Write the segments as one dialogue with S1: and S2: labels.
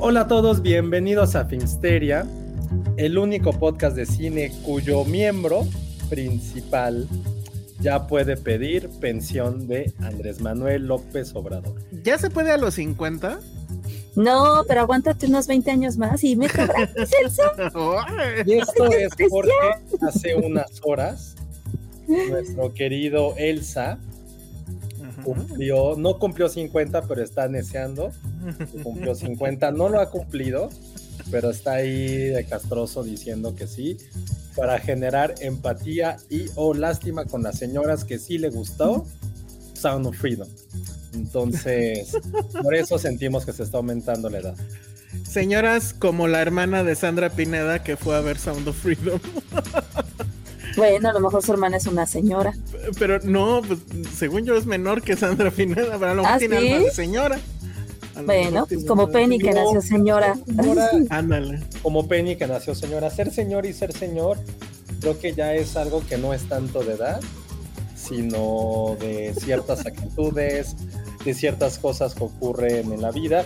S1: Hola a todos, bienvenidos a Filmsteria, el único podcast de cine cuyo miembro principal ya puede pedir pensión de Andrés Manuel López Obrador.
S2: ¿Ya se puede a los 50?
S3: No, pero aguántate unos 20 años más y me cobran mi Celso.
S1: Y esto es
S3: especial.
S1: porque hace unas horas nuestro querido Elsa cumplió, no cumplió 50, pero está deseando cumplió 50, no lo ha cumplido, pero está ahí de castroso diciendo que sí, para generar empatía y o lástima con las señoras que sí le gustó Sound of Freedom. Entonces, por eso sentimos que se está aumentando la edad.
S2: Señoras como la hermana de Sandra Pineda que fue a ver Sound of Freedom.
S3: Bueno, a lo mejor su hermana es una señora.
S2: Pero no, pues, según yo es menor que Sandra Pineda, pero a lo mejor
S3: ¿Ah,
S2: tiene
S3: sí?
S2: alma de señora. A lo
S3: Bueno,
S2: mejor
S3: pues
S2: tiene
S3: como
S2: alma de
S3: Penny que
S2: señora.
S3: nació señora.
S1: Ahora,
S2: Ándale.
S1: como Penny que nació señora, ser señor y ser señor, creo que ya es algo que no es tanto de edad, sino de ciertas actitudes, de ciertas cosas que ocurren en la vida.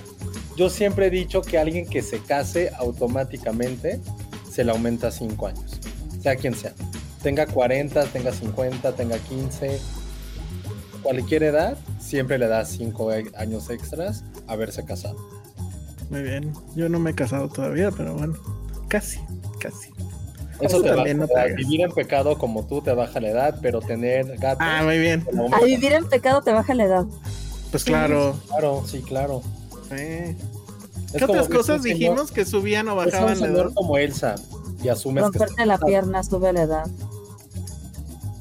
S1: Yo siempre he dicho que alguien que se case automáticamente se le aumenta 5 años, sea quien sea. Tenga 40, tenga 50, tenga 15, cualquier edad, siempre le da 5 años extras haberse casado.
S2: Muy bien. Yo no me he casado todavía, pero bueno. Casi, casi.
S1: Eso
S2: Eso
S1: te baja
S2: también no
S1: la edad.
S2: pagas.
S1: Vivir en pecado como tú te baja la edad, pero tener gatos.
S2: Ah, muy bien.
S1: como
S3: A
S1: hombre,
S3: vivir en pecado te baja la edad.
S2: Pues claro.
S1: Claro, sí, claro.
S2: eh.
S1: Es
S2: ¿Qué
S1: como
S2: otras
S1: que es un
S2: cosas
S1: señor-
S2: dijimos que subían o
S1: Es un
S2: bajaban la edad?
S1: señor como Elsa y asumes que
S3: Romperte
S1: está
S3: la
S1: casado.
S3: pierna sube la edad.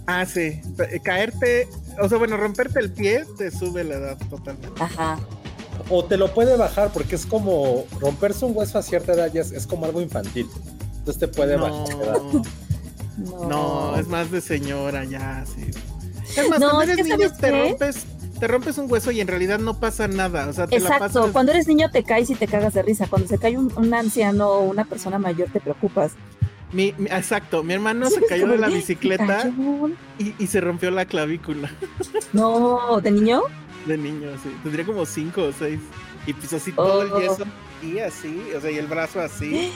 S2: Ah, sí. Pe- Caerte, o sea, bueno, romperte el pie te sube la edad totalmente.
S3: Ajá.
S1: O te lo puede bajar porque es como romperse un hueso a cierta edad ya es, es como algo infantil. Entonces te puede bajar la edad.
S2: No.
S3: No,
S2: No, es más de señora, ya, sí. Es más,
S3: No,
S2: cuando
S3: es
S2: eres
S3: que
S2: niño
S3: ¿sabes
S2: te
S3: qué?
S2: rompes, te rompes un hueso y en realidad no pasa nada. O sea, te la
S3: Exacto,
S2: pasas.
S3: cuando eres niño te caes y te cagas de risa. Cuando se cae un, un anciano o una persona mayor te preocupas.
S2: Mi, mi- exacto, mi hermano
S3: Sí,
S2: se
S3: es
S2: cayó de
S3: como,
S2: la
S3: "Ay, me
S2: bicicleta
S3: cayó".
S2: y, y se rompió la clavícula
S3: No, ¿de niño?
S2: de niño, sí. Tendría como cinco o seis. Y pues así todo
S3: Oh.
S2: el yeso y así, o sea, y el brazo así.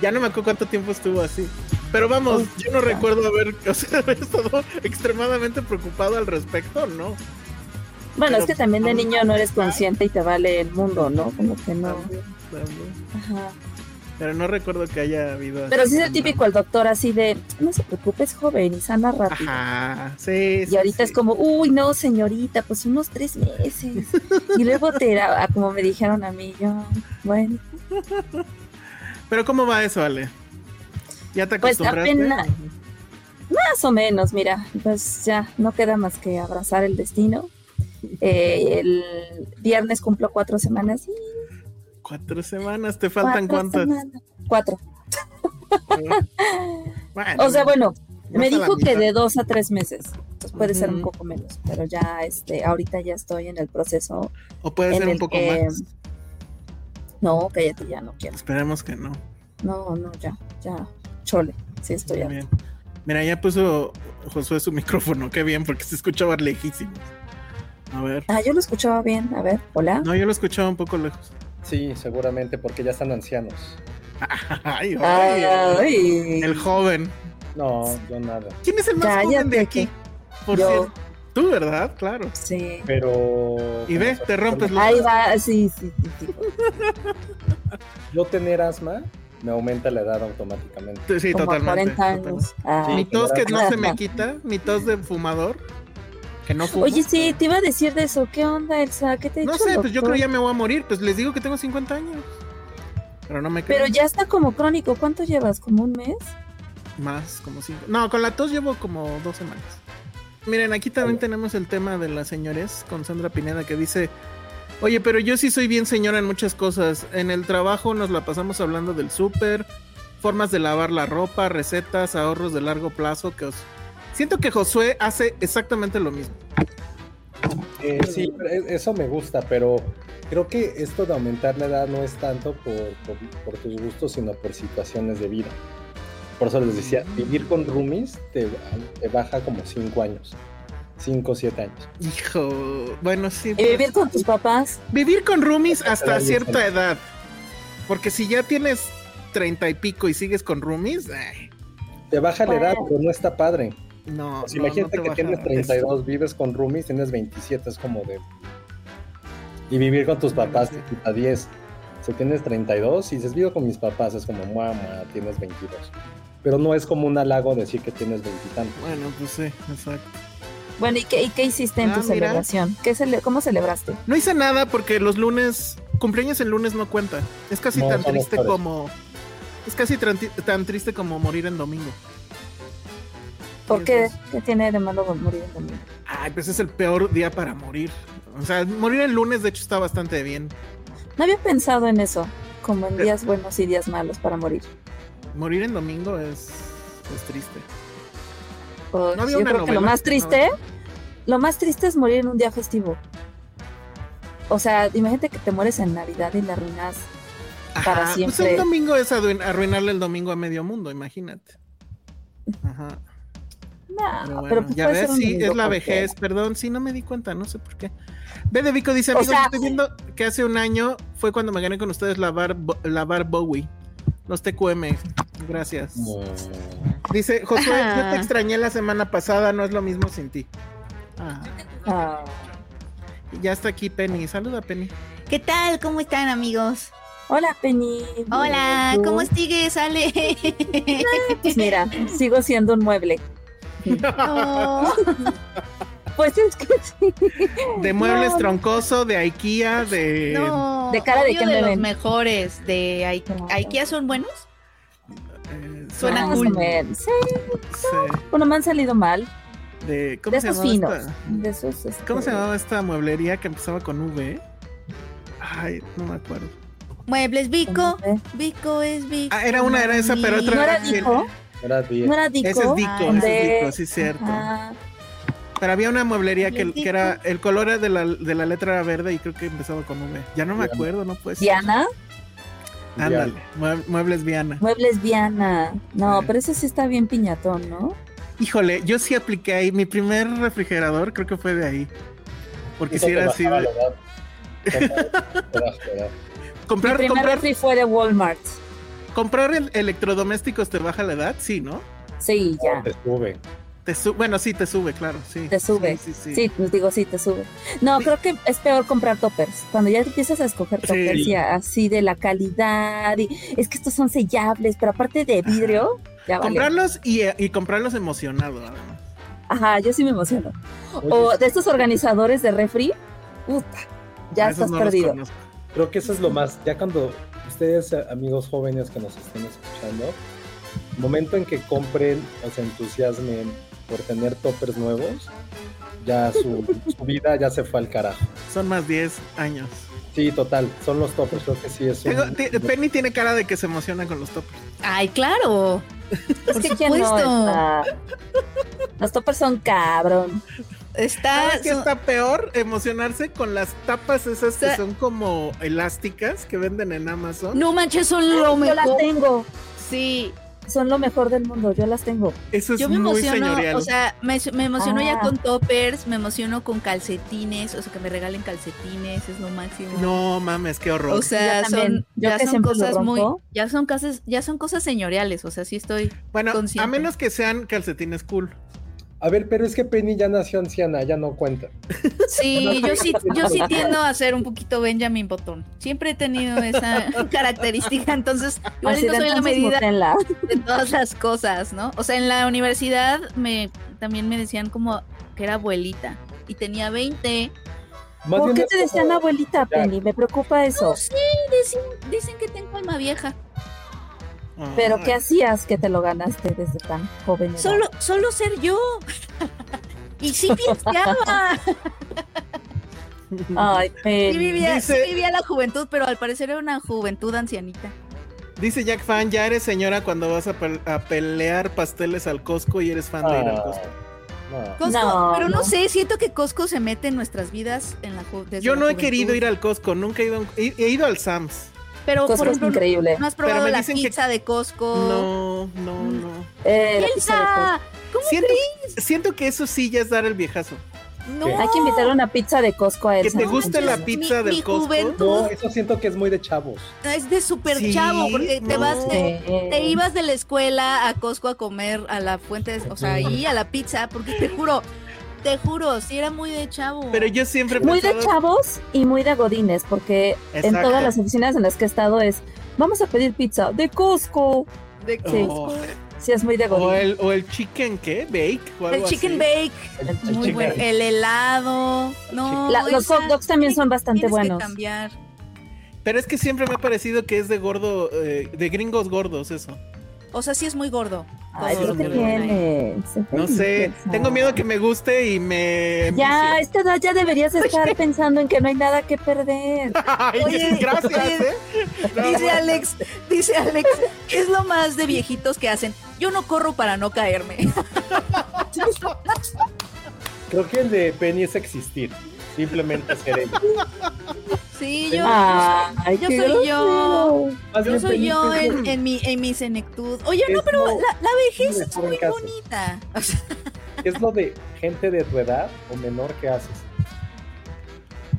S2: Ya no me acuerdo cuánto tiempo estuvo así. Pero vamos,
S3: Oh,
S2: yo no
S3: ya.
S2: recuerdo haber, o sea, haber estado extremadamente preocupado al respecto, ¿no. Pero-
S3: Bueno, es que también de niño no eres consciente y te vale el mundo, ¿no? Como que no.
S2: También, también.
S3: Ajá.
S2: Pero no recuerdo que haya habido.
S3: Pero
S2: así
S3: sí es el
S2: tan
S3: típico el doctor así de, no se preocupes, joven, y sana rápido.
S2: Ajá, sí.
S3: Y ahorita es como, uy, no, señorita, pues unos tres meses. Y luego te, a- a- como me dijeron a mí, yo, bueno,
S2: Pero ¿cómo va eso, Ale? ¿Ya te
S3: Pues,
S2: acostumbraste?
S3: apenas- más o menos, mira, pues ya no queda más que abrazar el destino. Eh, el viernes cumplo cuatro semanas. y
S2: Cuatro semanas, ¿te faltan
S3: cuatro
S2: cuántas?
S3: semanas. Cuatro.
S2: Bueno,
S3: O sea, bueno,
S2: vas
S3: me
S2: a Ah, la
S3: dijo que
S2: mitad.
S3: de dos a tres meses. Entonces puede ser un
S2: Ujú.
S3: poco menos, pero ya, este, ahorita ya estoy en el proceso
S2: O puede
S3: en
S2: ser un
S3: el
S2: poco
S3: que-
S2: más.
S3: No, cállate, ya no quiero.
S2: Esperemos que no.
S3: No, no, ya, ya. Chole, sí estoy
S2: Muy
S3: harta.
S2: bien. Mira, ya puso Josué su micrófono. Qué bien, porque se escuchaba lejísimo. A ver.
S3: Ah, yo lo escuchaba bien. A ver, hola.
S2: No, yo lo escuchaba un poco lejos.
S1: Sí, seguramente porque ya están ancianos.
S2: Ay, ay,
S3: Ay,
S2: El joven.
S1: No, yo nada.
S2: ¿Quién es el más
S3: Cállate,
S2: joven de aquí? Por
S3: yo.
S2: cierto. Tú, ¿verdad? Claro.
S3: Sí.
S1: Pero.
S2: Y ve, te rompes los-
S3: Ahí va, sí, sí, sí, sí.
S1: Yo tener asma me aumenta la edad automáticamente.
S2: T- Sí,
S3: Como
S2: totalmente.
S3: 40 años. Ah. Ay.
S2: Mi
S1: Sí.
S2: tos que no se me quita, mi tos de fumador, que no fumo.
S3: Oye, sí, te iba a decir de eso. ¿Qué onda, Elsa? ¿Qué te
S2: no
S3: dijo
S2: sé,
S3: el
S2: pues yo
S3: doctor?
S2: creo ya me voy a morir, pues les digo que tengo 50 años. Pero no me creo
S3: Pero ya está como crónico. ¿Cuánto llevas? ¿Como un mes? Eh,
S2: más, como 5. No, con la tos llevo como dos semanas. Miren, aquí
S3: Oh.
S2: también tenemos el tema de las señores con Sandra Pineda que dice, oye, pero yo sí soy bien señora en muchas cosas. En el trabajo nos la pasamos hablando del súper, formas de lavar la ropa, recetas, ahorros de largo plazo. Que os... Siento que Josué hace exactamente lo mismo.
S1: Eh, sí, pero e- eso me gusta, pero creo que esto de aumentar la edad no es tanto por, por, por tus gustos, sino por situaciones de vida. Por eso les decía, vivir con roomies te, te baja como 5 años, 5 o 7 años.
S2: Hijo, bueno, sí.
S3: ¿Y
S2: pues.
S3: vivir con tus papás?
S2: Vivir con roomies hasta
S1: Ay,
S2: cierta edad. Porque si ya tienes treinta y pico y sigues con roomies, ay,
S1: Te baja la edad,
S3: Bueno.
S1: pero no está padre.
S2: no.
S1: Pues
S2: no,
S1: imagínate
S2: no te
S1: que
S2: baja
S1: tienes 32, vives con roomies, tienes 27, es como de... Y vivir con tus papás te quita 10. Si tienes 32 y dices, vivo con mis papás, es como, mamá, tienes 22. Pero no es como un halago decir que tienes veintitantos.
S2: eso. Bueno, pues sí, exacto.
S3: Bueno, ¿y qué, y qué hiciste en
S2: Ah,
S3: tu
S2: mira.
S3: celebración? ¿Qué cele- ¿Cómo celebraste?
S2: No hice nada porque los lunes, cumpleaños el lunes no cuenta. Es casi
S1: No,
S2: tan
S1: son
S2: triste
S1: mejores.
S2: como. Es casi tan, ti- tan triste como morir en domingo.
S3: ¿Por
S2: Sí, pues.
S3: qué,
S2: eso
S3: ¿Qué tiene de malo con morir en domingo?
S2: es. Ay, pues es el peor día para morir. O sea, morir el lunes, de hecho, está bastante bien.
S3: No había pensado en eso, como en
S2: Eh.
S3: días buenos y días malos para morir.
S2: Morir en domingo es, es triste.
S3: O-
S2: No había
S3: Pues, yo
S2: una
S3: creo que lo
S2: novela
S3: más
S2: que
S3: triste, lo más triste es morir en un día festivo. O sea, imagínate que te mueres en Navidad y la arruinas. Para
S2: Ajá, Pues
S3: siempre.
S2: un domingo es arruin- arruinarle el domingo a medio mundo, imagínate. Ajá.
S3: No,
S2: Pero
S3: pero,
S2: bueno,
S3: pues
S2: ya
S3: puede
S2: ves,
S3: ser un
S2: sí,
S3: domingo
S2: es la
S3: cualquiera.
S2: vejez, perdón, sí, no me di cuenta, no sé por qué. Bede Vico dice,
S3: O
S2: amigos,
S3: sea-
S2: estoy viendo que hace un año fue cuando me gané con ustedes la bar, Bo- la bar Bowie, los TQM, gracias.
S1: Como-
S2: Dice, Josué, yo
S3: Ajá.
S2: te extrañé la semana pasada, no es lo mismo sin ti. Ah,
S3: Ah,
S2: y ya está aquí Penny, saluda Penny.
S4: ¿Qué tal? ¿Cómo están, amigos?
S3: Hola, Penny.
S4: Hola,
S3: ¿Tú?
S4: ¿cómo sigues, Ale?
S3: Pues mira, sigo siendo un mueble.
S4: Oh,
S3: Pues es que sí.
S2: De muebles
S3: No,
S2: troncoso, de IKEA, de...
S4: no,
S3: ¿De cara de
S4: obvio
S3: quién me
S4: de los
S3: ven?
S4: mejores de Ai-
S3: Claro.
S4: IKEA son buenos.
S2: eh,
S4: Suena
S3: más
S2: son-
S3: o menos. Sí,
S2: sí,
S3: bueno, me han salido mal.
S2: de, ¿cómo
S3: De
S2: se
S3: esos
S2: llama
S3: finos.
S2: esta?
S3: De esos. este,
S2: ¿Cómo se llamaba esta mueblería que empezaba con V? Ay, no me acuerdo.
S4: Muebles Vico.
S3: ¿cómo se-
S4: Vico es Vico.
S2: Ah, era una, era esa, pero otra-
S3: ¿No era
S2: Sí.
S3: Dico?
S1: Era 10.
S3: ¿No era Dico?
S2: Ese es Dico, ese
S3: Ah, de-
S2: es Dico, sí, cierto.
S3: Ah,
S2: Pero había una mueblería que,
S4: Los Dico.
S2: que era, el color era de la, de la letra era verde y creo que empezaba con V. Ya no me
S1: Diana.
S2: acuerdo, no puede ser.
S3: Diana,
S2: Ándale, mue- muebles Viana.
S3: muebles Viana. No,
S2: Sí.
S3: pero ese sí está bien piñatón, ¿no?
S2: Híjole, yo sí apliqué ahí. Mi primer refrigerador creo que fue de ahí. Porque
S1: Eso
S2: si
S1: te
S2: era así.
S1: bajaba
S2: de-
S1: la edad. Te bajaba la edad.
S3: Mi
S2: Comprar,
S3: primer
S2: comprar,
S3: refri fue de Walmart.
S2: comprar el- electrodomésticos te baja la edad, sí, ¿no?
S3: Sí, ya.
S1: Te sube.
S2: Te su- bueno, sí, te sube, claro, sí.
S3: Te sube.
S2: Sí, sí, sí.
S3: Sí, pues digo, sí, te sube. No, creo que es peor comprar toppers. Cuando ya empiezas a escoger
S2: Sí.
S3: toppers y a- así de la calidad, y es que estos son sellables, pero aparte de vidrio,
S4: Ah,
S3: ya vale.
S2: Comprarlos y, eh, y comprarlos emocionado, además.
S3: Ajá, yo sí me emociono.
S1: Oye,
S3: O de estos organizadores de refri, puta, ya
S2: Ah, esos
S3: estás
S2: no los
S3: perdido.
S2: conozco.
S1: Creo que eso es lo más. Ya cuando ustedes, eh, amigos jóvenes que nos estén escuchando, momento en que compren o se entusiasmen por tener toppers nuevos, ya su, su vida ya se fue al carajo.
S2: Son más 10 años.
S1: Sí, total. Son los toppers. Creo que sí es un.
S2: Tengo- ti- Penny tiene cara de que se emociona con los toppers.
S4: Ay, claro.
S3: Es
S4: Por
S3: que ¿quién no
S4: supuesto.
S3: está? Los toppers son cabrón.
S4: Está,
S2: ¿Sabes qué
S4: son-
S2: Ah, está peor? Emocionarse con las tapas esas que
S4: Sa-
S2: son como elásticas que venden en Amazon.
S4: No manches, son lo
S3: Yo la
S4: mejor.
S3: tengo.
S4: Sí.
S5: son lo mejor del mundo, yo las tengo.
S2: Eso es
S4: Yo me
S2: muy
S4: emociono,
S2: señorial.
S4: o sea, me, me emociono ya
S5: Ah.
S4: con toppers, me emociono con calcetines, o sea, que me regalen calcetines, es lo máximo.
S2: no mames, qué horror.
S4: O
S5: Yo
S4: sea,
S5: también,
S4: son,
S5: yo
S4: ya
S5: que
S4: son
S5: siempre lo
S4: cosas muy,
S5: rompo.
S4: ya son cosas, ya son cosas señoriales, o sea, sí estoy.
S2: bueno, a
S4: consciente.
S2: menos que sean calcetines cool.
S1: A ver, pero es que Penny ya nació anciana, ya no cuenta.
S4: Sí, yo sí, yo sí tiendo a ser un poquito Benjamin Botón. Siempre he tenido esa característica, entonces igual
S5: Así
S4: no
S5: de
S4: soy la
S5: entonces,
S4: medida
S5: botenla.
S4: de todas las cosas, ¿no? O sea, en la universidad me también me decían como que era abuelita y tenía 20.
S1: Más
S5: ¿Por
S1: bien
S5: qué
S1: es
S5: te
S1: como-
S5: decían abuelita, Penny? Me preocupa eso.
S4: No sé, dicen, dicen que tengo alma vieja.
S5: Pero ¿qué
S2: Ay.
S5: hacías que te lo ganaste desde tan joven? edad?
S4: Solo, solo ser yo. y sí pisteaba. ah.
S5: Ay,
S4: Sí
S5: Penny.
S4: vivía, sí
S2: Dice-
S4: vivía la juventud, pero al parecer era una juventud ancianita.
S2: Dice Jack Fan, ya eres señora cuando vas a, pel- a pelear pasteles al Costco y eres fan de ir al Costco.
S1: Ah, no.
S4: Costco,
S5: No,
S4: pero no,
S5: no.
S4: sé, siento que Costco se mete en nuestras vidas en la ju- desde
S2: Yo
S4: la
S2: no he
S4: juventud.
S2: querido ir al Costco, nunca he ido, a un- he, he ido al Sam's.
S4: Pero
S5: Costco
S4: por
S5: es
S4: ejemplo,
S5: increíble.
S4: no has
S2: Pero
S4: probado
S2: me
S4: la
S2: dicen que-
S4: pizza de
S5: Oh.
S4: Costco.
S2: No,
S5: Mm.
S2: no, no.
S5: Eh, la pizza de Costco.
S4: ¡Elsa! ¿Cómo
S2: Siento, siento que eso sí ya es dar el viejazo.
S4: No.
S2: ¿Qué?
S5: Hay que invitar una pizza de Costco a
S2: Que
S5: Elsa.
S2: te guste
S4: manches,
S2: la pizza
S4: mi-
S2: del
S4: mi
S2: Costco.
S4: juventud.
S1: No, eso siento que es muy de chavos.
S4: Es de super
S2: Sí,
S4: chavo, porque te
S2: no.
S4: vas de-
S5: Eh,
S4: te ibas de la escuela a Costco a comer a la fuente, de- o sea, ahí a la pizza, porque te juro, te juro, si era muy de chavo.
S2: Pero yo siempre he
S5: Muy de
S2: pensado-
S5: chavos y muy de godines, porque en
S2: Exacto.
S5: todas las oficinas en las que he estado es, vamos a pedir pizza de Costco.
S4: de
S5: Sí.
S4: Costco.
S5: Sí, es muy de
S2: Oh, O
S5: godín.
S2: el, o el chicken, ¿qué? Bake. O
S4: El
S2: algo
S4: chicken
S2: así.
S4: bake,
S1: El- el
S4: muy
S1: chicken.
S4: bueno. El helado, no.
S5: La- los
S4: esa-
S5: hot dogs también son bastante
S4: tienes que
S5: buenos.
S4: cambiar.
S2: Pero es que siempre me ha parecido que es de gordo, eh, de gringos gordos eso.
S4: O sea, sí es muy gordo.
S5: Ay, ¿qué
S4: todo lo que
S5: te
S4: venden ahí.
S5: tienes?
S2: No sé,
S5: Elsa.
S2: tengo miedo que me guste y me...
S5: Ya, a
S2: envicie.
S5: esta edad ya deberías estar pensando en que no hay nada que perder.
S2: Ay,
S4: Oye,
S2: gracias,
S4: oye,
S2: ¿eh? No,
S4: Dice
S2: bueno.
S4: Alex, dice Alex, es lo más de viejitos que hacen. Yo no corro para no caerme.
S1: Creo que el de Penny es existir. Simplemente ser ella.
S4: Sí, yo,
S5: Ay,
S4: yo
S5: qué
S4: soy yo.
S5: grosero.
S1: Más
S4: yo
S1: bien
S4: soy
S1: Penny
S4: yo
S1: es-
S4: en, en mi, en mi senectud. Oye,
S1: es
S4: no, pero
S1: lo-
S4: la, la vejez
S1: de
S4: es
S1: joven
S4: muy
S1: que haces.
S4: bonita. O sea,
S1: Es lo de gente de tu edad o menor que haces.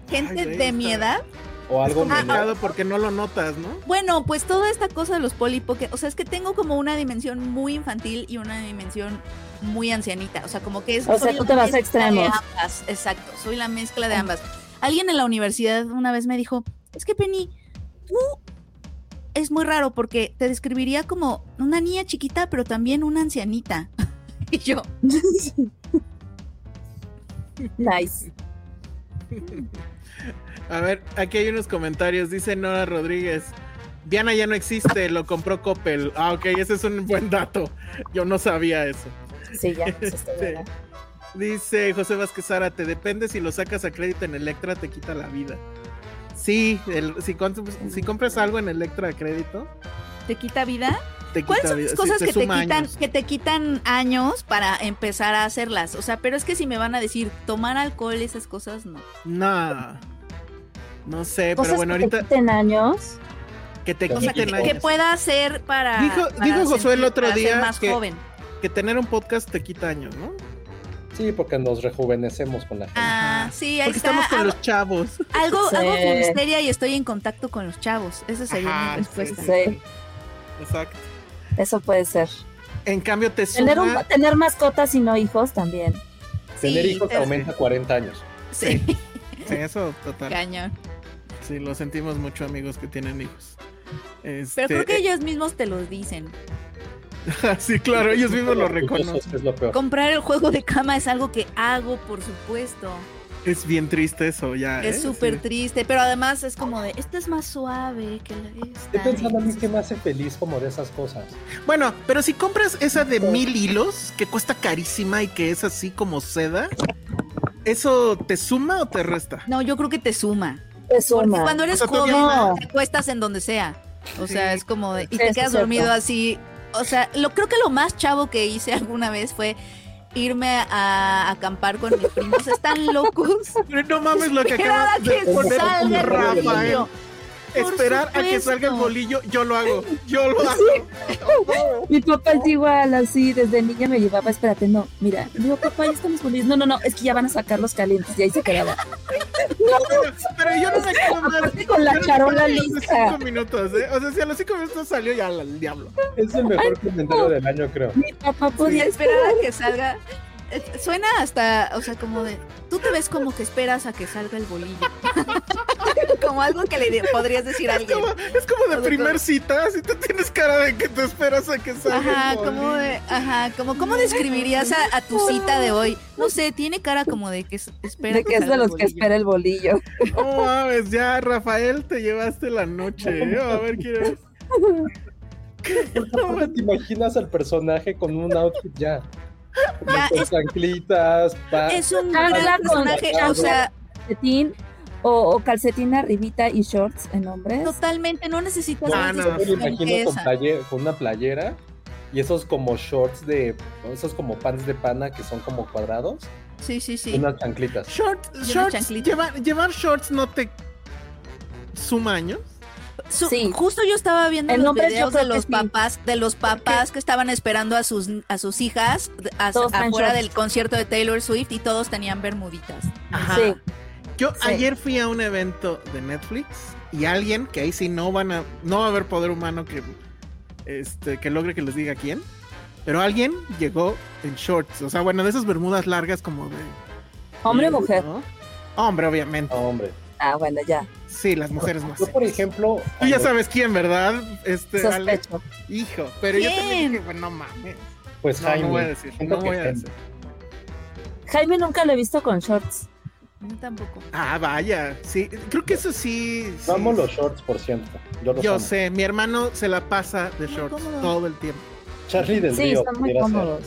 S4: gente
S2: güey,
S4: de mi
S2: está-
S4: edad.
S1: O
S2: Es
S1: algo menor.
S2: complicado porque no lo notas, ¿no?
S4: Bueno, pues toda esta cosa de los polipoques, o sea, es que tengo como una dimensión muy infantil y una dimensión muy ancianita. O sea, como que es.
S5: O sea,
S4: soy
S5: tú
S4: la
S5: te vas a
S4: mezcla de
S5: extremos. Ah.
S4: ambas, exacto, soy la mezcla de ambas. Alguien en la universidad una vez me dijo, es que Penny, tú es muy raro porque te describiría como una niña chiquita, pero también una ancianita. y yo,
S5: Nice.
S2: A ver, aquí hay unos comentarios. Dice Nora Rodríguez. Diana ya no existe, lo compró Coppel. Ah, ok, ese es un buen dato. Yo no sabía eso.
S5: Sí, ya. eso está
S2: Este,
S5: bien.
S2: Dice José Vázquez Sara, te depende si lo sacas a crédito en Electra, te quita la vida. Sí, el- si, con- si compras algo en Electra a crédito,
S4: ¿te quita vida?
S2: te
S4: ¿Cuáles
S2: quita
S4: son
S2: vida.
S4: las
S2: sí,
S4: cosas que, te
S2: suma
S4: quitan,
S2: años.
S4: que te quitan años para empezar a hacerlas? O sea, pero es que si me van a decir tomar alcohol, esas cosas, no.
S2: No. No sé,
S5: Cosas
S2: pero bueno,
S5: que te
S2: ahorita
S5: quiten años.
S2: que te
S1: O
S4: O sea, que,
S2: quiten
S4: que
S2: años.
S4: pueda hacer para.
S2: Dijo-
S4: para
S2: dijo Josué el
S4: sentir-
S2: otro
S4: para ser
S2: día
S4: más
S2: que-
S4: joven.
S2: Que tener un podcast te quita años, ¿no?
S1: Sí, porque nos rejuvenecemos con la gente.
S4: Ah,
S2: Ajá.
S4: sí, ahí
S2: Porque
S4: está. ah,
S2: estamos con
S4: Hago-
S2: los chavos.
S4: Algo,
S5: Sí.
S4: hago filmsteria y estoy en contacto con los chavos. Esa sería
S2: Ajá,
S4: mi respuesta.
S5: Sí,
S2: Exacto.
S5: eso puede ser.
S2: En cambio, te
S5: Tener, un-
S2: suma.
S5: tener mascotas y no hijos también.
S1: Tener
S4: Sí,
S1: hijos te
S4: pero-
S1: aumenta 40 años.
S4: Sí,
S2: Sí, eso total.
S4: cañón.
S2: Sí, lo sentimos mucho, amigos que tienen hijos. Este,
S4: Pero creo que ellos mismos te los dicen.
S2: sí, claro, ellos mismos lo
S1: Orgullosos
S2: reconocen.
S1: Es lo peor.
S4: Comprar el juego de cama es algo que hago, por supuesto.
S2: Es bien triste eso, ya. ¿eh?
S4: Es súper
S2: Sí.
S4: triste, pero además es como de, esta es más suave que la de esta.
S1: Estoy pensando a mí que
S4: Entonces,
S1: me hace feliz como de esas cosas.
S2: Bueno, pero si compras esa de mil hilos, que cuesta carísima y que es así como seda, ¿eso te suma o te resta?
S4: No, yo creo que te suma.
S5: Te
S4: Porque
S5: suma.
S4: cuando eres
S2: O sea, tú
S4: joven,
S5: no.
S4: te acuestas en donde sea. O sea,
S2: Sí.
S4: es como de, y
S5: Sí,
S4: te
S5: eso
S4: quedas
S5: es
S4: dormido
S5: cierto.
S4: así. O sea, lo creo que lo más chavo que hice alguna vez fue irme a acampar con mis primos. Están locos.
S2: Pero no mames lo que
S4: Que nada
S2: acabas de
S4: que
S2: poner
S1: como
S4: salga el
S1: radio de
S2: Rafael.
S4: rabillo.
S2: Esperar a que
S4: supuesto.
S2: salga el bolillo, yo lo hago. Yo lo hago.
S5: Mi papá es igual, así, desde niña me llevaba, espérate, no, mira, le digo, papá, ya estamos bolidos. No, no, no, es que ya van a sacar los calientes, y ahí se quedaba. No,
S2: Pero, pero yo no me quedo más.
S5: Aparte con la
S2: yo no me
S5: charola
S2: quedo más de
S5: lista.
S2: cinco minutos, ¿eh? O sea, si a los cinco minutos salió ya al diablo.
S1: Es el mejor comentario del año, creo.
S5: mi papá podía
S4: Podía
S5: esperar.
S4: esperar a que salga. Eh, Suena hasta, o sea, como de. Tú te ves como que esperas a que salga el bolillo. como algo que le de- podrías decir a
S2: Es
S4: alguien.
S2: como, es como de
S4: Todo-
S2: primer cita, si te tienes cara de que te esperas a que salga.
S4: Ajá,
S2: el bolillo.
S4: como de- ajá, como ¿cómo describirías a, a tu cita de hoy? No sé, tiene cara como de que s- espera
S5: De que es
S4: salga
S5: de
S4: el
S5: los que
S4: bolillo.
S5: espera el bolillo.
S2: No mames, ya, Rafael, te llevaste la noche. ¿eh? A ver, quiero ver.
S1: Aparte, te imaginas al personaje con un outfit ya. Como
S4: Ya,
S1: con
S4: es-
S1: chanclitas, pa-
S4: Es un
S5: Ah,
S4: gran
S5: claro,
S4: personaje,
S1: claro.
S4: o sea,
S5: Calcetín o, o calcetín arribita y shorts en hombres.
S4: totalmente, no necesitas
S2: Ah,
S4: más
S2: no.
S1: Yo me lo
S4: descripción que
S1: imagino con,
S4: esa.
S1: playe- con una playera y esos como shorts de. Esos como pants de pana que son como cuadrados.
S4: Sí, sí,
S1: y
S4: sí.
S1: Unas chanclitas.
S2: Shorts,
S4: Lleva
S2: shorts.
S4: chanclitas.
S2: Llevar, llevar shorts no te suma años.
S4: Su-
S5: Sí.
S4: Justo yo estaba viendo
S5: En
S4: los
S5: hombres yo
S4: videos
S5: creo
S4: de
S5: que
S4: los
S5: sí.
S4: papás, de los papás que estaban esperando a sus a sus hijas de- a-
S5: Todos están
S4: afuera
S5: shorts.
S4: del concierto de Taylor Swift y todos tenían bermuditas.
S2: Ajá.
S5: Sí.
S2: Yo
S5: Sí.
S2: ayer fui a un evento de Netflix y alguien que ahí sí no van a no va a haber poder humano que este que logre que les diga quién, pero alguien llegó en shorts, o sea, bueno, de esas bermudas largas como de
S5: Hombre o mujer.
S2: ¿no? Hombre, obviamente.
S1: No, hombre.
S5: Ah, bueno, ya.
S2: Sí, las mujeres más.
S1: Yo, por ejemplo.
S2: Tú ya
S1: cuando-
S2: sabes quién, ¿verdad? Este Ale-
S5: Sospecho.
S2: hijo, pero yo
S4: ¿Quién?
S2: también dije, bueno, mames.
S1: Pues
S2: No,
S1: Jaime.
S2: no voy a decir,
S1: siento
S2: no
S1: que
S2: voy a
S1: Jaime.
S2: decir.
S5: Jaime nunca lo he visto con shorts.
S4: Yo tampoco.
S2: Ah, vaya. Sí, creo que eso sí. sí,
S1: Vamos los shorts, por cierto. Yo los
S2: Yo
S1: amo.
S2: sé, mi hermano se la pasa de
S4: Muy
S2: shorts
S4: cómodo.
S2: todo el tiempo.
S1: Charlie del
S5: Sí,
S1: Río.
S5: están muy
S1: pudiera ser.
S5: cómodos.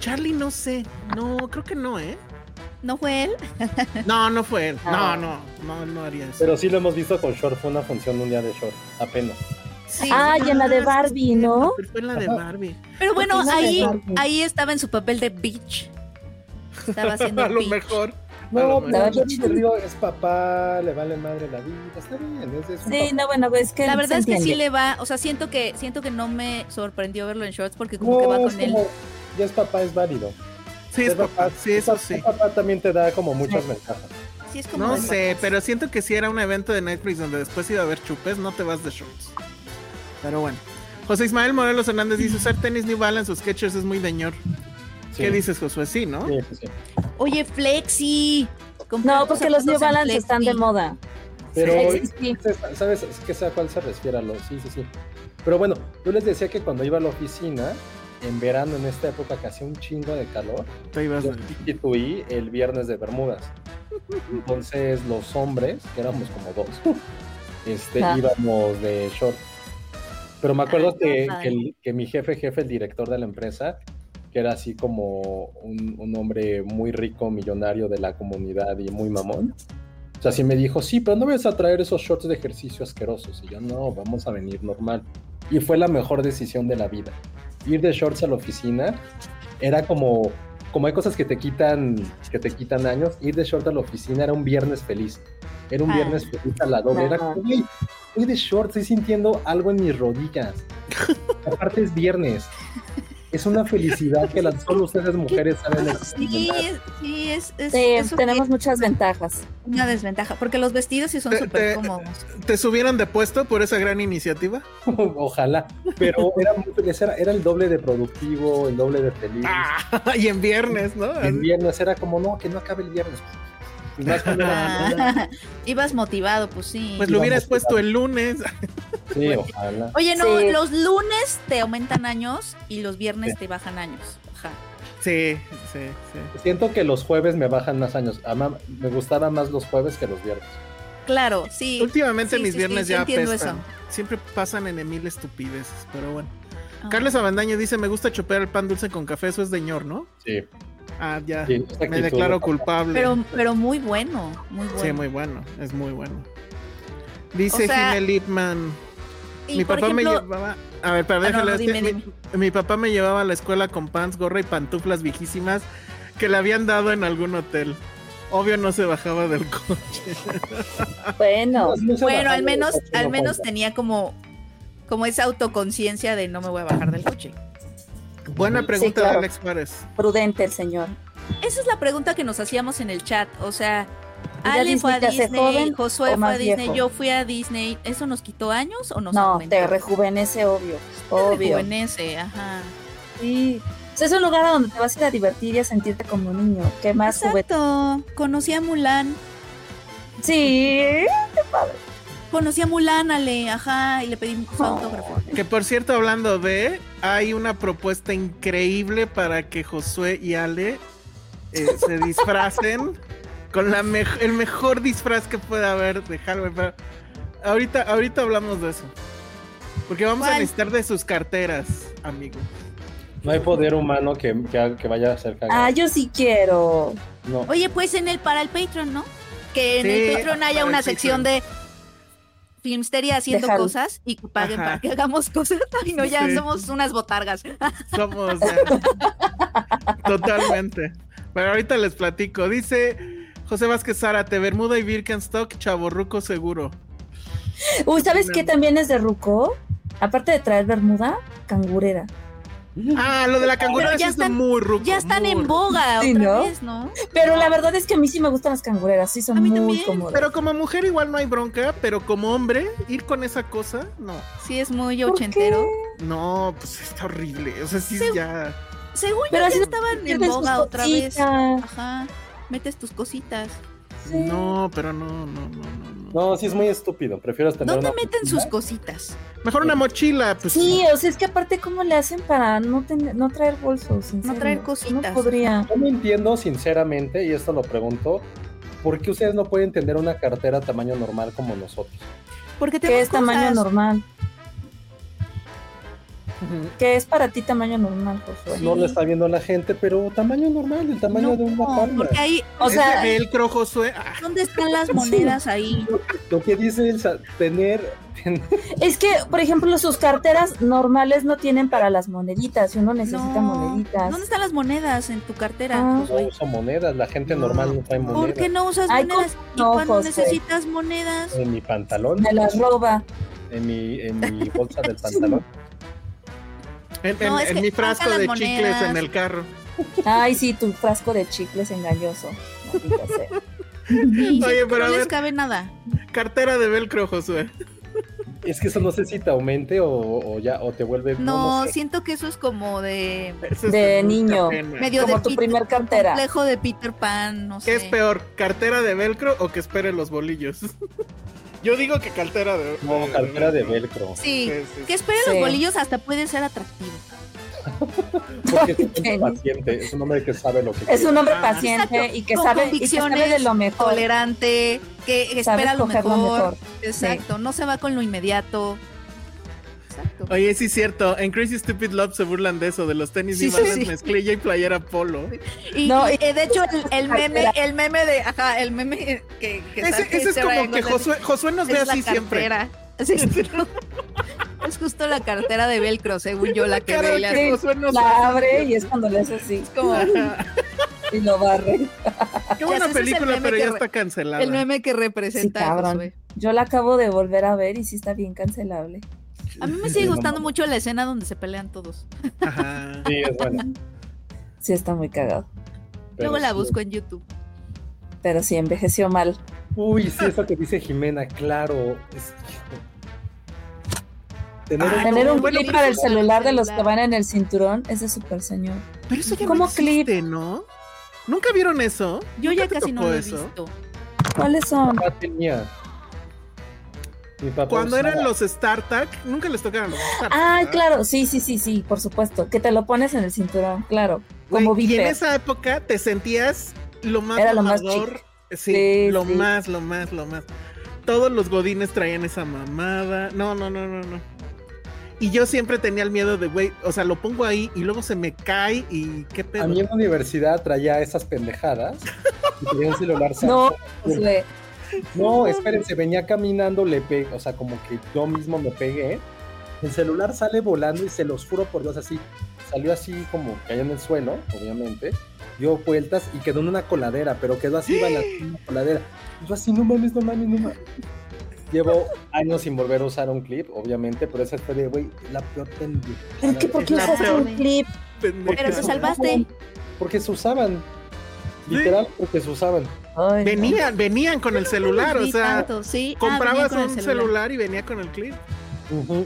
S2: Charlie, no sé. No, creo que no, ¿eh?
S4: ¿No fue él?
S2: No, no fue él. No,
S5: Ah.
S2: no, no, no haría eso.
S1: Pero sí lo hemos visto con short. Fue una función un día de short. Apenas.
S4: Sí.
S5: Ah, y en la de Barbie, ¿no?
S2: Pero Fue en la de
S1: Ajá.
S2: Barbie.
S4: Pero bueno,
S5: Porque no
S4: ahí,
S5: me acuerdo.
S4: ahí estaba en su papel de bitch. Estaba haciendo
S2: A lo
S4: bitch.
S2: mejor. A
S1: No, pero
S2: lo mejor.
S1: Charlie del Río es papá, le vale madre la vida. Está bien. Es, es un
S5: Sí,
S1: papá.
S5: no, bueno, pues es que.
S4: La
S5: se
S4: verdad es que sí
S5: entiende.
S4: le va, o sea, siento que siento que no me sorprendió verlo en shorts porque como que va
S1: No, es
S4: con él.
S1: como, Ya es papá, es válido.
S2: Sí, es papá. Sí, eso sí.
S1: El papá también te da como muchas ventajas.
S4: Sí, es como
S2: No
S4: de-
S2: sé, pero siento que si era un evento de Netflix donde después iba a haber chupes, no te vas de shorts. Pero bueno. José Ismael Morelos Hernández dice: usar tenis New Balance o Skechers es muy deñor.
S1: Sí.
S2: ¿Qué dices, Josué? Sí, ¿no?
S1: Sí, sí, sí.
S4: Oye, Flexi. Compra
S5: No, porque los New
S4: zapatos en
S5: Balance están de
S4: Flexi.
S5: moda.
S1: Pero,
S5: Sí, sí, sí.
S1: ¿sabes- ¿sabes es que sea cuál se refiere a lo? Sí, sí, sí. Pero bueno, yo les decía que cuando iba a la oficina, en verano, en esta época que hacía un chingo de calor,
S2: Te ibas
S1: yo
S2: de-
S1: sustituí el viernes de Bermudas. Entonces, los hombres, que éramos como dos, este,
S5: Ah.
S1: íbamos de short. Pero me
S4: Ah,
S1: acuerdo
S4: qué
S1: que,
S4: padre.
S1: que el- que mi jefe, jefe, el director de la empresa, que era así como un, un hombre muy rico, millonario de la comunidad y muy mamón. O sea, sí me dijo, sí, pero no vayas a traer esos shorts de ejercicio asquerosos. Y yo, no, vamos a venir normal. Y fue la mejor decisión de la vida. Ir de shorts a la oficina era como, como hay cosas que te quitan, que te quitan años. Ir de shorts a la oficina era un viernes feliz. Era un
S4: Ah.
S1: viernes feliz a la doble. Era
S5: Ajá.
S1: como, "Güey, Estoy de short, estoy sintiendo algo en mis rodillas. Aparte es viernes. Es una felicidad que las, solo ustedes mujeres saben
S4: Sí,
S1: experimentar.
S4: es- sí, es, es,
S5: Sí,
S4: eso
S5: Eh, tenemos muchas ventajas.
S4: es una desventaja, porque los vestidos sí son
S2: Te-
S4: súper
S2: te-
S4: cómodos.
S2: ¿Te subieron de puesto por esa gran iniciativa?
S1: Ojalá. Pero era, muy feliz, era, era el doble de productivo, el doble de feliz.
S2: Ah, y en viernes, ¿no?
S1: El viernes era como, no, que no acabe el viernes. Y más que nada,
S4: Ah, Ibas motivado, pues sí.
S2: Pues lo hubieras
S1: Digamos,
S2: puesto el lunes.
S1: sí, ojalá.
S4: Oye, no,
S5: Sí.
S4: los lunes te aumentan años y los viernes
S1: Sí.
S4: te bajan años. Ajá.
S2: Sí, sí, sí.
S1: Siento que los jueves me bajan más años. Ama- me gustaba más los jueves que los viernes.
S4: Claro, sí.
S2: Últimamente
S4: Sí,
S2: mis
S4: sí,
S2: viernes
S4: sí, yo
S2: ya
S4: entiendo
S2: apestan.
S4: eso.
S2: Siempre pasan en mil estupideces, pero bueno.
S4: Ah.
S2: Carlos Abandaño dice, me gusta chopear el pan dulce con café, eso es deñor, ¿no?
S1: Sí.
S2: Ah, ya.
S1: sí, esa
S2: Me
S1: actitud.
S2: declaro culpable.
S4: Pero, pero muy bueno, muy bueno.
S2: Sí, muy bueno, es muy bueno. Dice
S4: O sea,
S2: Ginel Lipman.
S4: y
S2: Mi
S4: por
S2: papá me
S4: ejemplo-
S2: llevaba... A ver, para
S4: Ah, no,
S2: déjala,
S4: no,
S2: este,
S4: dime,
S2: mi-
S4: dime.
S2: Mi papá me llevaba a la escuela con pants, gorra y pantuflas viejísimas que le habían dado en algún hotel. Obvio no se bajaba del coche.
S3: Bueno,
S1: No se
S4: Bueno,
S1: bajaron
S4: al
S1: del
S4: menos,
S1: coche,
S4: al
S1: no
S4: menos
S1: cuenta.
S4: tenía como, como esa autoconciencia de no me voy a bajar del coche.
S2: Buena pregunta de
S3: claro.
S2: Alex Párez.
S3: prudente el señor.
S4: Esa es la pregunta que nos hacíamos en el chat. O sea,
S3: ¿Ya
S4: Ale
S3: Disney
S4: fue a
S3: te hace
S4: Disney,
S3: joven
S4: Josué
S3: o
S4: fue a
S3: más
S4: Disney,
S3: viejo?
S4: yo fui a Disney. ¿Eso nos quitó años o nos
S3: No,
S4: aumentó?
S3: te rejuvenece, obvio.
S4: Te
S3: Obvio.
S4: rejuvenece, ajá.
S3: Sí. O sea, es un lugar a donde te vas a ir a divertir y a sentirte como un niño. ¿Qué más juguete?
S4: Exacto. Conocí a Mulan.
S3: Sí.
S4: Conocí a Mulan, Ale, ajá, y le pedí su autógrafo.
S2: Que por cierto, hablando de, hay una propuesta increíble para que Josué y Ale eh, se disfracen con la mej- el mejor disfraz que pueda haber de Halloween. pero ahorita, ahorita hablamos de eso. Porque vamos a
S4: ¿Cuál?
S2: necesitar de sus carteras, amigo.
S1: No hay poder humano que, que haga- que vaya a ser cagado.
S3: Ah, yo sí quiero.
S1: No.
S4: Oye, pues en el para el Patreon, ¿no? Que en
S2: Sí,
S4: el Patreon haya
S2: para
S4: una
S2: el
S4: sección de Filmsteria haciendo
S3: Déjalo.
S4: cosas y que paguen
S2: Ajá.
S4: para que hagamos cosas. Ay, no, ya
S2: Sí.
S4: somos unas botargas.
S2: Somos ya. totalmente. Pero ahorita les platico. Dice José Vázquez Zárate, Bermuda y Birkenstock, chaborruco seguro.
S3: Uy, ¿sabes
S2: Sí,
S3: qué
S2: no.
S3: también es de Ruco? Aparte de traer bermuda, cangurera.
S2: Ah, lo de la cangurera
S4: Pero ya
S2: sí está
S4: están-
S2: muy ruco.
S4: Ya están
S2: muy
S4: en
S2: ruco.
S4: boga
S3: Sí,
S4: otra
S3: ¿no?
S4: vez, ¿no?
S3: Pero la verdad es que a mí sí me gustan las cangureras, sí son
S4: A mí
S3: muy
S4: también,
S3: cómodas.
S2: Pero como mujer igual no hay bronca, pero como hombre, ir con esa cosa, no.
S4: Sí, es muy
S3: ¿Por
S4: ochentero.
S3: qué?
S2: No, pues está horrible. O sea, sí,
S4: Sí.
S2: ya.
S4: Según
S3: Pero
S4: yo,
S3: así
S4: ya
S3: no
S4: estaban en
S3: pierden sus
S4: boga otra vez.
S3: cositas.
S4: Ajá. Metes tus cositas.
S3: Sí.
S2: No, pero no, no, no, no. no.
S1: No, sí es muy estúpido. Prefiero tener
S4: ¿Dónde
S1: una-
S4: meten sus cositas?
S2: Mejor una mochila, pues.
S3: Sí, o sea, es que aparte, ¿cómo le hacen para no, tener, no traer bolsos? en
S4: No
S3: serio?
S4: traer
S3: Yo
S4: cositas.
S3: No podría.
S1: Yo no entiendo sinceramente, y esto lo pregunto, ¿por qué ustedes no pueden tener una cartera tamaño normal como nosotros?
S4: Porque te
S3: ¿Qué es tamaño normal?
S2: Ujú.
S3: ¿Qué es para ti tamaño normal, Josué?
S1: Pues No lo
S4: Sí.
S1: está viendo la gente, pero tamaño normal, el tamaño de una palma.
S4: porque ahí,
S3: O
S2: Es
S3: sea,
S2: de velcro, Josué. Ah,
S4: ¿dónde están las monedas ahí?
S1: Lo que dice es tener, tener-
S3: es que, por ejemplo, sus carteras normales no tienen para las moneditas. y Uno necesita
S4: No.
S3: moneditas.
S4: ¿Dónde están las monedas en tu cartera? Pues,
S3: Ah.
S1: no uso monedas, la gente normal no trae
S4: ¿Por qué
S1: monedas.
S4: no usas
S3: Ay,
S4: monedas?
S3: ¿cómo
S4: Y
S3: no,
S4: cuando
S3: José?
S4: necesitas monedas,
S1: En mi pantalón,
S3: Me las roba.
S1: en mi, en mi bolsa del pantalón.
S2: En,
S4: No,
S2: en-
S4: es
S2: en
S4: que
S2: mi frasco
S4: saca
S2: de
S4: las
S2: chicles en
S4: monedas.
S2: el carro.
S3: Ay, sí, tu frasco de chicles engañoso. maldita sea.
S4: y
S2: Oye,
S4: siento que
S2: pero a
S4: no les
S2: ver.
S4: cabe nada.
S2: Cartera de velcro, Josué.
S1: Es que eso no sé si te aumente o, o ya, o te vuelve.
S4: No,
S1: sé.
S4: siento que eso es como de
S2: Eso es
S3: De
S2: mucha
S3: niño.
S2: pena.
S4: medio
S3: Como
S4: de
S3: tu
S4: Peter-
S3: primer cartera.
S4: complejo de Peter Pan, no
S2: ¿Qué
S4: sé.
S2: es peor, cartera de velcro o que espere los bolillos? Yo digo que cartera de
S1: No, cartera de velcro.
S4: Sí,
S2: Sí, sí,
S4: que esperen
S3: Sí.
S4: los bolillos hasta puede ser atractivo.
S1: Porque es
S3: Kenny.
S1: un paciente, es un hombre que sabe lo que
S3: Es un hombre
S2: Ah,
S3: paciente
S4: exacto,
S3: y que
S4: con
S3: sabe, y que
S4: convicciones,
S3: sabe de lo mejor.
S4: Tolerante, que
S3: sabe
S4: espera lo
S3: escoger
S4: mejor. Exacto, no se va con lo inmediato. Exacto.
S2: Oye, sí es cierto, en Crazy Stupid Love se burlan de eso, de los tenis
S4: Sí,
S2: y balas,
S4: sí, sí.
S2: mezclilla y playera polo.
S4: Y,
S3: No,
S4: y,
S3: y-
S4: eh, de hecho, el, el meme, el meme de, ajá, el meme que, que
S2: Ese,
S4: sale
S2: ese es
S4: Sarah
S2: como que
S4: Engel,
S2: Josué, Josué nos ve
S4: es la
S2: así siempre.
S4: cartera. Sí, sí. es justo la cartera de velcro, según yo, la que
S2: Claro
S4: ve la-
S2: que
S3: Sí,
S2: Josué nos ve
S3: La
S2: así
S3: abre y
S2: siempre.
S3: es cuando le hace así
S4: como-
S3: y lo barre.
S2: Qué
S4: ese
S2: buena
S4: es el
S2: película,
S4: meme
S2: pero
S4: que
S2: ya
S4: re-
S2: está cancelada.
S4: el meme que representa
S3: Sí,
S4: a
S3: cabrón.
S4: Josué.
S3: Yo la acabo de volver a ver y sí está bien cancelable.
S4: A mí me sigue
S1: No
S4: gustando
S1: mames.
S4: mucho la escena donde se pelean todos.
S2: Ajá.
S1: Sí, es bueno.
S3: Sí está muy cagado.
S1: pero
S4: Luego la
S1: sí.
S4: busco en YouTube.
S3: Pero sí, envejeció mal.
S1: Uy, sí, eso que dice Jimena, claro. es- Tener
S4: Ah,
S2: Ay,
S3: Tener
S2: no,
S3: un
S2: bueno,
S3: clip
S2: pero-
S3: para el celular de los que
S4: pues, celular.
S3: van en el cinturón es de super señor.
S2: Pero eso ya
S3: Como
S2: no existe, ¿no? ¿Nunca vieron eso?
S4: Yo ya
S2: te
S4: casi no
S2: tocó
S4: lo he
S2: eso?
S4: visto.
S3: ¿Cuáles son?
S1: papá tenía. Mi papá
S2: Cuando
S1: usaba.
S2: eran los StarTac, nunca les tocaron los StarTac.
S3: Ah,
S2: ¿verdad?
S3: claro, sí, sí, sí, sí, por supuesto. Que te lo pones en el cinturón, claro.
S2: Güey,
S3: Como
S2: Y en
S3: Viper.
S2: esa época te sentías lo más
S3: Era lo más
S2: mamador. Sí,
S3: Sí,
S2: lo
S3: sí.
S2: más, lo más, lo más. Todos los godines traían esa mamada. No, no, no, no, no. Y yo siempre tenía el miedo de, güey, o sea, lo pongo ahí y luego se me cae y qué
S1: A
S2: pedo.
S1: mí en la universidad traía esas pendejadas y tenía un celular
S3: No,
S1: Samsung.
S4: pues,
S3: Josué.
S1: No, espérense, venía caminando, le pegué, o sea, como que yo mismo me pegué. El celular sale volando y se los juro por Dios, así, salió así como cayó en el suelo, obviamente. dio vueltas y quedó en una coladera, pero quedó así en la coladera. Y Yo así, no mames, no mames, no mames. Llevo años sin volver a usar un clip, obviamente, pero esa fue de, güey, la peor pendejada.
S5: ¿Pero qué? ¿Por qué
S2: Es la
S5: usaste
S2: peor.
S5: un clip?
S2: pendeja.
S4: Pero te salvaste.
S1: Porque se usaban. Literal, porque se usaban.
S5: Ay,
S2: Venían, venían con el celular, o
S4: Ni
S2: sea,
S4: tanto, sí. Ah, venía
S2: comprabas
S4: con el
S2: un celular. y venía con el clip.
S1: Ujú.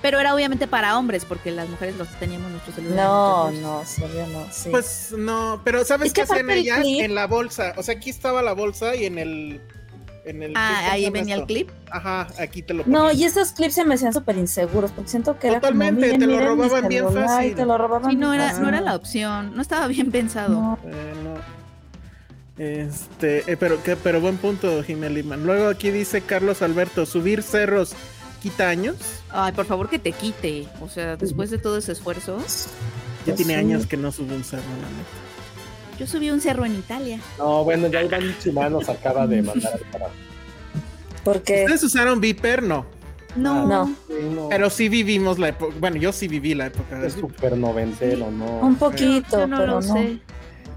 S4: Pero era obviamente para hombres, porque las mujeres los teníamos nuestro celular.
S5: No,
S4: Entonces,
S5: no, serio, no. Sí.
S2: Pues no, pero ¿sabes
S5: Es que
S2: qué hacían
S5: aparte el
S2: ellas?
S5: clip-
S2: En la bolsa. O sea, aquí estaba la bolsa y en el. En el ¿qué
S4: Ah,
S2: se
S4: ahí
S2: llama
S4: venía el
S2: esto?
S4: clip.
S2: Ajá, aquí te lo
S5: no,
S2: ponían.
S5: y esos clips se me hacían súper inseguros porque siento que era. como,
S2: Totalmente,
S5: miren,
S2: te lo
S5: miren mi
S2: robaban bien
S5: celular,
S2: fácil.
S5: Te lo robaban
S4: Sí, no
S5: bien
S4: era,
S5: fácil.
S4: no era la opción. No estaba bien pensado.
S5: No.
S2: Eh, no. Este, eh, pero que, pero buen punto, Jimena Liman. Luego aquí dice Carlos Alberto, subir cerros quita años.
S4: Ay, por favor que te quite. O sea, después de todo ese esfuerzo.
S2: Ya
S5: Pues
S2: tiene
S5: sí.
S2: años que no subo un cerro, la neta.
S4: Yo subí un cerro en Italia.
S1: No, bueno, ya Iván Chimano se acaba de mandar al carajo.
S5: Porque.
S2: ¿Ustedes usaron Viper? No.
S4: No.
S5: No.
S1: Ah, Sí, no,
S2: Pero sí vivimos la época. Bueno, yo sí viví la época de
S1: Es
S2: Viper.
S1: súper noventero, ¿no?
S5: Un poquito,
S4: Yo no
S5: pero
S4: lo
S5: no.
S4: sé.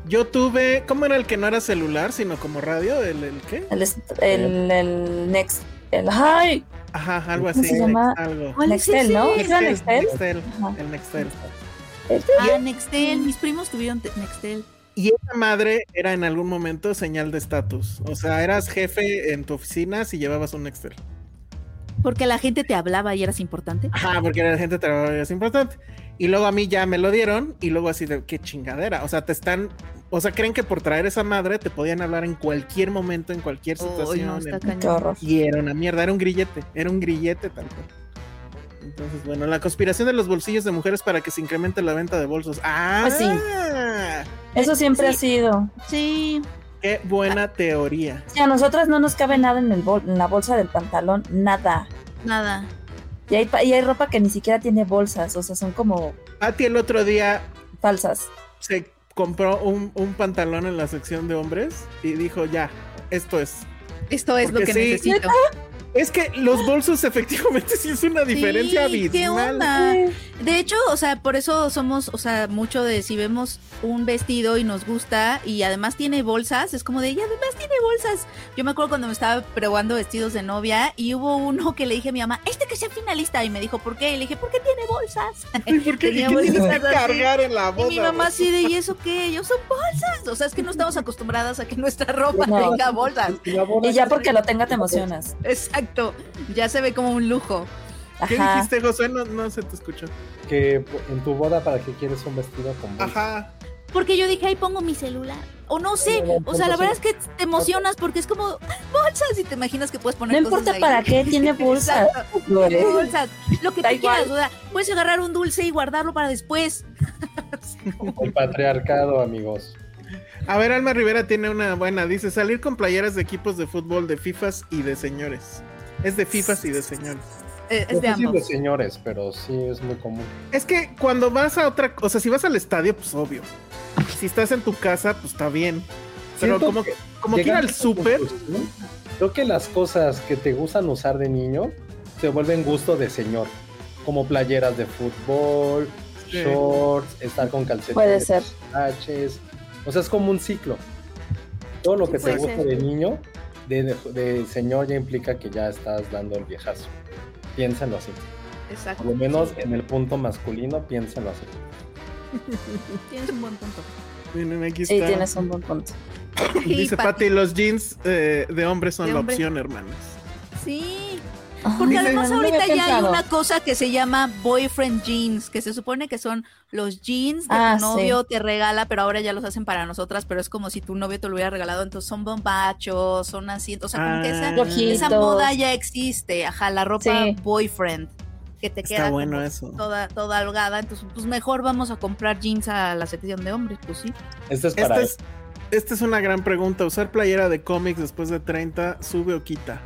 S2: Yo tuve. ¿Cómo era el que no era celular, sino como radio? ¿El, el qué?
S5: El, est- el, el Next. El Hi.
S2: Ajá, algo
S5: ¿Cómo
S2: así.
S5: se llama?
S2: Algo.
S4: ¿Cuál es
S5: Nextel,
S4: ese?
S5: ¿no? ¿Es la
S2: Nextel,
S5: Nextel?
S2: Nextel,
S5: Ajá.
S2: el Nextel.
S4: Ah, Nextel. Mis primos tuvieron te- Nextel.
S2: Y esa madre era en algún momento señal de estatus. O sea, eras jefe en tu oficina si llevabas un Nextel.
S4: Porque la gente te hablaba y eras importante.
S2: Ajá, porque la gente trabajaba es importante. Y luego a mí ya me lo dieron y luego así de qué chingadera. O sea, te están, o sea, creen que por traer esa madre te podían hablar en cualquier momento, en cualquier
S4: Ay, no,
S2: situación.
S4: está
S2: en-
S5: Qué
S4: cañón.
S5: horror.
S2: y era una mierda, era un grillete, era un grillete tal cual. Entonces, bueno, la conspiración de los bolsillos de mujeres para que se incremente la venta de bolsos. Ah,
S5: Pues sí. Eso siempre ha sido.
S4: Sí.
S2: Qué buena
S4: Ah.
S2: teoría.
S5: Si a nosotras no nos cabe nada en, el bol- en la bolsa del pantalón, nada.
S4: Nada.
S5: Y hay, pa- y hay ropa que ni siquiera tiene bolsas, o sea, son como
S2: Pati el otro día
S5: falsas.
S2: se compró un, un pantalón en la sección de hombres y dijo, ya, esto es.
S4: Esto es
S2: Porque
S4: lo que
S2: sí.
S4: necesito.
S2: Es que los bolsos efectivamente sí es una diferencia
S4: Sí,
S2: abismal.
S4: ¿Qué onda? De hecho, o sea, por eso somos, o sea, mucho de si vemos un vestido y nos gusta y además tiene bolsas, es como de, y además tiene bolsas. Yo me acuerdo cuando me estaba probando vestidos de novia y hubo uno que le dije a mi mamá, este que sea finalista, y me dijo, ¿por qué? Y le dije, porque tiene bolsas.
S2: ¿Y por qué, y
S4: Tenía
S2: qué tienes que
S4: bolsas así.
S2: cargar en la
S4: Y
S2: boda?
S4: mi mamá así de, ¿y eso qué? Yo son bolsas. O sea, es que no estamos acostumbradas a que nuestra ropa
S5: No.
S4: tenga bolsas.
S1: Y la boda
S5: Y ya porque lo tenga te emocionas.
S4: Exacto. Ya se ve como un lujo.
S2: ¿Qué
S5: Ajá.
S2: dijiste, Josué? No, no se te escuchó.
S1: que en tu boda para que quieres un vestido con bolsa.
S2: Ajá.
S4: Porque yo dije, ahí pongo mi celular. O no sé.
S1: Bueno,
S4: O sea, la
S1: entonces-
S4: verdad es que te emocionas porque es como ¡ah, bolsas y te imaginas que puedes
S5: No
S4: poner. cosas
S5: importa
S4: ahí.
S5: para qué tiene bolsa.
S4: Exacto, bolsas. Lo que
S5: Da
S4: te quieras,
S5: igual.
S4: o sea, puedes agarrar un dulce y guardarlo para después.
S1: El patriarcado, amigos.
S2: A ver, Alma Rivera tiene una buena. Dice, salir con playeras de equipos de fútbol de FIFAs y de señores. Es de FIFAs y de señores.
S4: Eh,
S1: No
S4: es de
S1: sé si
S4: ambos.
S1: de señores, pero sí es muy común.
S2: Es que cuando vas a otra... O sea, si vas al estadio, pues obvio. Si estás en tu casa, pues está bien. Pero
S1: Siento
S2: como,
S1: que
S2: como que ir
S1: llegando
S2: al
S1: a esa
S2: súper...
S1: conclusión, Creo que las cosas que te gustan usar de niño se vuelven gusto de señor. Como playeras de fútbol,
S2: Sí.
S1: shorts, estar con calcetines.
S5: Puede ser.
S1: taches. O sea, es como un ciclo. Todo lo que te
S4: Puede
S1: gusta
S4: ser.
S1: de niño, de, de señor, ya implica que ya estás dando el viejazo. Piénsalo así.
S4: Exacto.
S1: Por lo menos en el punto masculino, piénsalo así.
S4: Tienes un buen punto.
S2: Miren, aquí
S5: Sí,
S2: está.
S5: tienes un buen punto.
S2: Dice
S4: Y pa-
S2: Pati, los jeans eh, de hombres son
S4: De
S2: la
S4: hombre.
S2: opción, hermanos.
S4: Sí.
S5: Ay,
S4: Porque
S5: no,
S4: además
S5: no lo había
S4: ahorita ya hay
S5: pensado.
S4: una cosa que se llama boyfriend jeans, que se supone que son los jeans que
S5: Ah,
S4: tu novio te regala, pero ahora ya los hacen para nosotras, pero es como si tu novio te lo hubiera regalado, entonces son bombachos, son así, o sea, como que esa, esa
S5: Ojitos.
S4: moda ya existe, ajá, la ropa
S5: Ah. Sí.
S4: boyfriend, que te
S2: Está
S4: queda
S2: bueno
S4: como
S2: eso.
S4: toda, toda holgada, entonces pues mejor vamos a comprar jeans a la sección de hombres, pues sí.
S1: Este es para
S2: Esta es, esta es una gran pregunta. ¿Usar playera de cómics después de 30 sube o quita?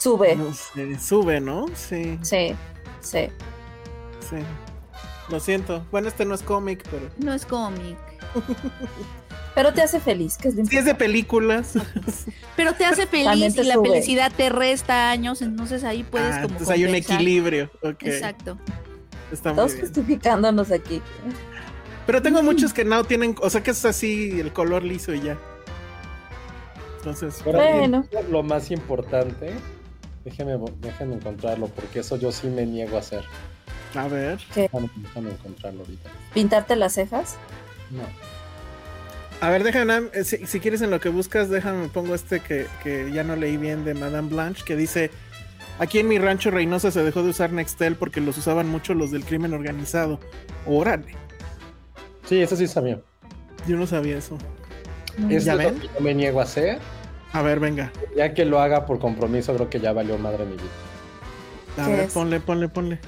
S5: Sube.
S2: No sé, sube, ¿no? Sí,
S5: Sí, sí.
S2: sí. Lo siento. Bueno, este no es cómic, pero...
S4: No es cómic,
S5: Pero te hace feliz, que es lo
S2: Sí es de
S5: importante.
S2: películas.
S4: pero te hace
S5: También
S4: feliz
S5: te
S4: y la
S5: sube.
S4: felicidad te resta años, entonces ahí puedes
S2: Ah,
S4: como
S2: entonces hay un
S4: compensar.
S2: equilibrio. Ok,
S4: Exacto.
S2: está muy
S5: Todos
S2: bien.
S5: justificándonos aquí.
S2: Pero tengo muchos que no tienen, o sea que es así el color liso y ya. Entonces,
S1: Ahora bien,
S5: Bueno.
S1: Lo más importante, déjenme, bo- déjenme encontrarlo, porque eso yo sí me niego a hacer.
S2: a ver.
S1: Déjame, déjame encontrarlo ahorita.
S5: ¿Pintarte las cejas?
S1: No.
S2: A ver, déjame, Nam, eh, si, si quieres en lo que buscas, déjame, pongo este que, que ya no leí bien de Madame Blanche, que dice, aquí en mi rancho Reynosa se dejó de usar Nextel porque los usaban mucho los del crimen organizado. Órale,
S1: Sí, eso sí sabía.
S2: yo no sabía eso.
S1: Eso
S2: ¿Ya
S1: es
S2: ven?
S1: lo que yo me niego a hacer.
S2: A ver, venga,
S1: Ya que lo haga por compromiso, creo que ya valió madre mi vida.
S2: a
S5: ¿Qué
S2: ver,
S5: es?
S2: ponle, ponle, ponle.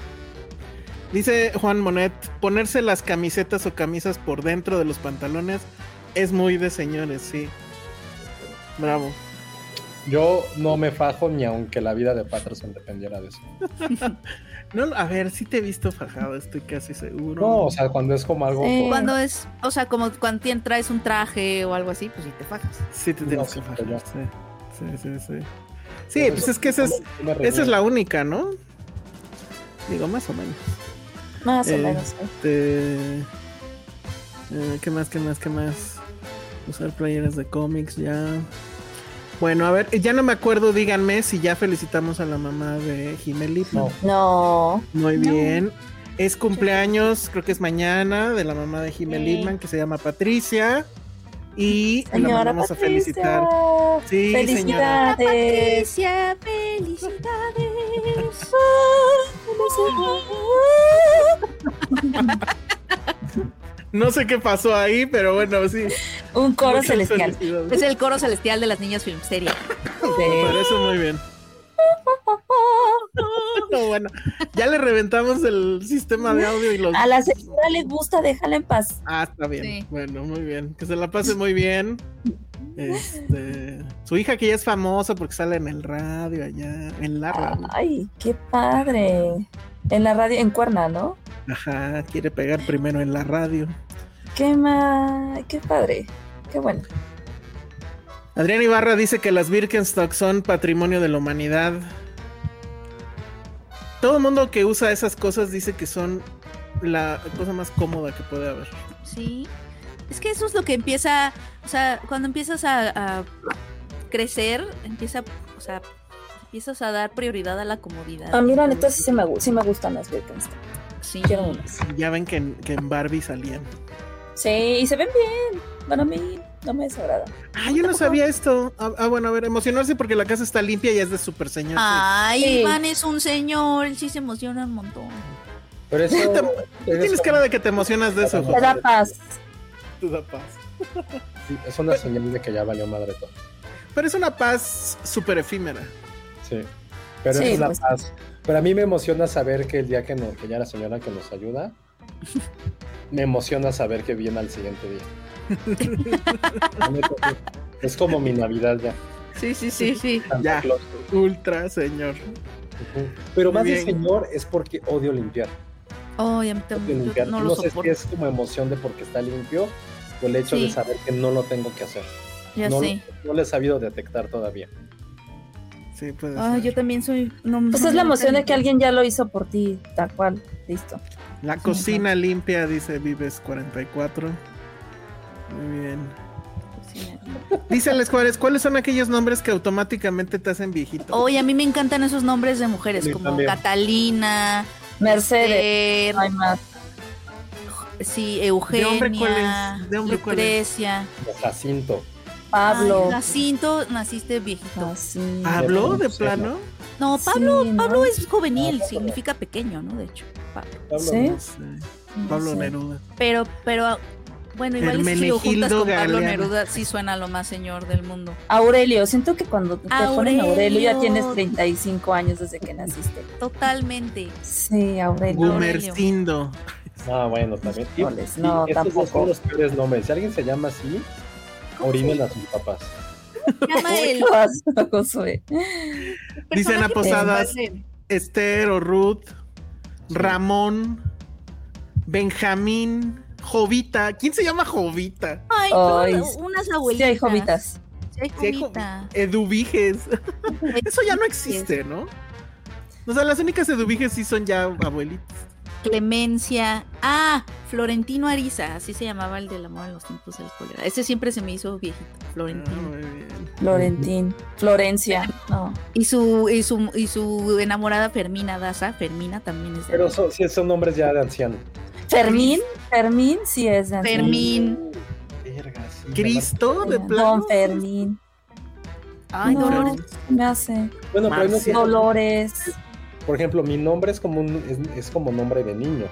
S2: Dice Juan Monet, ponerse las camisetas o camisas por dentro de los pantalones es muy de señores, sí. Bravo.
S1: Yo no me fajo ni aunque la vida de Patterson dependiera de eso.
S2: No, a ver, sí te he visto fajado, estoy casi seguro.
S1: No, o sea, cuando es como algo.
S5: Sí.
S1: por-
S4: Cuando es, o sea, como cuando tien- traes un traje o algo así, pues sí te fajas.
S2: Sí, te
S1: No,
S2: tienes
S1: sí,
S2: que
S1: pero
S2: fajar.
S1: ya.
S2: Sí, sí, sí. Sí, Sí, pues es que esa es,
S1: yo me
S2: esa es
S1: reniego.
S2: la única, ¿no? Digo, más o menos.
S5: Más
S2: Eh.
S5: o menos. ¿eh?
S2: Este, eh, ¿Qué más, qué más, qué más? Usar playeras de cómics, ya. Bueno, a ver, ya no me acuerdo, díganme si ya felicitamos a la mamá de Jimelita.
S1: No.
S5: No.
S2: Muy
S4: No.
S2: bien. Es cumpleaños, creo que es mañana, de la mamá de Jimé
S4: Sí.
S2: Lipman, que se llama Patricia. Y la
S5: Señora
S2: mandamos
S5: Patricia.
S2: a felicitar. Sí, señora.
S5: Felicidades.
S4: Patricia, felicidades.
S2: No sé qué pasó ahí, pero bueno, sí.
S5: Un coro
S2: Muchas
S5: celestial.
S2: felicidades.
S4: Es el coro celestial de las niñas filmsteria.
S2: Me
S5: De-
S2: parece muy bien. No, bueno, ya le reventamos el sistema de audio y los.
S5: A la señora le gusta, déjala en paz.
S2: Ah, está bien.
S4: Sí.
S2: Bueno, muy bien. Que se la pase muy bien. Este, su hija que ya es famosa porque sale en el radio allá, en la
S5: Ah.
S2: radio.
S5: Ay, qué padre. En la radio, en Cuerna, ¿no?
S2: Ajá, quiere pegar primero en la radio.
S5: Qué ma... qué padre. Qué bueno.
S2: Adrián Ibarra dice que las Birkenstock son patrimonio de la humanidad. Todo el mundo que usa esas cosas dice que son la cosa más cómoda que puede haber.
S4: Sí. Es que eso es lo que empieza, o sea, cuando empiezas a, a crecer, empieza, o sea, empiezas a dar prioridad a la comodidad.
S5: A mí la neta sí, se me, gu- sí me gustan las Birkenstock.
S4: Sí.
S5: Quiero unas.
S2: Ya ven que en, que en Barbie salían.
S5: Sí, y se ven bien. Bueno, a mí no me desagrada.
S2: Ah, yo no sabía esto. Ah, ah, bueno, a ver, emocionarse porque la casa está limpia y es de super señor.
S4: Ay,
S5: Sí.
S4: Iván es un señor, él sí se emociona un montón.
S1: Pero eso.
S2: Tú
S1: eres
S2: Tienes cara de que te emocionas de eso.
S1: Te
S5: Te
S2: José.
S5: da paz.
S2: Te da paz.
S1: como- Es una señal de que ya valió madre todo.
S2: Pero es una paz súper efímera.
S1: Sí. Pero
S5: Sí,
S1: es una
S5: pues.
S1: paz. Pero a mí me emociona saber que el día que, nos, que ya la señora que nos ayuda, me emociona saber que viene al siguiente día. La neta, es como mi Navidad ya.
S4: Sí, sí, sí, sí.
S1: Santa
S2: Ya.
S1: Claus.
S2: Ultra señor.
S1: Ujú. Pero
S2: Muy
S1: más de
S2: bien.
S1: señor es porque odio limpiar.
S4: Ay, a mí
S1: odio
S4: también, yo
S1: limpiar.
S4: no
S1: No,
S4: lo
S1: sé si
S4: soporto.
S1: es como emoción de porque está limpio o el hecho de
S4: Sí.
S1: saber que no lo tengo que hacer.
S4: Ya
S1: no,
S4: sé.
S1: no lo he sabido detectar todavía.
S2: Sí, puede
S4: Ay,
S2: ser.
S4: yo también soy. No,
S5: Pues
S4: no,
S5: es la emoción de
S4: nunca-
S5: que alguien ya lo hizo por ti, tal cual. Listo.
S2: La cocina limpia, dice Vives 44. Muy bien.
S4: Sí.
S2: Dice Alex Juárez, ¿cuáles son aquellos nombres que automáticamente te hacen viejito?
S4: Oye, a mí me encantan esos nombres de mujeres,
S1: Sí,
S4: como
S1: también.
S4: Catalina,
S5: Mercedes.
S4: Esther,
S5: No hay más.
S4: sí,
S2: ¿De hombre cuál
S4: Eugenia,
S2: es? ¿De hombre cuál es?
S4: Lucrecia.
S1: Jacinto.
S5: Pablo.
S4: Ay, Jacinto, naciste viejito.
S5: Ah, sí.
S2: ¿Habló de
S1: Sí,
S2: plano?
S4: No,
S5: Sí,
S4: Pablo,
S5: ¿no?
S4: Pablo es juvenil,
S1: Ah, Pablo.
S4: significa pequeño, ¿no? De hecho. Pablo.
S1: Pablo,
S5: Sí.
S2: No sé. Pablo
S5: No sé.
S2: Neruda.
S4: Pero, pero, ah, bueno, igual es que si lo juntas
S2: Hermenegildo
S4: con Pablo
S2: Galeano.
S4: Neruda, sí suena lo más señor del mundo.
S5: Aurelio, siento que cuando te ponen
S4: Aurelio.
S5: Aurelio ya tienes 35 años desde que naciste.
S4: Totalmente.
S5: Sí, Aurelio.
S4: Gumer.
S2: Gumercindo.
S1: Ah, bueno, también.
S5: Híjoles, no,
S1: estos dos
S5: tampoco.
S1: son los peores nombres. Si alguien se llama así, orinen a sus papás.
S4: Llama
S5: Uy,
S4: el
S5: qué asco, Josué.
S2: Dice Ana
S4: personaje
S2: Posadas.
S4: principal
S2: Esther o Ruth. Ramón. Benjamín. Jovita. ¿Quién se llama Jovita?
S4: de-
S5: Ay,
S4: Ay, todas- unas
S5: Sí,
S4: abuelitas.
S5: hay jovitas.
S4: Sí hay
S2: Sí, hay
S4: jovita.
S2: jovi- Eduviges. Eso ya no existe, ¿no? O sea, las únicas eduviges sí son ya abuelitas.
S4: Clemencia. Ah, Florentino Ariza, así se llamaba el del amor en los tiempos del cólera. Ese siempre se me hizo viejito,
S2: Ah,
S4: Florentino.
S2: muy bien.
S3: Florentín. Florencia. No.
S4: Y su, y su, y su enamorada Fermina Daza, Fermina también es de
S1: Pero si sí son nombres ya de anciano.
S3: Fermín. Fermín sí es de anciano.
S4: Fermín.
S1: Uh, Verga, sí, me
S2: Cristo de plano.
S3: Don Fermín.
S4: Ay,
S3: No,
S4: Dolores.
S3: Me hace.
S1: marca. Bueno, pero hay unos que-
S3: Dolores.
S1: por ejemplo, mi nombre es como un, es, es como nombre de niño.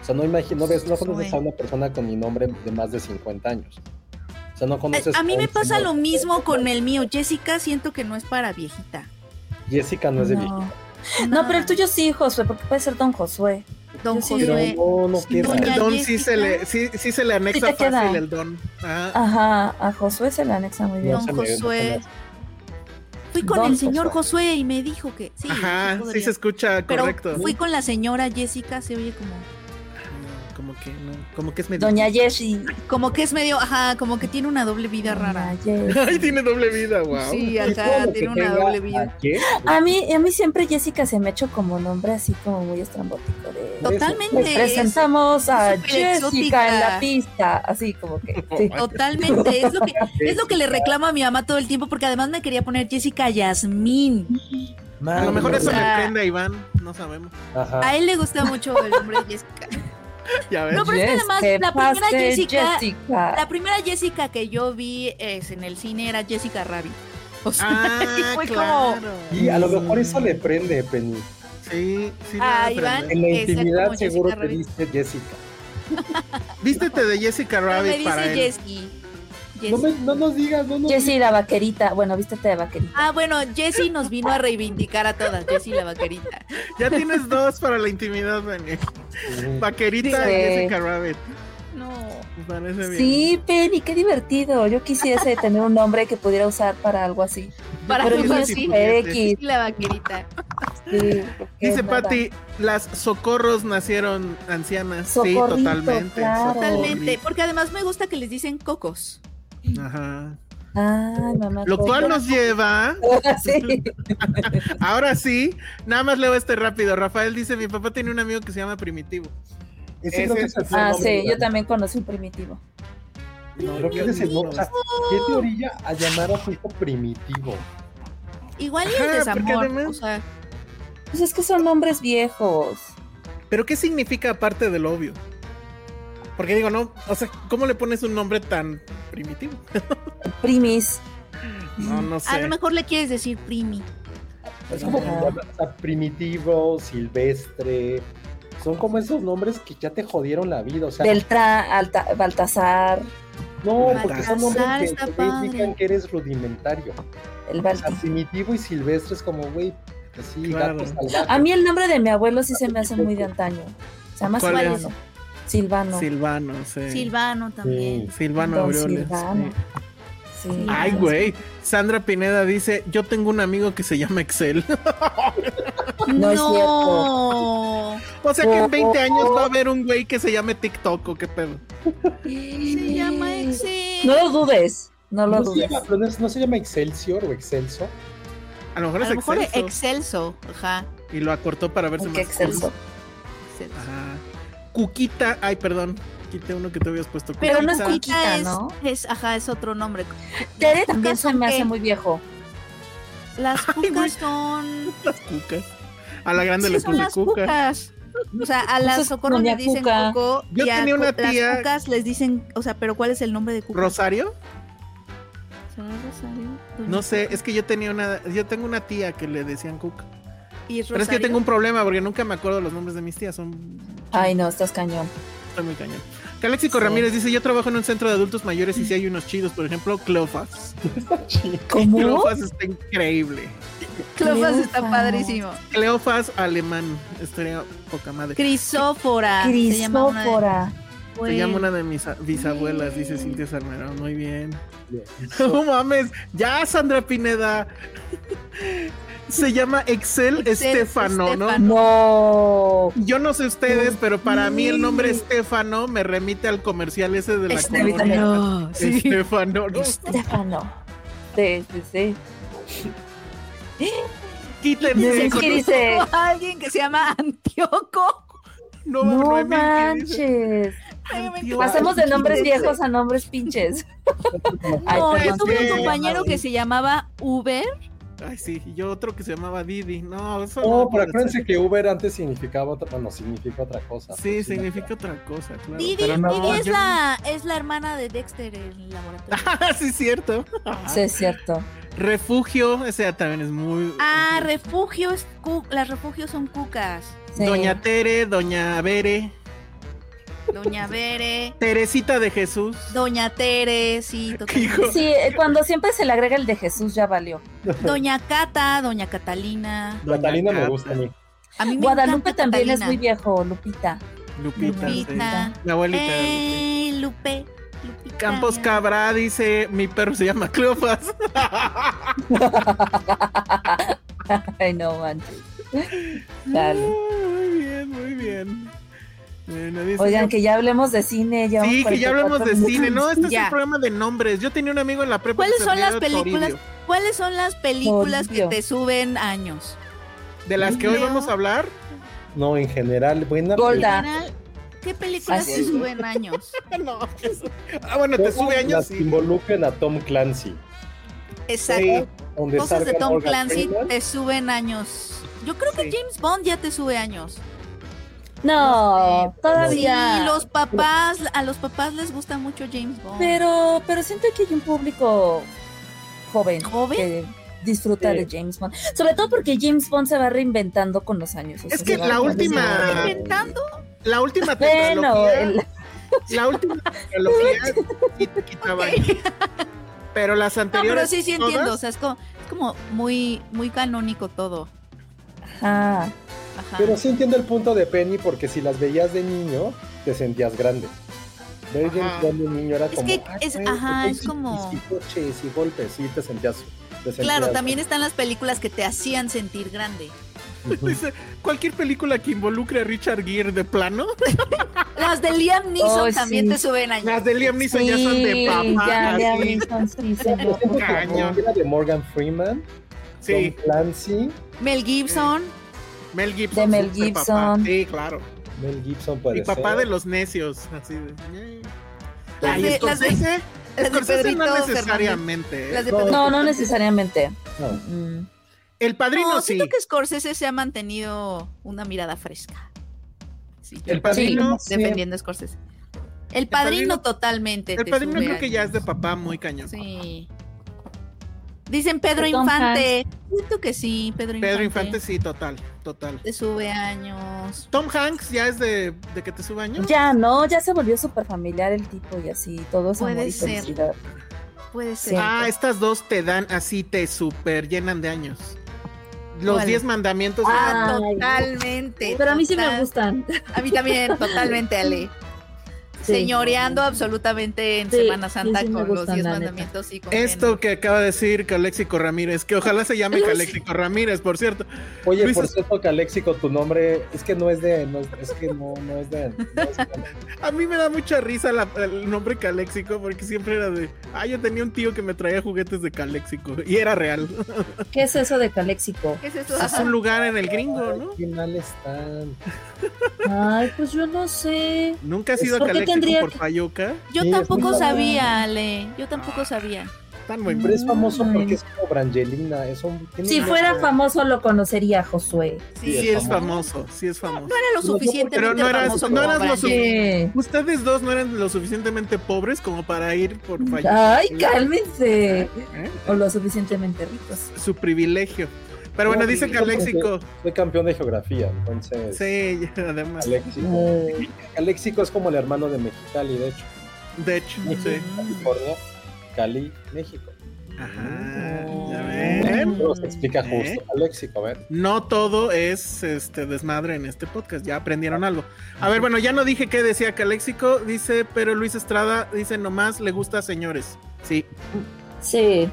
S1: O sea, no imagino, no ves, no conoces a una persona con mi nombre de más de 50 años. O sea, no conoces.
S4: A, a mí me
S1: un
S4: pasa
S1: señor.
S4: lo mismo con el mío. Jessica siento que no es para viejita.
S1: Jessica no es de viejito.
S3: No. No, pero el tuyo sí, Josué, porque puede ser Don Josué.
S4: Don
S3: yo sí.
S4: Josué.
S1: Pero no, no queda.
S4: Doña
S2: El don sí
S4: Jessica.
S2: se le, sí, sí se le anexa
S3: te queda.
S2: fácil el don. Ah,
S3: Ajá, a Josué se le anexa muy bien.
S1: No se
S4: Don
S1: me- no se me
S4: Josué.
S1: hace.
S4: Fui con
S3: Don
S4: el señor
S3: Josué.
S4: Josué y me dijo que sí. sí
S2: Ajá, sí
S4: podría.
S2: se escucha
S4: Pero
S2: correcto.
S4: fui con la señora Jessica, se oye como
S2: No, Como que no, como que es medio.
S3: Doña Yeshi.
S4: como que es medio, ajá, como que tiene una doble vida rara.
S3: Doña Yeshi.
S2: Ay, tiene doble vida, wow.
S4: Sí,
S1: Y todo lo
S4: ajá,
S1: que
S4: tiene una
S1: tenga
S4: doble vida.
S1: ¿a qué?
S3: A mí, a mí siempre Jessica se me echó como nombre así como muy estrambótico de... Les
S4: Totalmente, es-
S3: presentamos a
S4: súper
S3: Jessica en
S4: exótica.
S3: la pista, así como que... sí.
S4: totalmente, es lo que es lo que le reclamo a mi mamá todo el tiempo porque además me quería poner Jessica Yasmín.
S2: A lo mejor eso
S4: o
S2: le
S4: sea-
S2: prende a Iván, no sabemos.
S1: Ajá.
S4: A él le gusta mucho el nombre de Jessica.
S2: Ya ves.
S4: No, pero es que
S3: Yes,
S4: además
S3: que
S4: la primera
S3: pase
S4: Jessica-
S3: Jessica.
S4: La primera Jessica que yo vi es, en el cine era Jessica Rabbit. O sea,
S2: Ah,
S4: fue como-
S2: claro.
S1: Y a lo mejor eso le prende, Penny.
S2: Sí, sí. le
S4: Ah,
S2: va a
S4: Iván.
S2: prender.
S1: En la
S4: Que sea
S1: intimidad
S4: como Jessica
S1: seguro te
S4: Rabbit.
S1: diste Jessica.
S2: Vístete de Jessica
S4: pero me
S2: Rabbit para
S4: dice
S2: él.
S4: Jessie.
S1: No, me- no nos digas, no nos
S3: Jessie la vaquerita, bueno, vístete de vaquerita.
S4: Ah, bueno, Jessie nos vino a reivindicar a todas, Jessie la vaquerita.
S2: Ya tienes dos para la intimidad, Daniel.
S1: digas. Eh,
S2: Vaquerita
S3: Sí.
S2: y Jessica Rabbit.
S4: No.
S2: Me parece bien.
S3: Sí, Penny, qué divertido. Yo quisiese tener un nombre que pudiera usar para algo así.
S4: Para
S3: Pero
S2: Yo
S4: algo
S3: no
S2: quisiera
S3: es
S2: si
S4: así.
S2: pudiese.
S3: X.
S4: La vaquerita.
S3: sí,
S2: Dice
S3: es nada.
S2: Patty, las socorros nacieron ancianas.
S3: Socorrito,
S2: sí, totalmente.
S3: claro.
S4: Totalmente. Porque además me gusta que les dicen cocos.
S2: Socorrito. Ajá.
S3: Ay, mamá. Ah,
S2: Lo cual nos lleva,
S3: Sí.
S2: ahora sí, nada más leo este rápido. Rafael dice, mi papá tiene un amigo que se llama Primitivo.
S1: Ese creo que es el
S3: Ah,
S1: nombre
S3: sí,
S1: de
S3: yo
S1: la-
S3: también conocí un primitivo.
S2: No,
S1: Creo que
S2: yo
S1: ese es el
S2: no.
S1: nombre. O sea, ¿qué te orilla a llamar a tu hijo primitivo?
S4: Igual y el
S2: Ajá, porque
S4: desamor.
S2: además-
S4: O sea,
S3: Pues es que son nombres viejos.
S2: Pero ¿qué significa aparte del obvio? Porque digo, no, o sea, ¿cómo le pones un nombre tan primitivo?
S3: Primis.
S2: No, no
S4: a
S2: sé.
S4: lo mejor le quieres decir primi.
S1: Es como que
S3: Ajá.
S1: llamas a primitivo, silvestre. Son como esos nombres que ya te jodieron la vida. O sea,
S3: Beltrán, Alta, Baltasar,
S1: no, porque son
S4: Baltasar
S1: nombres que
S4: está
S1: te
S4: padre.
S1: indican que eres rudimentario.
S3: el
S1: O sea,
S3: Balti.
S1: primitivo y silvestre es como, güey, así,
S2: Claro.
S1: gato salvaje.
S3: A mí el nombre de mi abuelo sí se me hace muy de antaño. Se llama
S2: ¿Cuál
S3: Silvano. Silvano.
S2: Silvano, sí.
S4: Silvano también.
S2: Silvano
S3: Don
S2: Aureoles.
S3: Silvano.
S2: sí.
S3: Sí.
S2: Ay, güey. Sandra Pineda dice, yo tengo un amigo que se llama Excel.
S3: No es
S2: o sea que en 20 años va a haber un güey que se llame TikTok o qué pedo.
S4: Se llama Excel.
S3: No lo dudes. No lo
S2: Pues
S1: No se,
S3: dudes.
S1: llama, pero no es- no se llama Excelsior o Excelso.
S2: A lo mejor
S4: A
S2: es
S4: lo mejor
S2: Excelso.
S4: Excelso. Ajá.
S2: Y lo acortó para verse
S3: Porque
S2: más
S3: excelso.
S4: Excelso.
S2: Ajá. Cuquita, ay, perdón. Quité uno que te habías puesto.
S3: Pero no es
S2: Cuquita.
S3: Cuquita, ¿no?
S4: Es, ajá, es otro nombre.
S3: Tere también se me hace
S4: qué?
S3: muy viejo.
S4: Las
S2: güey.
S4: cucas son.
S2: Las cucas. A la grande
S4: Sí,
S2: le
S4: son
S2: puse
S4: las
S2: cuca.
S4: cucas. O sea, a
S3: Eso
S4: las
S3: es
S4: socorros
S3: doña
S4: les dicen
S3: Cuca.
S4: coco.
S2: Yo
S4: y a
S2: tenía una
S4: cu- las
S2: tía-
S4: cucas les dicen, o sea, pero ¿cuál es el nombre de cuca?
S2: ¿Rosario?
S4: ¿Será Rosario? Doña
S2: No sé,
S4: Cuca.
S2: es que yo tenía una, yo tengo una tía que le decían cuca.
S4: ¿Y es
S2: Pero es que
S4: Rosario?
S2: tengo un problema porque nunca me acuerdo los nombres de mis tías, son
S3: Ay, no, estás cañón.
S2: estoy muy cañón. Calexico
S3: Sí.
S2: Ramírez dice, yo trabajo en un centro de adultos mayores y sí hay unos chidos, por ejemplo, Cleofas.
S3: ¿Cómo?
S2: Cleofas está increíble.
S4: Cleofas
S3: Cleofas.
S4: está padrísimo.
S2: Cleofas alemán, estaría poca madre.
S4: Crisófora. se llama una de-
S3: Crisófora.
S2: Se llama una de mis a- bisabuelas, dice Cintia Salmerón. Muy bien.
S1: Excelso.
S2: No mames, ya Sandra Pineda. Se llama Excel,
S4: Excel
S2: Estefano, ¿no?
S4: Estefano.
S3: No.
S2: Yo no sé ustedes, pero para mí el nombre
S3: Sí.
S2: Estefano me remite al comercial ese de la
S3: Estefano.
S2: colonia.
S4: No, sí.
S2: Estefano. ¿no?
S3: Estefano. Sí, sí, sí.
S2: Quítense.
S3: Es que dice,
S4: Alguien que se llama Antíoco.
S2: No,
S3: No
S2: Noemí, ¿qué dices?
S3: manches.
S2: Tío,
S3: Pasamos de
S2: ay,
S3: nombres
S2: sí,
S3: viejos a nombres pinches. Ay,
S4: No, yo
S3: perdón,
S4: tuve
S2: sí.
S4: un compañero que se llamaba Uber.
S2: Ay, sí, y yo otro que se llamaba Didi. No, eso
S1: No,
S2: puede
S1: Oh, pero
S2: ser.
S1: acuérdense que Uber antes significaba otra, bueno, significa otra cosa.
S2: Sí,
S1: Pues,
S2: significa otra cosa, claro.
S4: Didi,
S2: pero no,
S4: Didi es,
S2: yo-
S4: la, es la hermana de Dexter en el laboratorio.
S2: Ah, sí, es cierto.
S3: Sí, es cierto.
S2: Refugio, o sea, también es muy.
S4: Ah, refugios. cu- Las refugios son cucas.
S3: Sí.
S2: Doña Tere, Doña Bere,
S4: Doña Bere,
S2: Teresita de Jesús.
S4: Doña Tere, sí, totalmente.
S2: Hijo.
S3: Sí, eh, cuando siempre se le agrega el de Jesús ya valió.
S4: Doña Cata, Doña Catalina.
S2: Doña
S1: Catalina me
S2: Cata,
S1: gusta a mí.
S4: A mí me
S3: Guadalupe
S4: encanta
S3: también es
S4: Catalina.
S3: muy viejo, Lupita.
S2: Lupita. sí.
S4: Lupita.
S2: Mi abuelita. Lupita.
S4: Eh, Lupe. Lupita,
S2: Campos
S4: mi amor.
S2: Cabra dice: Mi perro se llama Cleofas.
S3: Ay, no manches. Dale.
S2: Muy bien, muy bien. Bueno, dice-
S3: Oigan, que ya hablemos de cine. Ya
S2: Sí, que ya hablemos de cine. No, este es
S4: Ya.
S2: un programa de nombres. Yo tenía un amigo en la prepa. que
S4: ¿Cuáles
S2: se
S4: son las
S2: apellidaba
S4: películas?
S2: Toribio.
S4: ¿Cuáles son las películas que
S3: Toribio.
S4: te suben años?
S2: De las que hoy
S4: Leo.
S2: vamos a hablar.
S1: No, en general, buena. película.
S3: Golda. Ya.
S4: General, ¿Qué películas
S3: Así
S4: te
S3: es.
S4: suben años?
S2: No, eso- Ah, bueno, te sube años.
S1: Las
S2: sí.
S1: que involucren a Tom Clancy.
S4: Exacto.
S1: Donde
S4: Cosas de
S1: salga
S4: Tom
S1: Morgan
S4: Clancy
S1: Freeman.
S4: te suben años. Yo creo que
S2: Sí.
S4: James Bond ya te sube años.
S3: No,
S4: Sí,
S3: todavía.
S4: los papás, a los papás les gusta mucho James Bond.
S3: Pero, pero siento que hay un público joven,
S4: ¿Joven?
S3: que disfruta
S1: Sí.
S3: de James Bond. Sobre todo porque James Bond se va reinventando con los años. o
S2: Es
S3: sea,
S2: que
S3: se va
S2: la última-
S3: reinventando.
S4: Inventando.
S2: La última
S3: Bueno,
S2: tecnología.
S3: el-
S2: La última trilogía sí te quitaba años. Pero las
S4: No,
S2: anteriores.
S4: pero sí, sí
S2: todas,
S4: entiendo. O sea, es como, es como muy, muy canónico todo.
S3: ajá.
S4: Ajá.
S1: Pero sí entiendo el punto de Penny porque si las veías de niño, te sentías grande. Ver
S2: Ajá.
S1: James Bond de niño era
S4: Es
S1: como.
S4: que
S1: "Ay,
S4: es-
S1: güey,
S4: ajá,
S1: porque
S4: es
S1: sí,
S4: como-
S1: Y coches y golpes, sí, te sentías. te
S4: claro,
S1: sentías-
S4: también están las películas que te hacían sentir grande.
S1: Ujú.
S2: dice, cualquier película que involucre a Richard Gere de plano.
S4: Las de Liam Neeson
S3: Oh,
S4: también
S3: sí.
S4: te suben años.
S2: Las de Liam Neeson ya son de
S3: Sí,
S2: papá.
S3: ya, ya,
S2: así,
S3: Wilson, sí,
S1: Yo
S3: señor.
S1: siento que
S2: Cañón.
S1: la de Morgan Freeman,
S2: sí,
S1: Tom Clancy,
S4: Mel Gibson.
S2: Mel Gibson.
S3: De Mel
S2: es de papá.
S3: Gibson.
S2: Sí, claro.
S1: Mel Gibson puede
S2: Y papá
S1: ser.
S2: de los necios. Así de.
S4: Las
S2: Ay,
S4: de- las de-
S2: Scorsese-
S4: las de
S2: Scorsese no
S4: Pedrito
S2: necesariamente. ¿eh?
S4: Las de
S1: No,
S4: Pedro-
S3: No, no necesariamente.
S1: No.
S3: Mm.
S2: El padrino
S4: No,
S2: sí.
S4: siento que Scorsese se ha mantenido una mirada fresca. Sí, yo
S2: El padrino.
S3: Sí.
S4: defendiendo a Scorsese. El padrino,
S2: Padrino-
S4: totalmente.
S2: El
S4: te
S2: padrino
S4: sube
S2: creo que ya es de
S4: años.
S2: papá muy cañón.
S4: Sí. Dicen Pedro
S3: Tom
S4: Infante. Siento que sí, Pedro Infante.
S2: Pedro Infante sí, total, total.
S4: Te sube años.
S2: Tom Hanks ya es de, de que te sube años.
S3: Ya no, ya se volvió súper familiar el tipo y así, todo es
S4: Puede
S3: amor y
S4: ser.
S3: felicidad.
S4: Puede
S3: Sí.
S4: ser.
S2: Ah, estas dos te dan así, te super llenan de años. Los
S4: ¿Cuál?
S2: 10 mandamientos.
S3: Ah,
S4: Ah,
S3: Ay.
S4: totalmente.
S3: Pero a mí sí me
S4: total-
S3: gustan.
S4: A mí también, totalmente, Ale.
S3: Sí.
S4: Señoreando absolutamente en
S3: Sí,
S4: Semana
S3: sí,
S4: Santa
S3: sí me
S4: con los
S3: gustan,
S4: 10
S3: la neta.
S4: mandamientos y con
S2: esto que acaba de decir Caléxico Ramírez, que ojalá se llame Caléxico Ramírez, por cierto.
S1: Oye,
S2: Luis
S1: por
S2: es-
S1: cierto, Caléxico, tu nombre es que no es de. No, es- es que no, no es de. no es de-
S2: A mí me da mucha risa la- el nombre Caléxico, porque siempre era de. Ah, yo tenía un tío que me traía juguetes de Caléxico, y era real.
S3: ¿Qué es eso de Caléxico?
S4: ¿Qué es eso? Ah,
S2: Es un lugar en el gringo, ¿no?
S1: Qué mal están.
S3: Ay, pues yo no sé.
S2: Nunca has ido a
S3: Pues, ¿Por qué
S2: Caléxico
S3: tendría
S2: por
S3: que-
S2: Fayuca.
S4: Yo
S1: Sí, es
S4: tampoco
S1: muy
S4: sabía, Ale. Yo tampoco sabía.
S2: Tan buen
S3: Pues,
S1: Pero es famoso
S3: Ay.
S1: porque es como Brangelina. Es un, tiene
S3: Si
S1: un-
S3: fuera famoso lo conocería, Josué.
S2: Sí,
S1: Sí,
S2: es
S1: es
S2: famoso, sí es famoso.
S4: No era lo
S1: Pero no
S4: suficientemente
S2: porque- Pero no eras-
S4: famoso
S2: no
S4: como
S2: eras lo
S4: para
S2: sufi-
S4: que-
S3: Sí.
S2: Ustedes dos no eran lo suficientemente pobres como para ir por Fayuca.
S3: Ay, cálmense.
S2: ¿Eh?
S3: O lo suficientemente ricos.
S2: Su privilegio. Pero bueno,
S1: No,
S2: dice
S1: sí,
S2: Caléxico.
S1: Soy campeón de geografía, entonces.
S2: Sí, además.
S1: Caléxico.
S3: Ay.
S1: Caléxico es como el hermano de Mexicali, de hecho.
S2: De hecho, sí.
S1: California, Cali, México.
S2: Ajá, ya
S3: Mm.
S2: ven.
S1: Pero se explica justo
S2: ¿Eh?
S1: Caléxico, a ver.
S2: No todo es este desmadre en este podcast, ya aprendieron algo. A ver, bueno, ya no dije qué decía Caléxico, dice, pero Luis Estrada dice nomás le gusta a señores. Sí.
S3: Ah, Sí.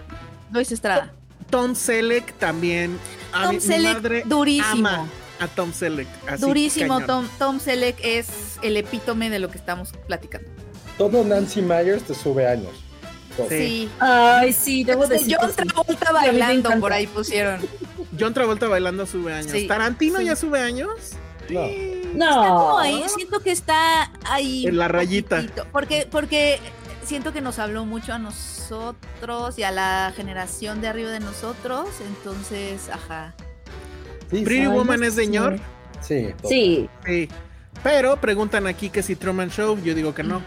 S4: Luis Estrada.
S2: Tom Selleck también. A mi-
S4: Tom
S2: mi madre
S4: Selleck, durísimo.
S2: ama a Tom Selleck. así,
S4: durísimo,
S2: cañón.
S4: Tom, Tom Selleck es el epítome de lo que estamos platicando.
S1: Todo Nancy Myers te sube años. Todo.
S2: Sí.
S4: Sí.
S3: Ay, sí, debo
S4: Este,
S3: decir. que
S4: John
S3: sí.
S4: Travolta
S3: me
S4: bailando
S3: encanta.
S4: por ahí pusieron.
S2: John Travolta bailando sube años.
S4: Sí,
S2: Tarantino
S4: sí.
S2: ya sube años.
S1: No,
S2: Sí.
S4: Está como
S3: No.
S4: ahí, siento que está ahí.
S2: En la
S4: un
S2: rayita.
S4: poquitito, porque, porque siento que nos habló mucho a nosotros y a la generación de arriba de nosotros. Entonces, ajá.
S1: Sí,
S2: Pretty
S3: Ay,
S2: Woman
S3: no
S2: es
S3: sé.
S2: señor.
S1: sí,
S3: Sí,
S2: Sí. Pero preguntan aquí que si Truman Show, yo digo que no.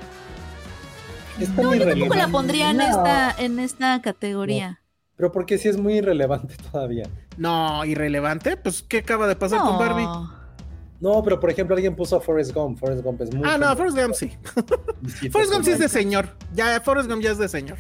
S1: es tan
S4: No, yo tampoco
S1: irrelevante.
S4: la pondría en
S3: No.
S4: esta, en esta categoría.
S1: Pero porque sí es muy irrelevante todavía.
S2: No, irrelevante. Pues, ¿qué acaba de pasar con
S4: No.
S2: Barbie?
S1: No, pero por ejemplo alguien puso a Forrest Gump. Forrest Gump es muy...
S2: Ah, no, Forrest Gump sí. Forrest Gump sí es de señor. Ya, Forrest Gump ya es de señor.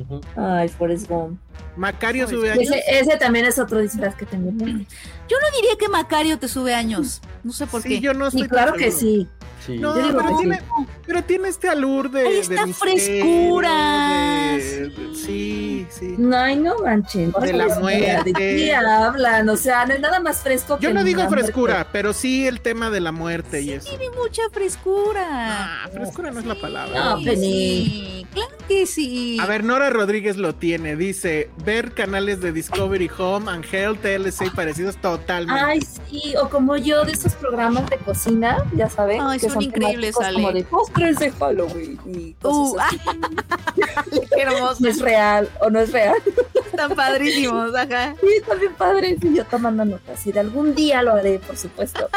S1: Ujú.
S3: ay, Forrest Gump.
S2: Macario
S4: Forrest
S2: sube
S4: Gump.
S2: años.
S3: Ese, ese también es otro disfraz que tengo.
S4: Yo diría que Macario te sube años. No sé por
S2: Sí,
S4: qué.
S2: yo no estoy
S3: Sí,
S2: tan
S3: claro que
S2: seguro.
S3: sí.
S1: Sí.
S2: No,
S3: Yo digo
S2: pero
S3: que
S2: tiene, pero tiene este alur de.
S4: Ahí
S2: de
S4: está
S2: misterio,
S4: frescura,
S2: de- de- sí, sí.
S3: No, ay, no manchen.
S2: De la muerte.
S3: ¿De qué hablan? O sea, no es nada más fresco
S2: Yo
S3: que
S2: no
S3: la
S2: digo
S3: muerte.
S2: frescura, pero sí el tema de la muerte y eso.
S4: Tiene mucha frescura.
S2: Ah, frescura no es la palabra.
S3: No,
S4: Sí,
S3: pues
S4: sí, claro que sí.
S2: A ver, Nora Rodríguez lo tiene. Dice: ver canales de Discovery Home, and Health, TLC y parecidos totalmente.
S3: Ay, sí, o como yo de esos programas de cocina, ya saben.
S4: Ay, son increíbles,
S3: temáticos
S4: Ale.
S3: Como de postres de Halloween y
S4: Uh,
S3: cosas así.
S4: qué hermoso,
S3: No es real o no es real.
S4: están padrísimos, ajá.
S3: Sí, está bien padre. Y yo tomando notas. Y de algún día lo haré, por supuesto.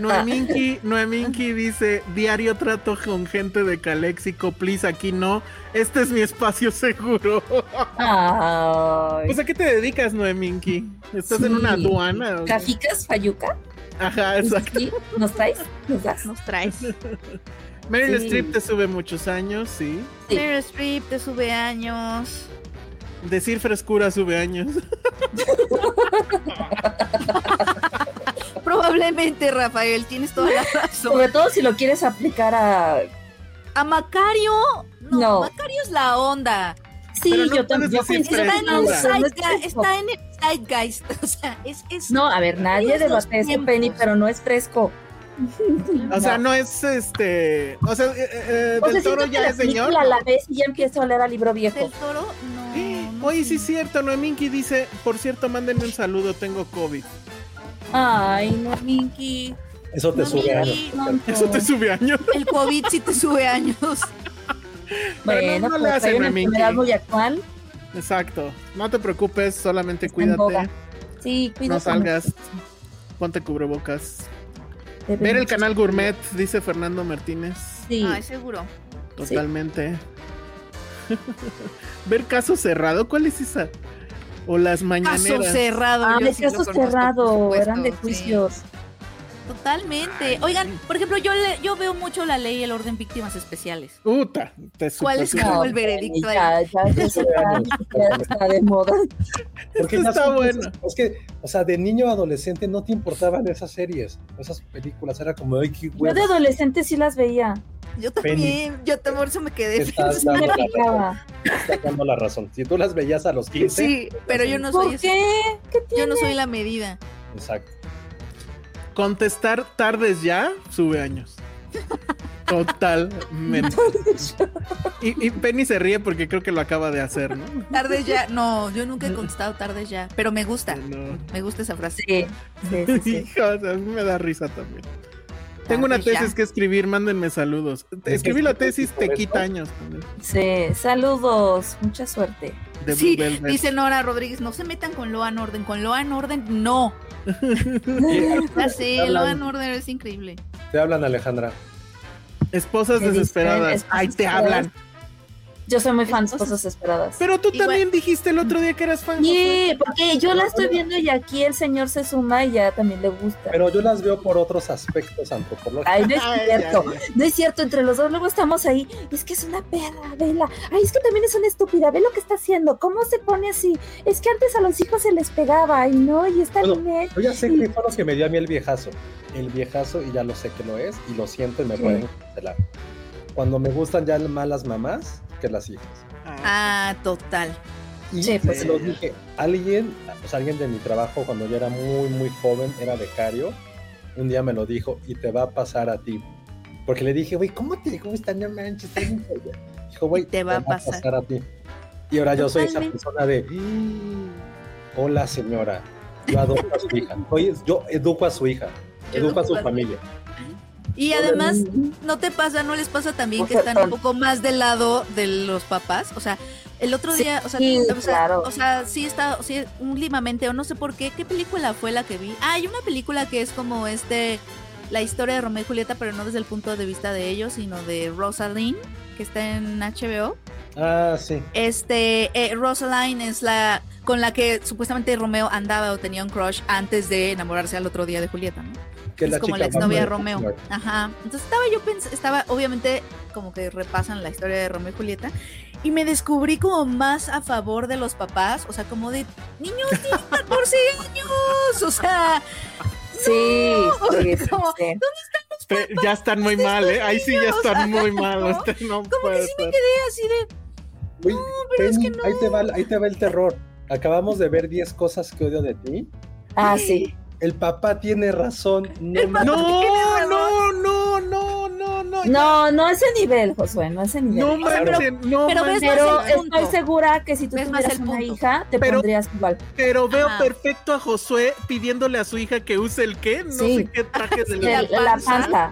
S2: Noeminki, Noeminki dice, diario trato con gente de Caléxico, please, aquí no, este es mi espacio seguro.
S3: Ay.
S2: Pues a qué te dedicas, Noeminki? ¿Estás
S3: Sí.
S2: en una aduana? o qué?
S3: ¿Caficas, Fayuca?
S2: Ajá, exacto.
S3: Sí, ¿Nos traes? ¿Nos das?
S4: Nos traes.
S2: Meryl
S3: Sí.
S2: Streep te sube muchos años, sí.
S3: Sí.
S4: Meryl Streep te sube años.
S2: Decir frescura sube años.
S4: Probablemente, Rafael, tienes toda la razón.
S3: Sobre todo si lo quieres aplicar a.
S4: A Macario, no,
S3: No.
S4: Macario es la onda.
S3: Sí,
S2: Pero no
S3: yo
S2: puedes
S3: también.
S2: decir
S4: Está en el
S2: Frescura.
S4: zeitgeist, está en el zeitgeist. O sea, es, es
S3: No, a ver, nadie
S4: Todos los
S3: debate eso,
S4: tiempos.
S3: Penny, pero no es fresco.
S2: O sea, no es este... O sea, eh, eh,
S3: O sea,
S2: del
S3: siento
S2: toro
S3: que
S2: ya
S3: la
S2: es señor.
S3: película la ves y ya empieza a oler a libro viejo.
S4: del toro, no. no
S2: Oye,
S4: sé.
S2: sí es cierto, Noeminki dice, por cierto, mándenme un saludo, tengo COVID.
S3: Ay, no.
S4: Minky,
S1: Eso te
S4: no,
S1: sube a
S4: Minky, no,
S2: Eso te sube años.
S4: el COVID sí te sube años.
S2: Pero no-
S3: Bueno,
S2: no le
S3: pues,
S2: hacen
S3: hay una
S2: a mí.
S3: enfermedad muy actual.
S2: Exacto. No te preocupes, solamente
S3: Está en
S2: cuídate.
S3: boga. Sí, cuídate.
S2: No salgas. Ponte cubrebocas.
S3: Te
S2: Ver el
S3: ven-
S2: canal Ah, Gourmet, dice Fernando Martínez.
S3: Sí.
S4: Ay, seguro.
S2: Totalmente. Ver caso cerrado, ¿cuál es esa? O las
S4: Caso
S2: mañaneras.
S4: cerrado.
S3: Ah,
S4: yo
S3: de
S4: sí lo
S3: caso
S4: conozco, por
S3: cerrado,
S4: supuesto,
S3: eran de
S4: sí.
S3: juicios.
S4: Totalmente. Oigan, por ejemplo, yo, le- yo veo mucho la ley y el orden víctimas especiales.
S2: Puta, te
S4: ¿Cuál es
S2: supersubo.
S4: como el
S3: Penny,
S4: veredicto ahí?
S3: Ah, Ya, ya, ya se está, ya está de moda.
S1: Porque
S2: Esto
S1: ya
S2: está
S1: son
S2: bueno.
S1: cosas- Es que, o sea, de niño a adolescente no te importaban esas series, esas películas. Era como, ay, qué
S3: Yo de
S1: hueva,
S3: adolescente sí las veía.
S4: Yo también, yo también por eso me
S1: te
S4: quedé.
S1: estás
S3: Me
S1: dando la,
S3: picaba.
S1: estás dando la razón. Si tú las veías a los 15,
S4: Sí, pero yo no soy
S3: ¿Por
S4: esa-
S3: qué? ¿Qué
S4: yo
S3: tiene?
S4: no soy la medida.
S1: exacto.
S2: Contestar tardes ya, sube años. Totalmente. Y, y Penny se ríe porque creo que lo acaba de hacer, ¿no?
S4: Tardes ya. No, yo nunca he contestado tardes ya, pero me gusta.
S2: No.
S4: Me gusta esa frase.
S3: Sí, sí, sí, sí.
S2: Hijo, o sea, a mí me da risa también. Tengo una
S4: Tardes ya.
S2: tesis que escribir, mándenme saludos. Escribí la tesis te quita años también.
S3: Sí, saludos, mucha suerte.
S2: de
S4: Sí,
S2: Blue Velvet.
S4: dice Nora Rodríguez, no se metan con Loan Orden. Con Loan Orden, no. Ah, sí, Loan Orden es increíble.
S1: Te hablan, Alejandra.
S2: Esposas
S3: Me dicen,
S2: desesperadas.
S3: esposas
S2: Ay, te
S3: desesperadas.
S2: hablan.
S3: Yo soy muy fan de Esposas Esperadas.
S2: Pero tú
S4: Igual-
S2: también dijiste el otro día que eras fan. José.
S3: Sí, porque yo la estoy viendo y aquí el señor se suma y ya también le gusta.
S1: Pero yo las veo por otros aspectos antropológicos.
S3: Ay, no es
S2: Ay,
S3: cierto,
S2: ay,
S3: no es cierto, entre los dos luego estamos ahí. Es que es una perra, vela. Ay, es que también es una estúpida, ve lo que está haciendo, cómo se pone así. Es que antes a los hijos se les pegaba, y no, y está
S1: Bueno,
S3: bien. él.
S1: Yo ya sé que fue lo que me dio a mí el viejazo. El viejazo, y ya lo sé que lo es, y lo siento y me
S3: Sí.
S1: pueden cancelar. Cuando me gustan ya más las mamás que las hijas.
S2: Ah,
S4: Ah, total.
S1: Y
S3: Sí, pues
S1: se
S3: sí.
S1: lo dije, alguien, pues alguien de mi trabajo cuando yo era muy, muy joven, era becario, un día me lo dijo y te va a pasar a ti. Porque le dije, güey, ¿cómo te gusta? No manches, está bien feo". Dijo, güey,
S4: Te va a pasar.
S1: a ti. Y ahora yo soy esa
S4: Totalmente.
S1: persona de, "Mm, hola señora, yo adopto a su hija. Oye, yo educo a su hija. Educa a su familia.
S4: Y además, ¿no te pasa, no les pasa también
S3: O
S4: que
S3: sea,
S4: están un
S3: con-
S4: poco más del lado de los papás? O sea, el otro
S3: Sí,
S4: día, o sea,
S3: sí,
S4: o sea,
S3: claro.
S4: o sea, sí está, o sea, últimamente, o no sé por qué, ¿qué película fue la que vi? Ah, hay una película que es como este, la historia de Romeo y Julieta, pero no desde el punto de vista de ellos, sino de Rosaline, que está en HBO.
S1: Ah, sí.
S4: Este, eh, Rosaline es la con la que supuestamente Romeo andaba o tenía un crush antes de enamorarse al otro día de Julieta, ¿no?
S1: Que
S4: es
S1: la
S4: como
S1: chica
S4: la exnovia de
S1: Batman.
S4: Romeo. Ajá. Entonces estaba yo pensando, estaba obviamente como que repasan la historia de Romeo y Julieta y me descubrí como más a favor de los papás, o sea, como de niños tienen 14 años, o sea,
S3: Sí, sí, sí,
S4: Como-
S3: sí.
S2: Pe- ya están
S4: pues,
S2: muy mal, ¿eh? Ahí sí ya están muy mal.
S4: ¿no?
S2: este no
S4: como que
S2: puede
S4: sí me
S2: ser.
S4: quedé así de
S1: Uy,
S4: pero es
S1: Penny,
S4: que no.
S1: ahí, te va, ahí te va el terror. Acabamos de ver 10 cosas que odio de ti.
S3: Ah, sí.
S1: El papá tiene razón. No, mames.
S2: No, no, no, no, no, no.
S3: No, no ese nivel, Josué, no ese nivel.
S2: No manchen, no
S4: pero ves
S2: manchen.
S3: pero
S4: más el punto.
S3: estoy segura que si tú
S4: Ves más
S3: tuvieras
S4: el
S3: una
S4: punto.
S3: hija, te
S2: Pero-
S3: pondrías igual.
S2: Pero veo
S4: Ajá.
S2: perfecto a Josué pidiéndole a su hija que use el qué, no
S3: Sí.
S2: sé qué traje de
S3: La,
S4: ¿La
S2: la.
S3: la
S4: panza?
S3: panza.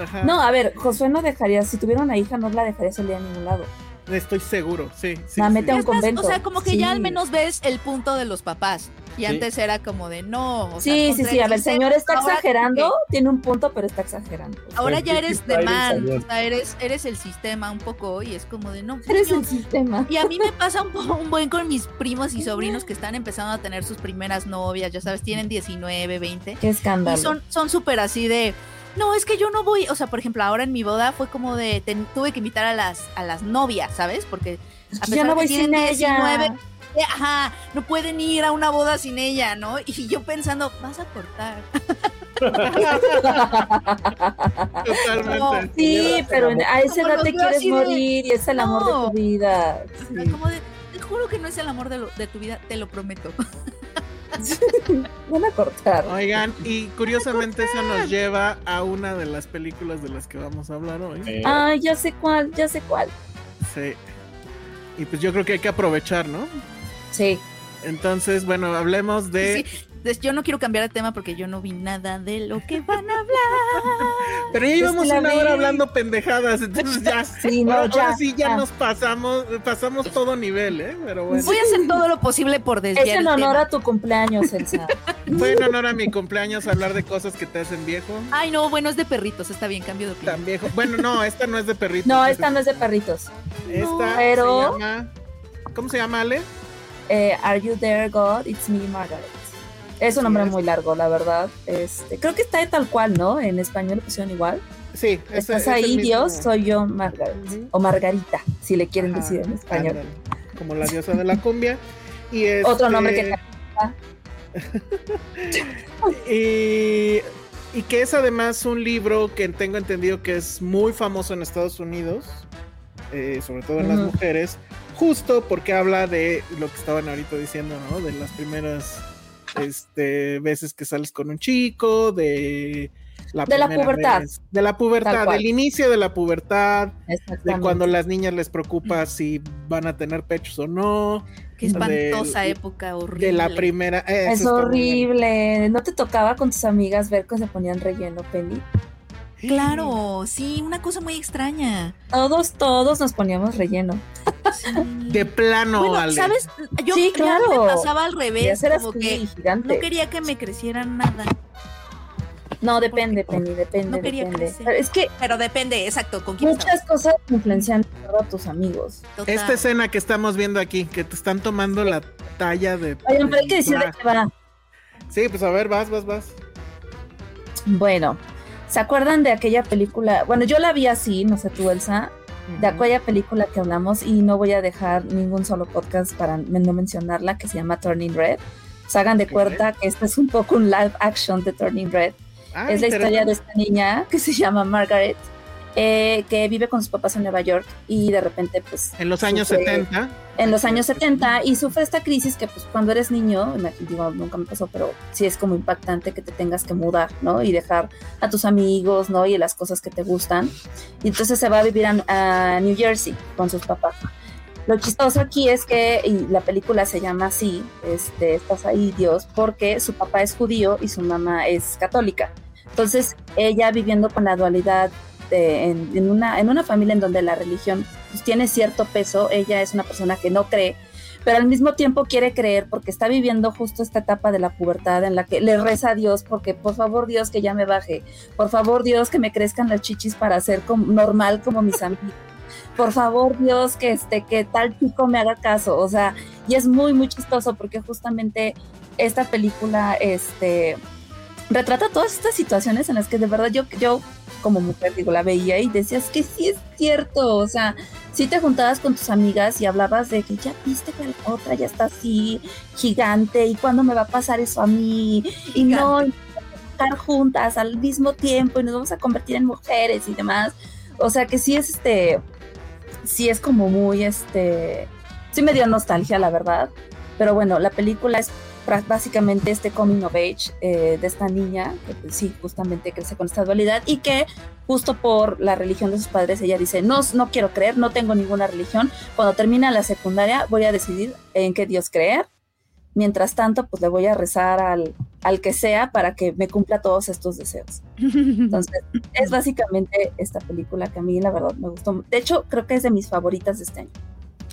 S2: Ajá.
S3: No, a ver, Josué no dejaría, si tuviera una hija, no la dejaría salir a ningún lado.
S2: Estoy seguro, sí. sí,
S3: La
S2: sí.
S3: mete a un
S4: "Estás-",
S3: convento.
S4: o sea, como que
S3: Sí.
S4: ya al menos ves el punto de los papás. Y
S1: Sí.
S4: antes era como de no. o sea,
S3: Sí, sí,
S4: contra
S3: sí, a ver, el
S4: sistema.
S3: señor está
S4: Ahora-
S3: exagerando, tiene un punto, pero está exagerando.
S4: Ahora ya eres de
S1: Ahí
S4: man,
S1: salió.
S4: o sea, eres, eres el sistema un poco y es como de no.
S3: Eres
S4: niño,
S3: el sistema.
S4: Y a mí me pasa un, po- un buen con mis primos y sobrinos que están empezando a tener sus primeras novias, ya sabes, tienen 19, 20.
S3: Qué
S4: Y
S3: escándalo.
S4: son son súper así de, no, es que yo no voy, o sea, por ejemplo, ahora en mi boda fue como de, ten- tuve que invitar a las, a las novias, ¿sabes? Porque,
S3: Es
S4: a
S3: que
S4: pesar
S3: yo
S4: de
S3: no voy
S4: que
S3: sin
S4: tienen
S3: ella.
S4: 19, eh, ajá, no pueden ir a una boda sin ella, ¿no? Y yo pensando, vas a cortar.
S2: Totalmente.
S3: Sí, pero en- a esa
S4: Como
S3: edad
S4: los
S3: te
S4: veo
S3: quieres
S4: así de-
S3: morir y es el amor de
S4: No.
S3: tu vida.
S4: Es Como de, te juro que no es el amor de, lo- de tu vida, te lo prometo.
S3: Van a cortar.
S2: Oigan, y curiosamente eso nos lleva a una de las películas de las que vamos a hablar hoy.
S1: Eh,
S3: Ah, ya sé cuál, ya sé cuál.
S2: Sí. Y pues yo creo que hay que aprovechar, ¿no?
S3: Sí.
S2: Entonces, bueno, hablemos de.
S4: Sí, entonces, yo no quiero cambiar de tema porque yo no vi nada de lo que van a hablar.
S2: Pero ya
S3: Es
S2: llevamos
S3: que la
S2: una hora
S3: vi.
S2: hablando pendejadas, entonces ya.
S3: Sí, no,
S2: ahora,
S3: ya,
S2: ahora sí ya,
S3: ya.
S2: nos pasamos, pasamos todo nivel, ¿eh? Pero bueno.
S4: Voy a hacer todo lo posible por desviar
S3: Es en
S4: el
S3: honor
S4: tema.
S3: a tu cumpleaños, Elsa.
S2: Fue en honor a mi cumpleaños hablar de cosas que te hacen viejo.
S3: Ah.
S4: Ay, no, bueno, es de perritos, está bien, cambio de opinión.
S2: Tan viejo. Bueno, no, esta no es de perrito.
S3: No, esta no es de perritos.
S2: Esta
S3: no, pero-
S2: se llama. ¿Cómo se llama, Ale?
S3: Eh, Are You There, God? It's Me, Margaret. Es
S2: Así
S3: un nombre
S2: es.
S3: muy largo, la verdad. Este, creo que está de tal cual, ¿no? En español lo pusieron igual.
S2: Sí, ese-
S3: Estás
S2: es el
S3: ahí,
S2: mismo.
S3: Dios, soy yo, Margaret.
S2: Ujú.
S3: O Margarita, si le quieren
S2: Ajá,
S3: decir en español.
S2: Ándale, Como la diosa de la cumbia. Y
S3: Otro
S2: este,
S3: nombre que te-
S2: Y, y que es además un libro que tengo entendido que es muy famoso en Estados Unidos, eh, sobre todo en las
S3: Ujú.
S2: mujeres, justo porque habla de lo que estaban ahorita diciendo, ¿no? De las primeras este, veces que sales con un chico, de la,
S3: De la
S2: primera
S3: pubertad.
S2: vez- de la pubertad,
S3: cual.
S2: del inicio de la pubertad, de
S3: Exactamente.
S2: cuando las niñas les preocupa si van a tener pechos o no,
S4: Qué
S2: Del-
S4: espantosa época horrible.
S2: de la primera... eh,
S3: Es
S2: eso está muy bien.
S3: horrible. ¿No te tocaba con tus amigas ver que se ponían relleno, Penny?
S4: Claro, sí, una cosa muy extraña.
S3: Todos, todos nos poníamos relleno.
S4: Sí.
S2: De plano,
S4: bueno,
S2: Ale.
S4: ¿sabes? Yo
S3: Sí,
S4: a mí me
S3: claro.
S4: pasaba al
S3: Y
S4: revés,
S3: hacer
S4: como
S3: así,
S4: que
S3: gigante.
S4: no quería que me creciera nada.
S3: No, depende, Penny, depende,
S4: No quería
S3: depende.
S4: crecer.
S3: Pero es que
S4: Pero depende, exacto, con quién
S3: muchas cosas influencian a tus amigos.
S4: estabas.
S2: Esta
S4: Total.
S2: escena que estamos viendo aquí, que te están tomando la talla de.
S3: Oigan, pero hay que decir de
S2: Ah,
S3: qué va.
S2: Sí, pues a ver, vas, vas, vas.
S3: Bueno, ¿se acuerdan de aquella película? Bueno, yo la vi así, no sé tú, Elsa, de aquella película que hablamos y no voy a dejar ningún solo podcast para men- no mencionarla, que se llama Turning Red. Se hagan de
S2: Ok.
S3: cuenta que este es un poco un live action de Turning Red.
S2: Ah,
S3: es
S2: interesante.
S3: la historia de esta niña que se llama Margaret, eh, que vive con sus papás en Nueva York y de repente, pues,
S2: En los años
S3: sufre-
S2: 70.
S3: en los años 70 y sufre esta crisis que pues cuando eres niño, imagino, digo, nunca me pasó, pero sí es como impactante que te tengas que mudar, ¿no? Y dejar a tus amigos, ¿no? Y las cosas que te gustan. Y entonces se va a vivir a, a New Jersey con sus papás. Lo chistoso aquí es que, y la película se llama así, este, estás ahí Dios, porque su papá es judío y su mamá es católica. Entonces, ella viviendo con la dualidad de- en, en una, en una familia en donde la religión pues, tiene cierto peso, ella es una persona que no cree, pero al mismo tiempo quiere creer porque está viviendo justo esta etapa de la pubertad en la que le reza a Dios porque por favor Dios que ya me baje, por favor Dios que me crezcan las chichis para ser como- normal como mis amigos. Por favor, Dios, que este, que tal chico me haga caso. O sea, y es muy, muy chistoso porque justamente esta película, este, retrata todas estas situaciones en las que de verdad yo, yo como mujer, digo, la veía y decías que sí es cierto, o sea, si te juntabas con tus amigas y hablabas de que ya viste que la otra ya está así, gigante, y cuándo me va a pasar eso a mí, y no, y vamos a estar juntas al mismo tiempo y nos vamos a convertir en mujeres y demás, o sea, que sí es este, sí es como muy este, sí me dio nostalgia, la verdad, pero bueno, la película es pra- básicamente este coming of age eh, de esta niña que pues, sí justamente crece con esta dualidad y que justo por la religión de sus padres ella dice no no quiero creer no tengo ninguna religión cuando termina la secundaria voy a decidir en qué dios creer mientras tanto pues le voy a rezar al al que sea para que me cumpla todos estos deseos entonces es básicamente esta película que a mí la verdad me gustó mu- de hecho creo que es de mis favoritas de este año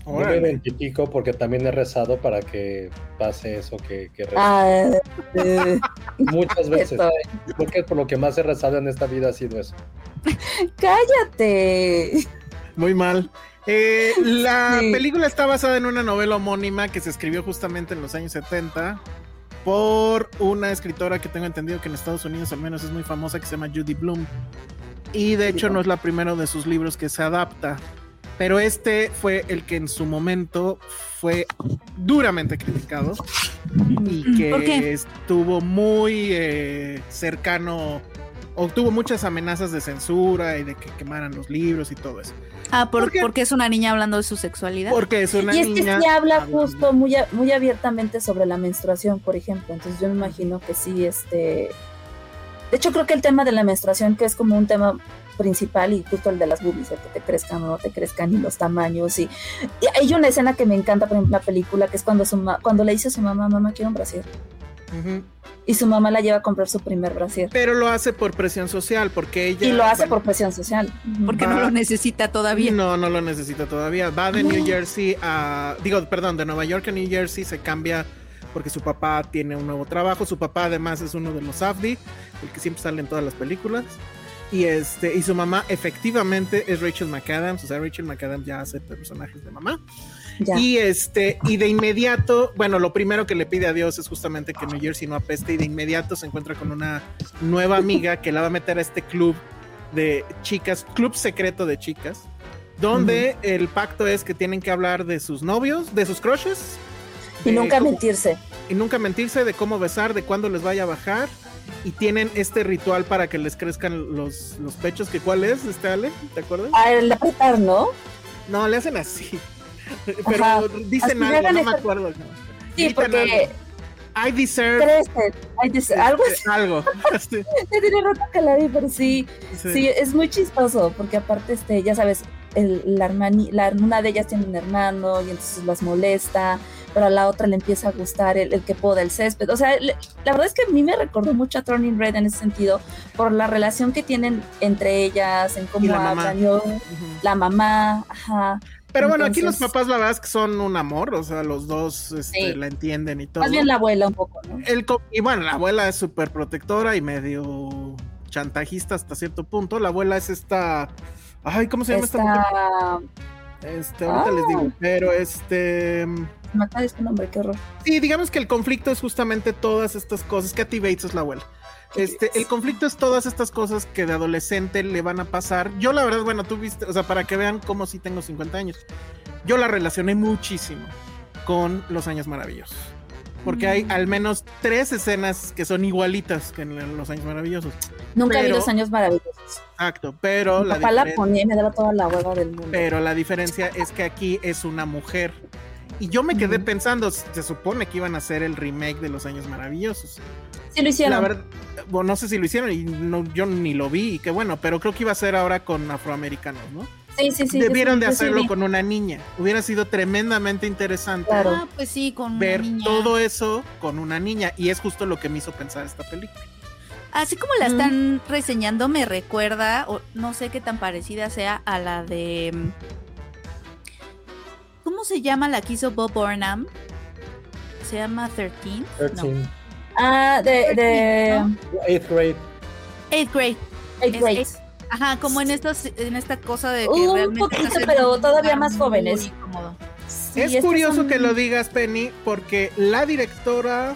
S1: Yo me identifico porque también he rezado para que pase eso que, que rezo.
S3: Ah, eh,
S1: Muchas veces.
S3: estoy-
S1: Creo que por lo que más he rezado en esta vida ha sido eso.
S3: cállate
S2: Muy mal. Eh, la
S3: Sí.
S2: película está basada en una novela homónima que se escribió justamente en los años 70 por una escritora que tengo entendido que en Estados Unidos al menos es muy famosa que se llama Judy Bloom. Y de hecho no es la primera de sus libros que se adapta. Pero este fue el que en su momento fue duramente criticado y que
S4: ¿Por qué?
S2: estuvo muy eh, cercano, obtuvo muchas amenazas de censura y de que quemaran los libros y todo eso.
S4: Ah, por-
S2: ¿Por qué?
S4: porque es una niña hablando de su sexualidad.
S2: Porque es una
S3: Y este es que
S2: niña.
S3: sí habla
S2: hablando.
S3: justo muy, a- muy abiertamente sobre la menstruación, por ejemplo. Entonces yo me imagino que sí, este... De hecho creo que el tema de la menstruación, que es como un tema principal y justo el de las boobies, el que te crezcan o no te crezcan y los tamaños. Y, y hay una escena que me encanta, por ejemplo, en la película, que es cuando, su ma- cuando le dice a su mamá, mamá, quiero un brasier.
S2: Ujú.
S3: Y su mamá la lleva a comprar su primer brasier.
S2: Pero lo hace por presión social, porque ella.
S3: Y lo hace
S2: bueno,
S3: por presión social.
S4: Porque no
S2: Va.
S4: lo necesita todavía.
S2: No, no lo necesita todavía. Va de New Jersey a. Digo, perdón, de Nueva York a New Jersey se cambia porque su papá tiene un nuevo trabajo. Su papá, además, es uno de los Afdi, el que siempre sale en todas las películas. Y, este, y su mamá efectivamente es Rachel McAdams. O sea, Rachel McAdams ya hace personajes de mamá.
S3: Ya.
S2: Y este, y de inmediato, bueno, lo primero que le pide a Dios es justamente que New Jersey no apeste, y de inmediato se encuentra con una nueva amiga que la va a meter a este club de chicas, club secreto de chicas, donde el pacto es que tienen que hablar de sus novios, de sus crushes,
S3: Y
S2: de
S3: nunca
S2: cómo-
S3: mentirse.
S2: y nunca mentirse, de cómo besar, de cuándo les vaya a bajar, y tienen este ritual para que les crezcan los, los pechos, que cuál es, este Ale, ¿te acuerdas?
S3: Ah, el apretar, ¿no?
S2: No, le hacen así. Pero
S3: Ajá.
S2: dicen
S3: Así
S2: algo,
S3: le hagan
S2: no me
S3: esta-
S2: acuerdo.
S3: Sí,
S2: Gritan
S3: porque
S2: I deserve
S3: crecen. Ay, des- Algo así.
S2: este, algo. Este,
S3: Ya tiene rato que la vi, pero sí,
S2: sí.
S3: sí, es muy chistoso, porque aparte, este, ya sabes, el, la hermani- la- una de ellas tiene un hermano y entonces las molesta, pero a la otra le empieza a gustar el, el que poda el césped. O sea, le- la verdad es que a mí me recordó mucho a Turning Red en ese sentido, por la relación que tienen entre ellas, en
S2: Y
S3: cómo
S2: la mamá.
S3: hablan, yo-
S2: Ujú.
S3: la mamá, ajá.
S2: Pero bueno, aquí los
S3: Entonces-
S2: papás, la verdad es que son un amor, o sea, los dos este,
S3: Sí.
S2: la entienden y todo.
S3: Más bien la abuela un poco, ¿no?
S2: El co- y bueno, la abuela es súper protectora y medio chantajista hasta cierto punto. La abuela es esta. Ay, ¿cómo se llama esta, mujer?
S3: Esta... Ah.
S2: Este, ahorita les digo, pero este.
S3: Me acaba de decir un nombre, qué horror.
S2: Sí, digamos que el conflicto es justamente todas estas cosas. Katy Bates es la abuela. Este, el conflicto es todas estas cosas que de adolescente le van a pasar. Yo la verdad, bueno, tú viste, o sea, para que vean cómo sí tengo 50 años, yo la relacioné muchísimo con Los Años Maravillosos. Porque hay
S4: Mm.
S2: al menos tres escenas que son igualitas que en Los Años Maravillosos.
S3: Nunca vi
S2: Pero-
S3: los años maravillosos.
S2: Exacto, pero
S3: Mi
S2: la
S3: papá la
S2: diferen-
S3: ponía y me daba toda la hueva del mundo.
S2: pero la diferencia es que aquí es una mujer. Y yo me quedé
S3: Ujú.
S2: pensando, se supone que iban a hacer el remake de Los Años Maravillosos.
S3: Sí lo hicieron.
S2: La verdad, bueno, no sé si lo hicieron y no, yo ni lo vi, y qué bueno, pero creo que iba a ser ahora con afroamericanos, ¿no?
S3: sí, sí, sí. yo
S2: Debieron
S3: sí-
S2: de
S3: yo sí
S2: hacerlo
S3: vi.
S2: con una niña. Hubiera sido tremendamente interesante
S3: Claro.
S4: Ah, pues sí, con una
S2: ver
S4: niña.
S2: todo eso con una niña, y es justo lo que me hizo pensar esta película.
S4: Así como la están reseñando, me recuerda, o no sé qué tan parecida sea a la de. mm, ¿Cómo se llama la que hizo Bob Burnham? ¿Se llama 13? No.
S1: 13,
S3: Ah, de, de
S1: 8th grade.
S4: 8th grade.
S3: Eighth
S4: Es-
S3: Grade.
S4: es- Ajá, como en, estas, en esta cosa de. que
S3: Un
S4: realmente
S3: poquito,
S4: estás en
S3: pero
S4: un
S3: todavía
S4: lugar
S3: más
S4: muy
S3: jóvenes.
S4: incómodo.
S3: Sí,
S2: es
S3: estas
S2: curioso
S3: son-
S2: que lo digas, Penny, porque la directora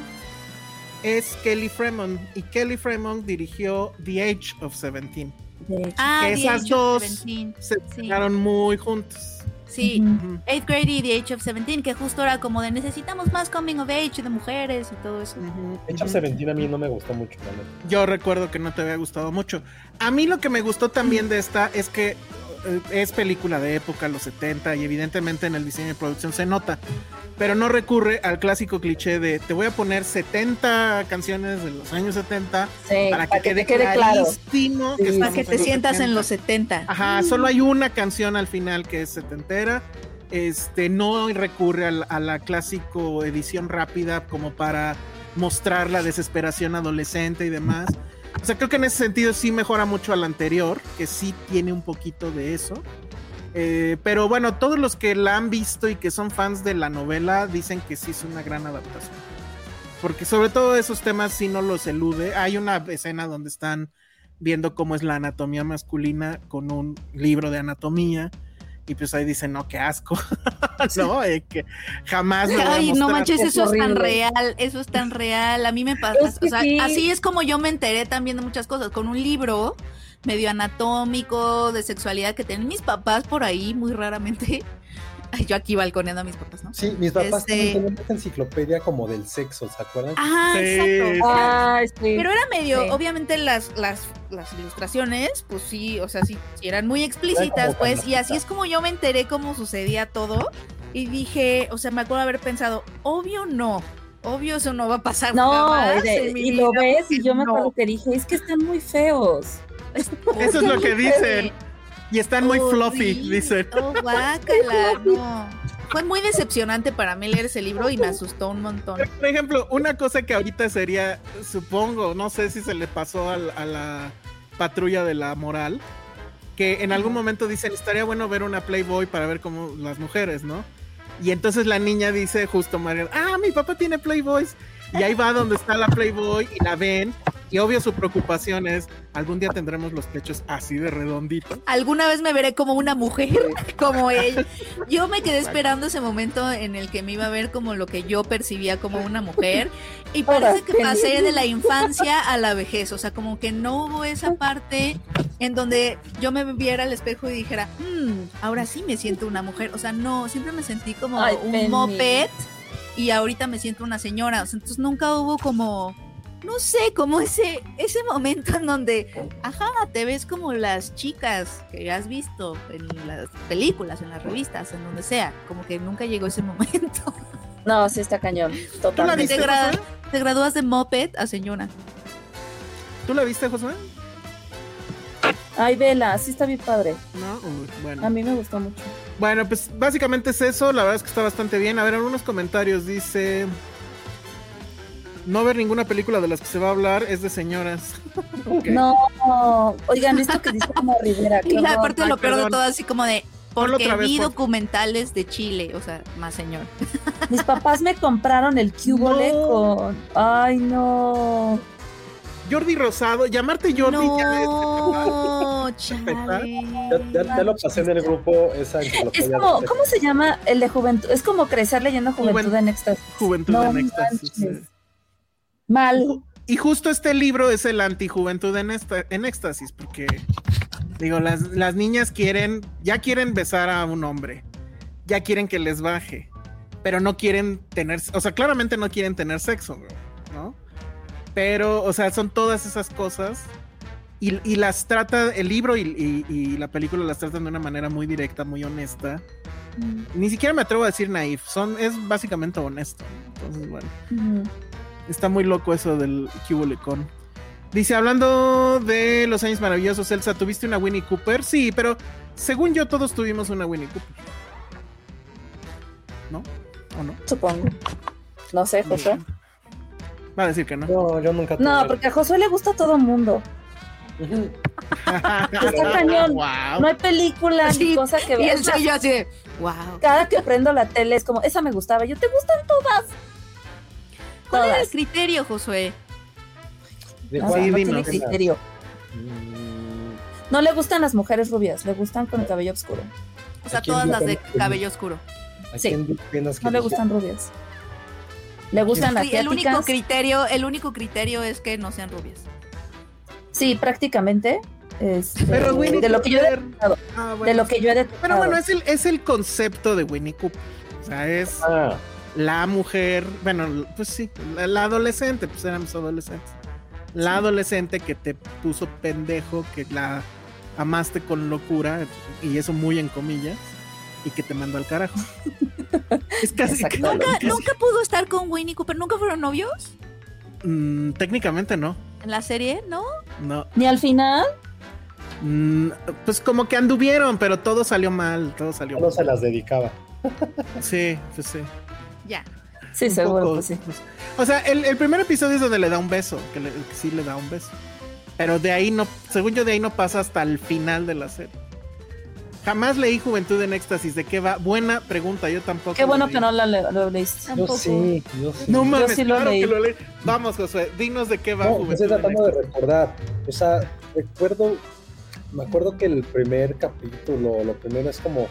S2: es Kelly Fremont y Kelly Fremont dirigió The Age of Seventeen.
S3: de-
S4: Ah,
S2: Que
S4: The
S2: esas
S4: Age of
S2: dos-
S4: 17,
S2: Se
S4: Sí.
S2: quedaron muy juntos.
S4: Sí.
S3: Ujú.
S2: Ujú.
S4: 8th grade y The Age of 17, que justo era como de necesitamos más coming of age de mujeres y todo eso.
S2: Ujú,
S1: De hecho,
S2: ujú.
S1: 17 a mí no me gustó mucho. la neta.
S2: Yo recuerdo que no te había gustado mucho. A mí lo que me gustó también de esta es que eh, es película de época, los 70, y evidentemente en el diseño de producción se nota, pero no recurre al clásico cliché de te voy a poner 70 canciones de los años 70
S3: sí,
S2: para que quede,
S3: te claro.
S2: clarísimo
S3: Sí.
S2: estamos
S4: Para que
S2: en
S4: te
S2: los
S4: sientas en
S2: 70.
S4: los 70.
S2: Ajá, solo hay una canción al final que es setentera. Este no recurre al- a la clásico edición rápida como para mostrar la desesperación adolescente y demás. O sea, creo que en ese sentido sí mejora mucho al anterior, que sí tiene un poquito de eso. Eh, pero bueno, todos los que la han visto y que son fans de la novela dicen que sí es una gran adaptación. Porque sobre todo esos temas sí no los elude. Hay una escena donde están viendo cómo es la anatomía masculina con un libro de anatomía. Y pues ahí dicen, no, qué asco. no, eh, que jamás. lo voy a
S4: Ay, no
S2: mostrar.
S4: manches,
S3: es
S4: eso es tan
S3: horrible.
S4: real, eso es tan real. A mí me pasa,
S3: Es que
S4: o sea,
S3: sí.
S4: así es como yo me enteré también de muchas cosas, con un libro medio anatómico, de sexualidad que tienen mis papás por ahí, muy raramente. Ay, yo aquí balconeando a mis papás, ¿no?
S1: Sí, mis papás
S4: Este-
S1: también tenían esta enciclopedia como del sexo, ¿se acuerdan?
S4: Ah,
S2: Sí, sí.
S4: exacto. O sea,
S3: Ay, sí.
S4: Pero era medio,
S3: Sí.
S4: obviamente las, las, las ilustraciones, pues sí, o sea, sí eran muy explícitas,
S1: como
S4: pues, y
S1: fantasía.
S4: así es como yo me enteré cómo sucedía todo. Y dije, o sea, me acuerdo haber pensado, obvio no, obvio eso no va a pasar
S3: No,
S4: jamás
S3: de-
S4: en mi
S3: y lo
S4: vida,
S3: ves y
S4: porque
S3: yo me
S4: no".
S3: acuerdo que dije, es que están muy feos.
S2: Eso es lo que dicen.
S4: Horrible,
S2: Y están muy fluffy,
S4: horrible.
S2: dicen.
S4: Oh, guácala, no. Fue muy decepcionante para mí leer ese libro y me asustó un montón.
S2: Por ejemplo, una cosa que ahorita sería, supongo, no sé si se le pasó al- a, la patrulla de la moral, que en algún momento dicen, estaría bueno ver una Playboy para ver cómo las mujeres, ¿no? Y entonces la niña dice, justo María, ah, mi papá tiene Playboys. Y ahí va donde está la Playboy y la ven. Y obvio su preocupación es, algún día tendremos los pechos así de redonditos.
S4: alguna vez me veré como una mujer, como ella. Yo me quedé esperando ese momento en el que me iba a ver como lo que yo percibía como una mujer. Y
S3: Ahora,
S4: parece que
S3: Penny.
S4: pasé de la infancia a la vejez. O sea, como que no hubo esa parte en donde yo me viera al espejo y dijera, "Mm, ahora sí me siento una mujer. O sea, no, siempre me sentí como
S3: Ay,
S4: un
S3: Penny.
S4: moped y ahorita me siento una señora. O sea, entonces nunca hubo como. No sé, como ese, ese momento en donde, ajá, te ves como las chicas que has visto en las películas, en las revistas, en donde sea. Como que nunca llegó ese momento.
S3: No, sí está cañón.
S2: ¿Tú la
S3: Totalmente.
S2: viste,
S4: Te gra-
S2: Josué?
S4: Te gradúas de moped a señora.
S2: ¿Tú la viste, Josué?
S3: Ay, vela, sí está bien padre.
S2: No, Uy, bueno.
S3: A mí me gustó mucho.
S2: Bueno, pues básicamente es eso. La verdad es que está bastante bien. A ver, algunos comentarios. Dice. No ver ninguna película de las que se va a hablar es de señoras. Ok.
S3: No, no. oigan, esto que dice como Rivera. qué
S4: Y la
S3: horror.
S4: parte de lo
S2: ay,
S4: peor de
S2: perdón.
S4: todo, así como de,
S2: Ponlo
S4: porque
S2: otra vez,
S4: vi
S2: por-
S4: documentales de Chile, o sea, más señor.
S3: Mis papás me compraron el cubole
S2: No.
S3: con. Ay, no.
S2: Jordi Rosado. Llamarte Jordi ya es-
S4: no,
S2: ¿verdad?
S4: chale.
S1: Ya, ya- ya lo pasé en el grupo esa
S3: Es
S1: enciclopedia.
S3: como,
S1: de sexo.
S3: ¿cómo se llama el de juventud? Es como crecer leyendo Juventud
S2: Juven-
S3: en Éxtasis.
S2: Juventud
S3: No
S2: en éxtasis.
S3: manches. Mal.
S2: Y justo este libro es el anti-juventud en, esta- en éxtasis, porque, digo, las, las niñas quieren, ya quieren besar a un hombre, ya quieren que les baje, pero no quieren tener, o sea, claramente no quieren tener sexo, güey, ¿no? Pero, o sea, son todas esas cosas y, y las trata, el libro y, y- y la película las tratan de una manera muy directa, muy honesta. Ni siquiera me atrevo a decir naif, son, es básicamente honesto. ¿no? Entonces, bueno.
S3: Ujú.
S2: Está muy loco eso del Kibulecon. Dice, hablando de los años maravillosos, Elsa, ¿tuviste una Winnie Cooper? Sí, pero según yo todos tuvimos una Winnie Cooper. ¿No? ¿O no?
S3: Supongo. No sé, José.
S2: Va a decir que no.
S1: No, yo nunca
S3: No,
S1: tuve.
S3: porque a Josué le gusta a todo mundo.
S1: Ujú.
S3: Está cañón.
S2: Ah, Guau.
S3: No hay película ni
S4: Sí,
S3: cosa que
S4: Y
S3: veas.
S4: él soy yo así de, wow.
S3: Cada que prendo la tele es como, esa me gustaba. Yo, ¿te gustan todas?
S4: ¿Cuál era el
S3: Todas.
S4: criterio, Josué?
S1: ¿De
S3: No,
S1: cuál?
S2: Sí,
S3: no
S2: dime.
S3: tiene criterio.
S1: Mm,
S3: No le gustan las mujeres rubias, le gustan con el cabello oscuro.
S4: O sea,
S1: ¿A quién
S4: todas
S1: le
S4: las de
S1: gustan?
S4: cabello oscuro.
S1: ¿a
S3: Sí.
S1: quién tienes que
S3: No le
S1: elegir?
S3: gustan rubias. Le gustan
S4: Sí, el único
S3: asiáticas.
S4: criterio, el único criterio es que no sean rubias.
S3: Sí, prácticamente. este,
S2: Pero Winnie
S3: de lo que yo he
S2: Cooper.
S3: detectado,
S2: Ah, bueno,
S3: de lo que yo he
S2: Pero
S3: detectado.
S2: bueno, es el, es el concepto de Winnie Cooper. O sea, es
S1: Ah,
S2: la mujer, bueno, pues sí, la, la adolescente, pues éramos adolescentes. La adolescente que te puso pendejo, que la amaste con locura, y eso muy en comillas, y que te mandó al carajo. es casi,
S3: Exacto.
S2: casi-
S4: Nunca,
S2: casi-
S4: nunca pudo estar con Winnie Cooper, nunca fueron novios
S2: Mm, técnicamente no,
S4: en la serie, ¿no?
S2: no.
S3: Ni al final,
S2: Mm, pues como que anduvieron, pero todo salió mal, todo salió
S1: yo no
S2: mal.
S1: se las dedicaba.
S2: Sí, pues sí.
S4: Ya.
S3: sí,
S2: un
S3: seguro,
S2: poco,
S3: pues sí.
S2: pues, o sea, el, el primer episodio es donde le da un beso, que, le- que sí le da un beso. Pero de ahí no, según yo, de ahí no pasa hasta el final de la serie. Jamás leí Juventud en Éxtasis. ¿De qué va? Buena pregunta, yo tampoco.
S3: Qué
S2: lo
S3: bueno
S2: leí.
S3: que no la le- lo leíste.
S1: Yo
S2: Ah.
S4: Tampoco.
S1: sí, yo sí.
S2: No mames,
S3: sí lo
S2: claro
S3: leí.
S2: que lo leí. Vamos, Josué, dinos de qué va
S1: No, pues,
S2: Juventud
S1: estoy
S2: en
S1: tratando de
S2: Éxtasis.
S1: recordar. O sea, recuerdo, me acuerdo que el primer capítulo, lo primero es como,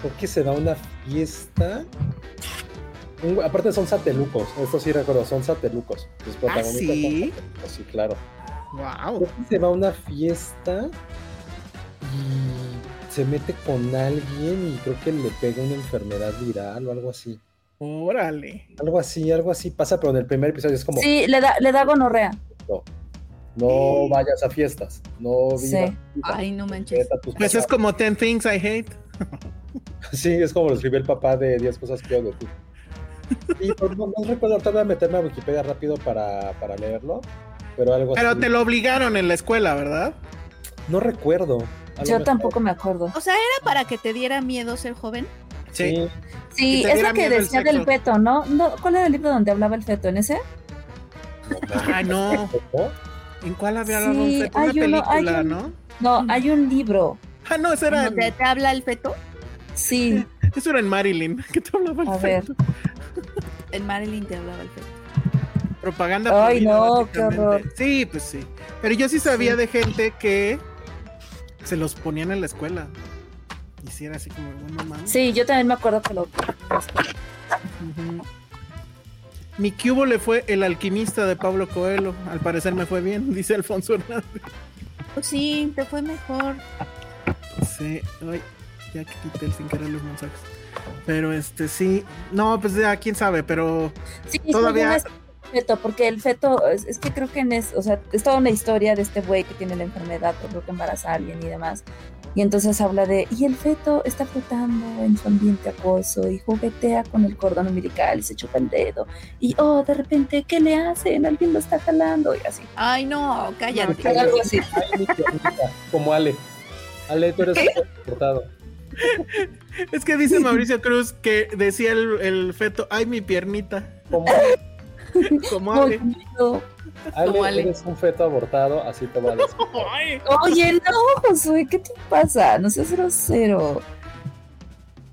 S1: creo que se da una fiesta. Un güey- aparte son satelucos, esto sí recuerdo, son satelucos. Los protagonistas son
S2: ¿Ah, sí?
S1: satelucos, sí, claro.
S2: Wow.
S1: Creo que se va a una fiesta y se mete con alguien y creo que le pega una enfermedad viral o algo así.
S2: Órale.
S1: Algo así, algo así pasa, pero en el primer episodio es como,
S3: Sí, le da, le da gonorrea.
S2: Ah,
S1: no vayas a fiestas, no vivas.
S3: Sí.
S1: vivas.
S4: Ay, no manches.
S1: Respeta a tus
S2: Pues es
S1: papás.
S2: como 10 Things I Hate.
S1: Sí, es como lo escribió el papá de 10 cosas que odio. tú. Y por- no, no recuerdo, ahorita voy a meterme a Wikipedia rápido para, para leerlo, pero algo
S2: Pero
S1: así.
S2: te lo obligaron en la escuela, ¿verdad?
S1: No recuerdo. A lo
S3: Yo
S1: mejor-
S3: tampoco me acuerdo.
S4: O sea, era para que te diera miedo ser joven.
S1: Sí,
S3: Sí,
S2: Que te
S3: es
S2: diera
S3: lo que
S2: miedo el
S3: decía
S2: sexo.
S3: del feto, ¿no? ¿no? ¿Cuál era el libro donde hablaba el feto? ¿En ese?
S2: Ah, no.
S1: ¿no?
S2: ¿En cuál había
S3: Sí,
S2: hablado? Una
S3: hay uno-
S2: película,
S3: hay un-
S2: ¿no?
S3: No, hay un libro.
S2: Ah, no, ese era,
S4: Donde
S2: en,
S4: te habla el feto,
S3: Sí,
S2: eso era en Marilyn, que te hablaba el
S3: a ver.
S2: feto.
S4: el Marilyn te hablaba el feto.
S2: Propaganda.
S3: Ay,
S2: prohibida,
S3: no, qué
S2: básicamente.
S3: horror.
S2: Sí, pues sí. Pero yo sí sabía de gente que se los ponían en la escuela. Y sí era así como, no mames.
S3: Sí, yo también me acuerdo que lo.
S2: Ujú. Mi cubo le fue el alquimista de Pablo Coelho. Al parecer me fue bien, dice Alfonso Hernández.
S4: Pues sí, te fue mejor.
S2: Sí, ay, ya que quité el sin querer los mensajes. Pero este sí, no, pues ya quién sabe, pero
S3: Sí, sí,
S2: Todavía-
S3: no es feto, porque el feto es, es que creo que en es, o sea, es toda una historia de este güey que tiene la enfermedad, o creo que embaraza a alguien y demás. Y entonces habla de, y el feto está flotando en su ambiente acuoso y juguetea con el cordón umbilical y se chupa el dedo. Y, oh, de repente, ¿qué le hacen? Alguien lo está jalando y así.
S4: Ay, no, cállate.
S2: No,
S3: Era algo así.
S1: Ay, mi ternita, como Ale. Ale, tú eres un portado.
S2: Es que dice Mauricio Cruz que decía el, el feto, ay, mi piernita,
S1: Como
S2: como
S3: Muy
S2: Ale.
S3: bonito.
S1: Ale,
S4: Como Ale.
S1: eres un feto abortado, así te va a decir.
S2: Ay,
S3: Oye, no, Josué, ¿qué te pasa? No seas grosero.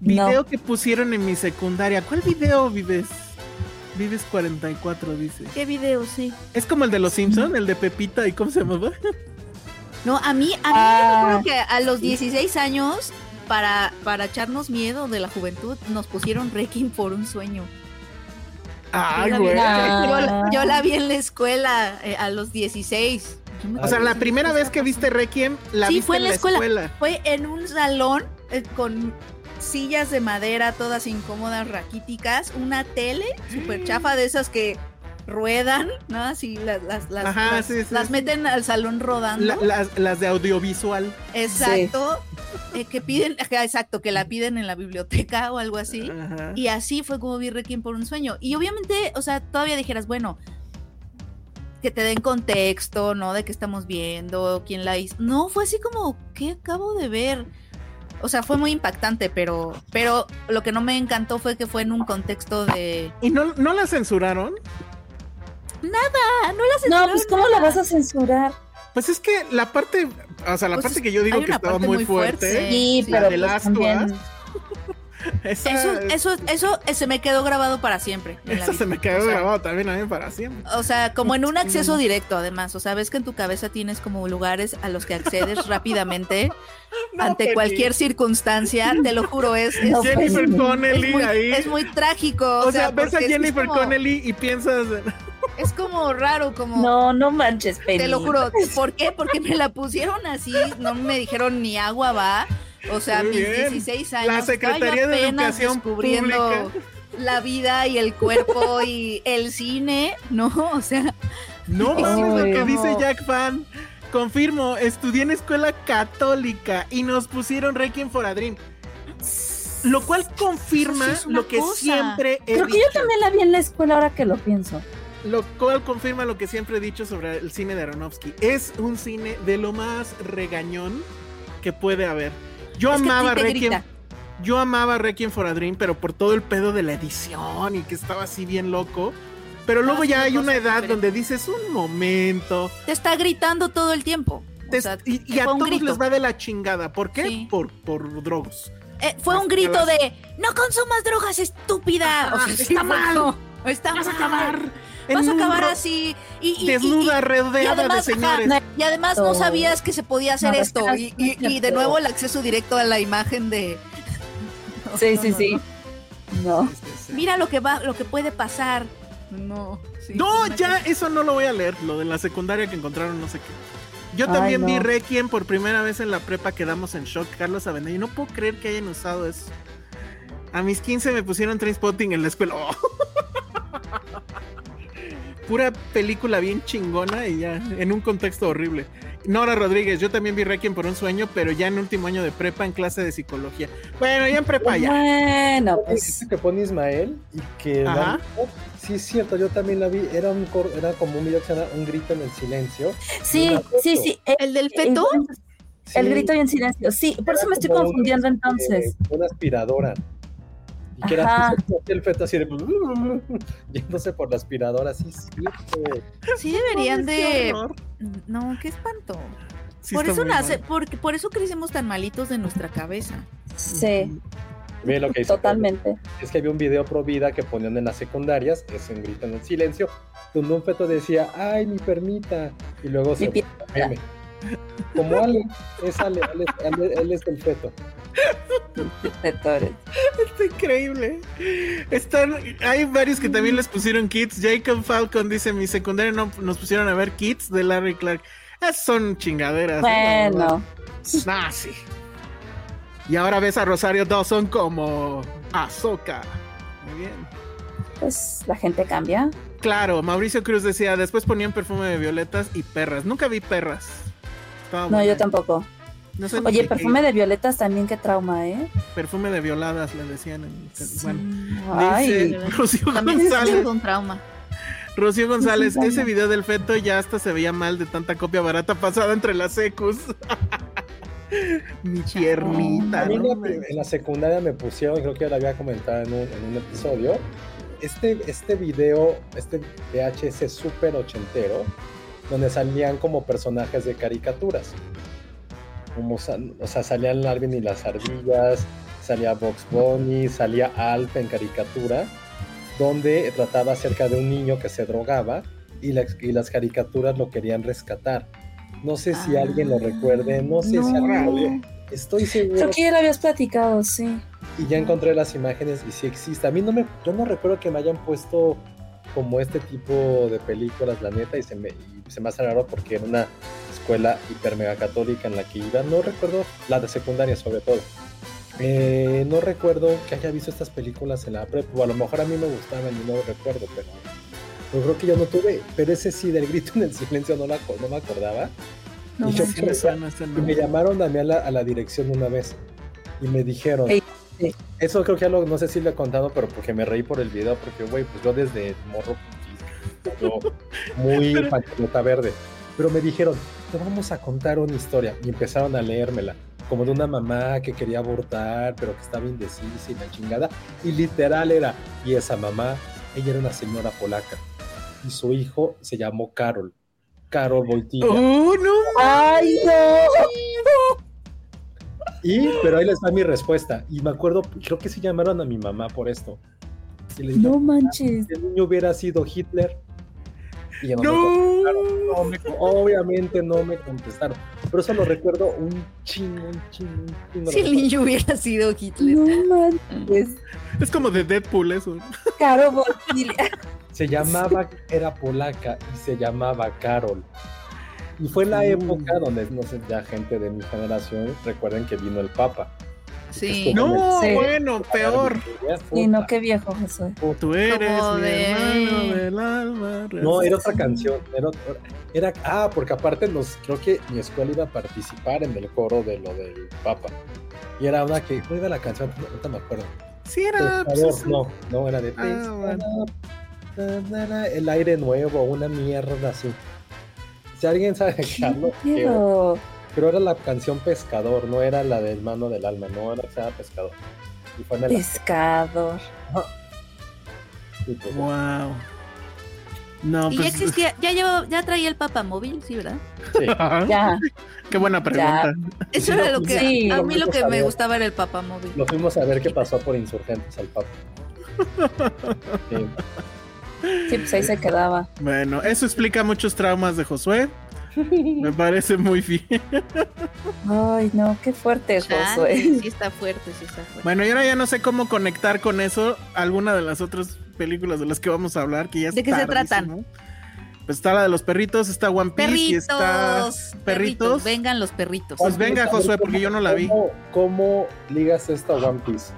S3: No.
S2: Video que pusieron en mi secundaria. ¿Cuál video vives? Vives 44, dice.
S4: ¿Qué video, sí?
S2: Es como el de los Simpson, el de Pepita y cómo se llamaba.
S4: No, a mí, a mí
S3: Ah.
S4: yo me acuerdo que a los 16 años, para, para echarnos miedo de la juventud, nos pusieron Requiem por un sueño.
S2: Ay,
S4: yo, la vi,
S2: güey.
S4: yo la- yo la vi en la escuela eh, a los 16. Yo me
S2: O sea,
S4: acuerdo
S2: la
S4: que-
S2: primera vez que viste Requiem, la
S4: Sí,
S2: viste
S4: fue
S2: en la escuela.
S4: Fue en un salón eh, con sillas de madera todas incómodas, raquíticas, una tele súper chafa de esas que ruedan, ¿no? Así las, las, las,
S2: Ajá,
S4: las-
S2: sí, sí,
S4: las
S2: sí.
S4: meten al salón rodando.
S2: La- las, las de audiovisual.
S4: Exacto. eh, que piden, ajá, exacto, que la piden en la biblioteca o algo así.
S2: Ajá.
S4: Y así fue como vi Requiem por un sueño. Y obviamente, o sea, todavía dijeras, bueno, que te den contexto, ¿no? De qué estamos viendo, quién la hizo. No, fue así como, ¿qué acabo de ver? O sea, fue muy impactante, pero, pero lo que no me encantó fue que fue en un contexto de.
S2: ¿Y no, no la censuraron?
S4: Ah, no las
S3: No, pues ¿cómo la vas a censurar?
S2: Pues es que la parte, o sea, la
S4: Pues
S2: parte
S4: es-
S2: que yo digo
S4: hay
S2: que
S4: una
S2: estaba
S4: parte
S2: muy
S4: muy
S2: fuerte,
S4: fuerte.
S3: Sí,
S2: la
S3: pero
S2: del
S3: pues
S2: astua.
S3: también.
S2: esa,
S4: Eso, eso, eso eh, se me quedó grabado para siempre. en la
S2: esa
S4: vida.
S2: Ah, se me quedó
S4: O sea,
S2: grabado también a mí para siempre.
S4: O sea, como en un acceso
S2: Mm.
S4: directo, además. O sea, ves que en tu cabeza tienes como lugares a los que accedes rápidamente
S2: No,
S4: ante
S2: Penny.
S4: cualquier circunstancia. Te lo juro, es, es,
S3: No,
S4: es
S2: Jennifer
S3: Penny.
S2: Connelly
S4: muy,
S2: ahí.
S4: es muy trágico.
S2: o, sea, ves
S4: porque
S2: a
S4: es- es
S2: Jennifer
S4: como-
S2: Connelly y piensas,
S4: Es como raro, como.
S3: No, no manches, Penny.
S4: Te lo juro. ¿Por qué? Porque me la pusieron así, no me dijeron ni agua va. O sea,
S2: Muy
S4: mis
S2: bien.
S4: 16
S2: La
S4: años. estaba yo
S2: Secretaría de
S4: apenas
S2: Educación
S4: descubriendo
S2: Pública.
S4: la vida y el cuerpo y el cine, ¿no? O sea,
S2: no mames lo
S3: Ay,
S2: que
S3: no.
S2: dice Jack Fan. Confirmo, estudié en escuela católica y nos pusieron Requiem for a Dream. Lo cual confirma
S4: Eso sí es una
S2: lo que
S4: cosa.
S2: siempre he
S3: Creo que yo
S2: dicho.
S3: también la vi en la escuela ahora que lo pienso.
S2: Lo cual confirma lo que siempre he dicho sobre el cine de Aronofsky. Es un cine de lo más regañón que puede haber. Yo
S4: Es que sí
S2: amaba
S4: te
S2: Requiem.
S4: grita.
S2: Yo amaba Requiem for a Dream, pero por todo el pedo de la edición y que estaba así bien loco. Pero luego
S4: es
S2: ya
S4: una
S2: hay una
S4: cosa
S2: edad
S4: diferente.
S2: donde dices un momento.
S4: te está gritando todo el tiempo. O
S2: te-
S4: sea,
S2: y, y a
S4: fue un
S2: todos
S4: grito.
S2: les va de la chingada. ¿Por qué?
S4: Sí.
S2: Por, por drogos.
S4: Eh, fue un grito de no consumas drogas, estúpida. O sea,
S2: Está
S4: sí fue
S2: mal.
S4: como, Está
S2: Vas a
S4: mal.
S2: acabar.
S4: Vas
S2: en
S4: a
S2: un
S4: acabar
S2: ro-
S4: así. Y, y- y-
S2: Desnuda,
S4: y- y
S2: rodeada
S4: además,
S2: de
S4: ajá,
S2: señores.
S4: y además no sabías que se podía hacer
S3: No, es
S4: esto.
S3: que-
S4: Y, y- y de nuevo el acceso directo a la imagen de
S3: Sí,
S4: no,
S3: sí,
S4: no,
S3: sí. No.
S4: mira lo que va, lo que puede pasar. No. sí,
S2: No,
S4: una
S2: ya
S4: cosa.
S2: eso no lo voy a leer, lo de la secundaria que encontraron no sé qué. Yo
S3: Ay,
S2: también vi
S3: no.
S2: Requiem por primera vez en la prepa, quedamos en shock, Carlos Avendaño. No puedo creer que hayan usado eso. A mis 15 me pusieron Trainspotting en la escuela. ¡Oh! Pura película bien chingona y ya, en un contexto horrible. Nora Rodríguez, yo también vi Requiem por un sueño, pero ya en último año de prepa en clase de psicología. Bueno, ya en prepa ya.
S3: Bueno, pues.
S1: Dijiste que pone Ismael y que
S2: Ajá.
S1: Dan- oh, sí es cierto, yo también la vi, era un cor- era como un video que se llama Un grito en el silencio.
S3: Sí, pues. sí, sí. eh,
S4: el del feto.
S3: El
S1: Sí,
S3: grito y en silencio. Sí, por eso me estoy
S1: Era como
S3: confundiendo
S1: un- eh,
S3: entonces.
S1: una aspiradora. Y que
S3: Ajá.
S1: era el feto así de yéndose por la aspiradora, sí, sí. güey.
S4: Sí deberían
S2: Qué
S4: de.
S2: horror.
S4: No, qué espanto.
S2: Sí
S4: por
S2: está
S4: eso
S2: muy mal.
S4: nace, porque por eso crecemos tan malitos de nuestra cabeza.
S3: Sí,
S2: Este,
S1: Ve lo que dice.
S3: totalmente.
S1: es que había un video pro vida que ponían en las secundarias, es un grito en el silencio, donde un feto decía, ay, mi permita, y luego se
S3: Mi
S1: volvió meme. Como Ale, es Ale, Ale, Ale- él es el feto.
S3: Sectores.
S2: Está increíble. Están, hay varios que también les pusieron Kids. Jacob Falcon dice: Mi secundaria no nos pusieron a ver Kids de Larry Clark. Ah, son chingaderas. ¿eh? La verdad.
S3: Bueno,
S2: Nah, sí. Y ahora ves a Rosario Dawson como Azoka. Muy bien.
S3: pues la gente cambia.
S2: Claro, Mauricio Cruz decía: Después ponían perfume de violetas y perras. Nunca vi perras. Estaba
S3: No,
S2: buena.
S3: yo tampoco.
S2: Ah, No sé ni de
S3: Oye,
S2: qué-
S3: perfume de violetas también, qué trauma, ¿eh?
S2: Perfume de violadas, le decían. En... Bueno,
S3: Ay,
S2: dice Rocío
S4: Mm, También es
S2: González.
S4: un trauma.
S2: Rocío González,
S3: Sí, sí,
S2: ese
S3: vaya.
S2: video del feto ya hasta se veía mal de tanta copia barata pasada entre las secus. Mi piernita.
S1: A mí
S2: ¿no?
S1: la- en la secundaria me pusieron, creo que ya lo había comentado en un, en un episodio, este, este video, este VHS súper ochentero, donde salían como personajes de caricaturas. Como, sal- o sea, salían Alvin y las ardillas, salía Box Bunny, salía Alf en caricatura, donde trataba acerca de un niño que se drogaba y, las- y las caricaturas lo querían rescatar. No sé si
S4: Ah,
S1: alguien lo recuerde, no
S3: Ah,
S1: sé si ¿eh?
S4: no.
S1: alguien lo- Estoy seguro
S3: creo que ya lo habías platicado, sí.
S1: y ya encontré las imágenes y sí existe. A mí no me, yo no recuerdo que me hayan puesto como este tipo de películas, la neta, y se me, y se me hace raro porque era una escuela hiper mega católica en la que iba. No recuerdo, la de secundaria sobre todo. Eh, no recuerdo que haya visto estas películas en la prep, o a lo mejor a mí me gustaban y no lo recuerdo, pero yo creo que yo no tuve, pero ese sí del grito en el silencio no, la, no me acordaba.
S3: No
S1: y yo
S2: Sí, me suena ese
S1: y me
S2: nombre.
S1: llamaron a mí a la, a la dirección una vez y me dijeron.
S3: Ey, ey.
S1: Eso creo que ya lo, no sé si lo he contado, pero porque me reí por el video, porque, güey, pues yo desde morro, pues, yo muy pantalota verde. Pero me dijeron, te vamos a contar una historia. Y empezaron a leérmela, como de una mamá que quería abortar, pero que estaba indecisa y la chingada. Y literal era, y esa mamá, ella era una señora polaca. y su hijo se llamó Carol. Carol Boitilla.
S2: ¡Oh, no!
S3: ¡Ay, no!
S1: Y, pero ahí les da mi respuesta. Y me acuerdo, creo que sí llamaron a mi mamá por esto. Y le dijeron,
S3: No manches.
S1: si el niño hubiera sido Hitler. Y ya no me
S2: ¡No!
S1: contestaron. No me con- obviamente no me contestaron. Pero eso lo recuerdo un chingo, un chingo, un chingo.
S4: Si
S1: Lo
S4: el
S1: recuerdo.
S4: niño hubiera sido Hitler.
S3: No manches.
S2: Es como de Deadpool eso.
S3: Caro Botilia.
S1: Se llamaba, era polaca y se llamaba Carol. Y fue la
S2: Mm.
S1: época donde, no sé, ya gente de mi generación, recuerden que vino el Papa.
S4: Sí.
S2: No,
S3: Sí.
S2: bueno, peor.
S3: Y no, qué viejo Jesús.
S2: Tú eres
S4: Como
S2: mi
S4: de- eh.
S2: hermano del alma.
S1: No, era otra canción. Era, otra- era- ah, porque aparte nos, creo que mi escuela iba a participar en el coro de lo del Papa. Y era una que, ¿cuál era la canción? No, ahorita me acuerdo.
S2: Sí, era. pues,
S1: Pescador,
S2: esa-
S1: no, no, era de
S2: Ah, bueno.
S1: "Pescador, na, na, El aire nuevo, una mierda así. Si alguien sabe, Carlos, qué bueno.
S3: Pero
S1: pero era la canción Pescador, no era la del mano del alma, no era que se llama Pescador. Y fue en el-
S3: pescador.
S1: y pues,
S2: Wow. No,
S4: Y ya
S2: pues.
S4: existía, ya llevaba, ya traía el papamóvil, sí, ¿verdad?
S1: sí.
S2: Ajá.
S3: Ya.
S2: Qué buena pregunta.
S4: Eso era
S2: pues,
S4: lo que
S3: Sí,
S4: a mí lo que me
S1: sabía.
S4: gustaba era el papamóvil.
S1: Lo fuimos a ver qué pasó por insurgentes al Papa. Sí.
S3: Sí, pues ahí se quedaba.
S2: Bueno, eso explica muchos traumas de Josué. Me parece muy bien.
S3: Ay, no, qué fuerte,
S4: Chale,
S3: Josué.
S4: sí está fuerte, sí está fuerte.
S2: eh. Bueno, y ahora ya no sé cómo conectar con eso alguna de las otras películas de las que vamos a hablar, que ya es
S4: ¿De qué se
S2: tardísimo. Pues está la de los perritos, está One Piece y
S4: perritos,
S2: está.
S4: perritos,
S2: perritos.
S4: vengan los perritos.
S2: Pues venga, Josué, porque yo no la vi.
S1: ¿Cómo, cómo ligas esta One Piece?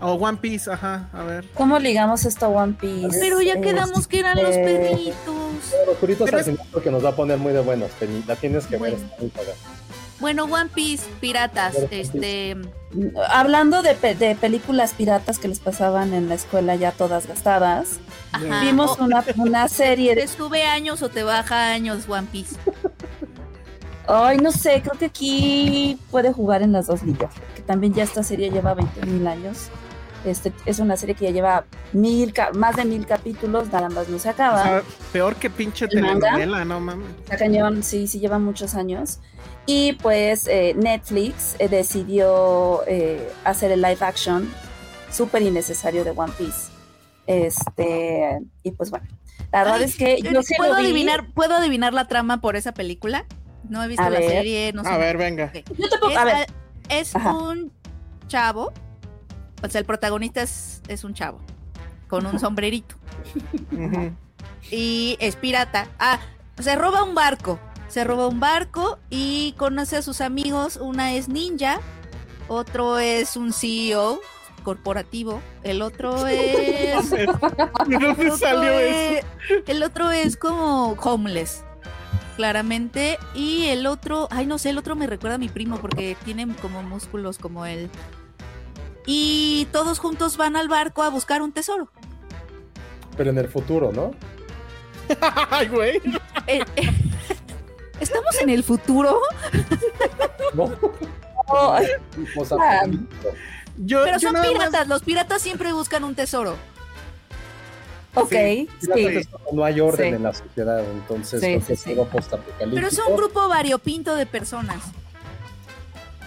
S2: O One Piece, ajá, a ver.
S3: ¿Cómo ligamos esto a One Piece?
S4: Pero
S3: Eh,
S4: ya
S2: este,
S4: quedamos que eran los
S3: eh,
S4: perritos.
S1: Pero Curitos
S2: Pero
S1: al
S2: es-
S1: final porque nos va a poner muy de buenos, Penny. La tienes que ver,
S4: Bueno.
S1: está muy padre.
S4: Bueno, One Piece, piratas,
S1: Pero One
S4: este,
S3: Hablando de, pe- de películas piratas que les pasaban en la escuela ya todas gastadas,
S4: ajá.
S3: vimos
S4: o
S3: una, una serie de...
S4: te sube años o te baja años One Piece.
S3: Ay, no sé, creo que aquí puede jugar en las dos ligas, que también ya esta serie lleva 20.000 años. Este, es una serie que ya lleva mil ca- más de mil capítulos, nada más no se
S2: O
S3: acaba.
S2: sea, peor que pinche
S3: ¿El manga?
S2: telenovela, no mames.
S3: Está cañón, sí, sí lleva muchos años. Y pues eh, Netflix eh, decidió eh, hacer el live action súper innecesario de One Piece. Este, y pues bueno, la verdad
S4: Ay,
S3: es que yo sí lo
S4: ¿Puedo
S3: vi.
S4: adivinar, ¿Puedo adivinar la trama por esa película? No he visto
S3: A
S4: la
S3: ver.
S4: serie, no sé.
S2: A ver, venga.
S3: Yo tampoco,
S4: Es,
S3: a ver,
S4: es
S3: Ajá.
S4: un chavo, o sea, el protagonista es, es un chavo con un sombrerito
S2: Ujú.
S4: y es pirata. Ah, se roba un barco, se roba un barco y conoce a sus amigos. Una es ninja, otro es un CEO corporativo, el otro es
S2: ¿De dónde
S4: otro
S2: salió eso?
S4: es- El otro es como homeless, claramente. Y el otro, ay, no sé, el otro me recuerda a mi primo porque tiene como músculos como él. Y todos juntos van al barco a buscar un tesoro.
S1: Pero en el futuro, ¿no?
S2: Ay, güey.
S4: Eh, eh, Estamos en el futuro,
S1: No.
S3: oh,
S1: O sea,
S3: Ah.
S2: Yo,
S4: pero
S2: yo
S4: son
S2: nada más-
S4: piratas. Los piratas siempre buscan un tesoro.
S3: ok, sí,
S1: piratas es cuando no hay orden
S3: Sí.
S1: en la sociedad, entonces
S3: Sí,
S1: lo
S3: sí,
S1: que es
S3: sí.
S1: todo postapocalíptico.
S4: Pero es un grupo variopinto de personas.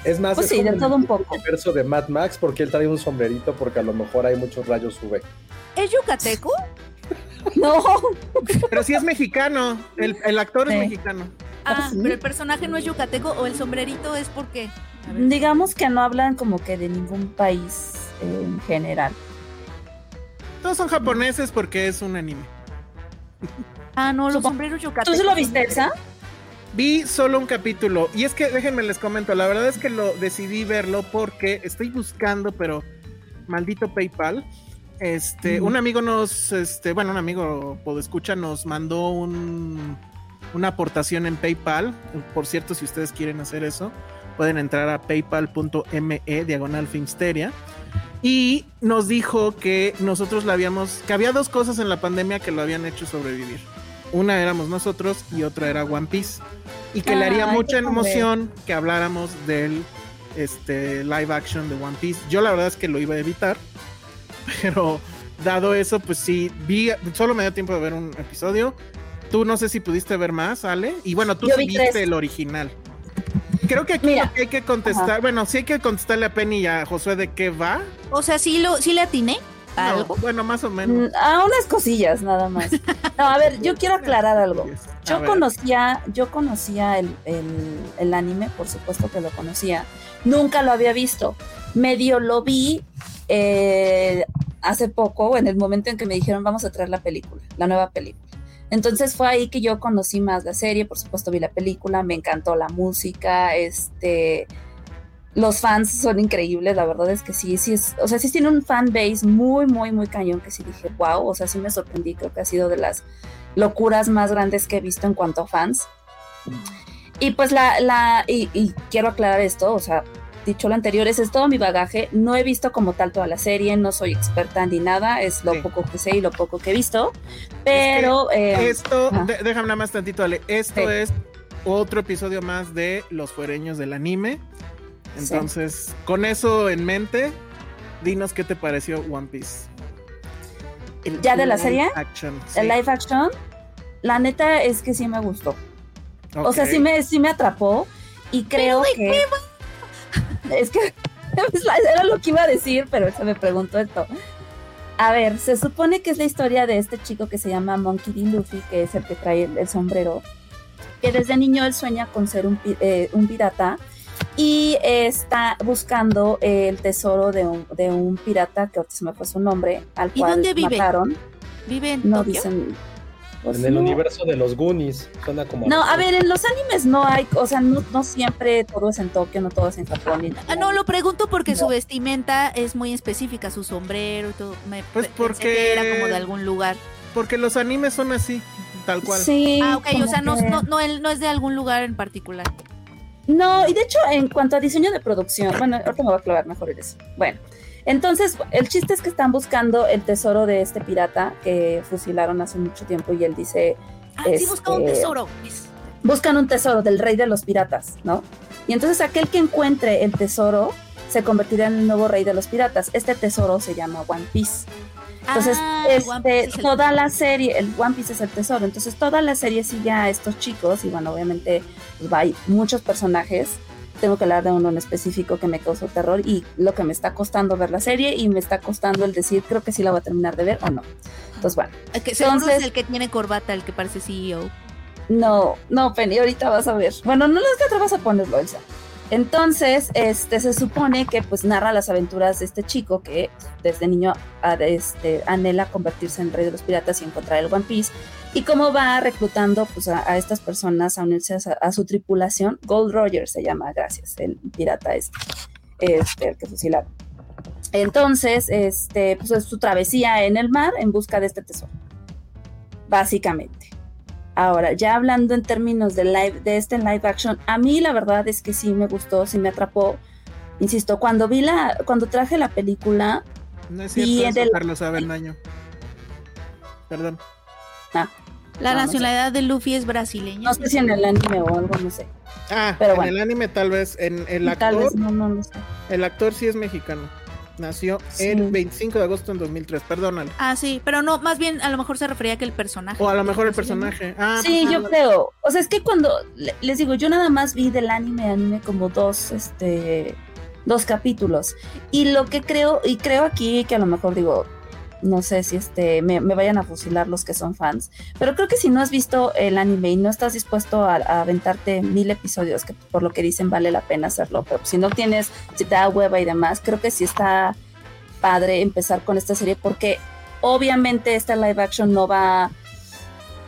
S1: Es más,
S3: Pues
S1: es
S3: sí,
S1: como
S3: de
S1: el
S3: todo un poco.
S1: universo de Mad Max porque él trae un sombrerito porque a lo mejor hay muchos rayos UV.
S4: ¿Es yucateco?
S3: pues, No,
S2: Pero sí es mexicano. El, el actor
S3: Sí.
S2: es mexicano.
S4: Ah,
S3: sí?
S4: pero el personaje no es yucateco o el sombrerito es porque. A ver.
S3: digamos que no hablan como que de ningún país eh, en general.
S2: Todos son japoneses porque es un anime.
S4: Ah, no, los sombreros yucatecos.
S3: ¿Tú sí lo
S4: son
S3: viste,
S4: diferentes.
S3: Elsa?
S2: Vi solo un capítulo. Y es que déjenme les comento. La verdad es que lo decidí verlo porque estoy buscando, pero maldito PayPal. Este, un amigo nos, este, bueno, un amigo podescucha nos mandó un, una aportación en PayPal. Por cierto, si ustedes quieren hacer eso, pueden entrar a paypal.me diagonal Filmsteria. Y nos dijo que nosotros la habíamos, que había dos cosas en la pandemia que lo habían hecho sobrevivir. Una éramos nosotros y otra era One Piece. Y que le haría
S3: Ay,
S2: mucha
S3: qué padre.
S2: emoción que habláramos del este, live action de One Piece. Yo la verdad es que lo iba a evitar, pero dado eso, pues sí, vi, solo me dio tiempo de ver un episodio. Tú no sé si pudiste ver más, Ale. Y bueno, tú
S3: Yo
S2: sí
S3: vi
S2: viste
S3: tres.
S2: el original. Creo que aquí
S3: Mira.
S2: lo que hay que contestar, bueno, sí hay que contestarle a Penny y a Josué de qué va.
S4: O sea, sí, lo, sí le atiné a
S2: No,
S4: algo.
S2: bueno, más o
S3: Mm,
S2: menos.
S3: A unas cosillas nada más. No, a ver, Mm, yo quiero aclarar algo.
S2: A
S3: Yo
S2: ver.
S3: conocía, yo conocía el, el- el anime, por supuesto que lo conocía. Nunca lo había visto. Medio lo vi eh, hace poco, en el momento en que me dijeron vamos a traer la película, la nueva película. Entonces fue ahí que yo conocí más la serie, por supuesto vi la película, me encantó la música, este, los fans son increíbles, la verdad es que sí, sí es, o sea, sí tiene un fan base muy, muy, muy cañón que sí dije, wow, o sea, sí me sorprendí, creo que ha sido de las locuras más grandes que he visto en cuanto a fans. Y pues la, la y, y quiero aclarar esto, o sea, dicho lo anterior, ese es todo mi bagaje, no he visto como tal toda la serie, no soy experta ni nada, es lo
S2: Sí.
S3: poco que sé y lo poco que he visto, pero... eh,
S2: Esto,
S3: Ajá.
S2: de- déjame nada más tantito, Ale. Esto
S3: Sí.
S2: es otro episodio más de Los Fuereños del Anime.
S3: Sí.
S2: Entonces, con eso en mente, dinos qué te pareció One Piece.
S3: ¿Ya de la
S2: Live
S3: serie?
S2: Action.
S3: el live action, la neta es que sí me gustó. O sea, sí me, sí me atrapó y creo que... Es que es la- era lo que iba a decir, pero se me preguntó esto. A ver, se supone que es la historia de este chico que se llama Monkey D. Luffy, que es el que trae el, el sombrero, que desde niño él sueña con ser un, pi- eh, un pirata y eh, está buscando el tesoro de un, de un pirata, que ahorita se me fue su nombre, al
S4: ¿Y
S3: cual
S4: dónde vive?
S3: mataron.
S4: Vive en
S3: No
S4: Tokio.
S3: dicen... pues,
S1: En el
S3: no.
S1: universo de los Goonies. Suena como.
S3: No, a ver, en los animes no hay, o sea, no, no siempre todo es en Tokio, no todo es en Japón. ni nada.
S4: Ah, no, lo pregunto porque su
S3: No.
S4: vestimenta es muy específica, su sombrero y todo. Me
S2: Pues
S4: pe- pensé
S2: porque-
S4: que era como de algún lugar.
S2: Porque los animes son así, tal cual.
S3: Sí.
S4: Ah, ok, o
S3: como
S4: sea, no,
S3: que-
S4: no, no, él no es de algún lugar en particular.
S3: No, y de hecho, en cuanto a diseño de producción, bueno, ahorita me voy a clavar mejor en eso. Bueno, entonces, el chiste es que están buscando el tesoro de este pirata que fusilaron hace mucho tiempo y él dice,
S4: Ah, sí, buscaba un
S3: Este-
S4: tesoro. Es-
S3: buscan un tesoro del rey de los piratas, ¿no? Y entonces aquel que encuentre el tesoro se convertirá en el nuevo rey de los piratas. Este tesoro se llama One Piece. Entonces,
S4: Ah, el One
S3: este,
S4: Piece es el-
S3: toda la serie, el One Piece es el tesoro, entonces toda la serie sigue a estos chicos y bueno, obviamente pues, va- hay muchos personajes. Tengo que hablar de uno en específico que me causó terror y lo que me está costando ver la serie y me está costando el decir, creo que sí la voy a terminar de ver o no. Entonces, bueno,
S4: el que seguro
S3: entonces-
S4: es el que tiene corbata, el que parece E CEO.
S3: no, no, Penny, ahorita vas a ver. Bueno, no les te atrevas a ponerlo, Elsa. Entonces, este, se supone que pues narra las aventuras de este chico que desde niño a- este, anhela convertirse en rey de los piratas y encontrar el One Piece. Y cómo va reclutando pues, a, a estas personas a unirse a, sa- a su tripulación. Gold Roger se llama, gracias, el pirata este, este, el que fusilaron. Entonces, este, pues es su travesía en el mar en busca de este tesoro. Básicamente. Ahora, ya hablando en términos de, live, de este live action, a mí la verdad es que sí me gustó, sí me atrapó. Insisto, cuando vi la, cuando traje la película,
S2: No es
S3: Y
S2: cierto,
S3: en
S2: eso,
S3: el-
S2: Carlos Avendaño. Perdón.
S4: La
S3: No, no sé.
S4: nacionalidad de Luffy es brasileña.
S3: no sé si en el anime o algo, no sé.
S2: Ah,
S3: Pero
S2: en
S3: bueno.
S2: el anime tal vez, en el actor,
S3: Tal vez no, no lo sé.
S2: el actor sí es mexicano. Nació
S3: Sí.
S2: el 25 de agosto en 2003, perdónale.
S4: Ah, sí, pero no, más bien a lo mejor se refería a que el personaje.
S2: O a lo mejor el
S4: brasileño.
S2: personaje. Ah,
S3: sí,
S2: pues,
S3: yo creo. O sea, es que cuando le- les digo, yo nada más vi del anime anime como dos, este, dos capítulos. Y lo que creo, y creo aquí que a lo mejor digo, no sé si este, me, me vayan a fusilar los que son fans, pero creo que si no has visto el anime y no estás dispuesto a, a aventarte mil episodios, que por lo que dicen vale la pena hacerlo, pero si no tienes, si te da hueva y demás, creo que sí está padre empezar con esta serie porque obviamente esta live action no va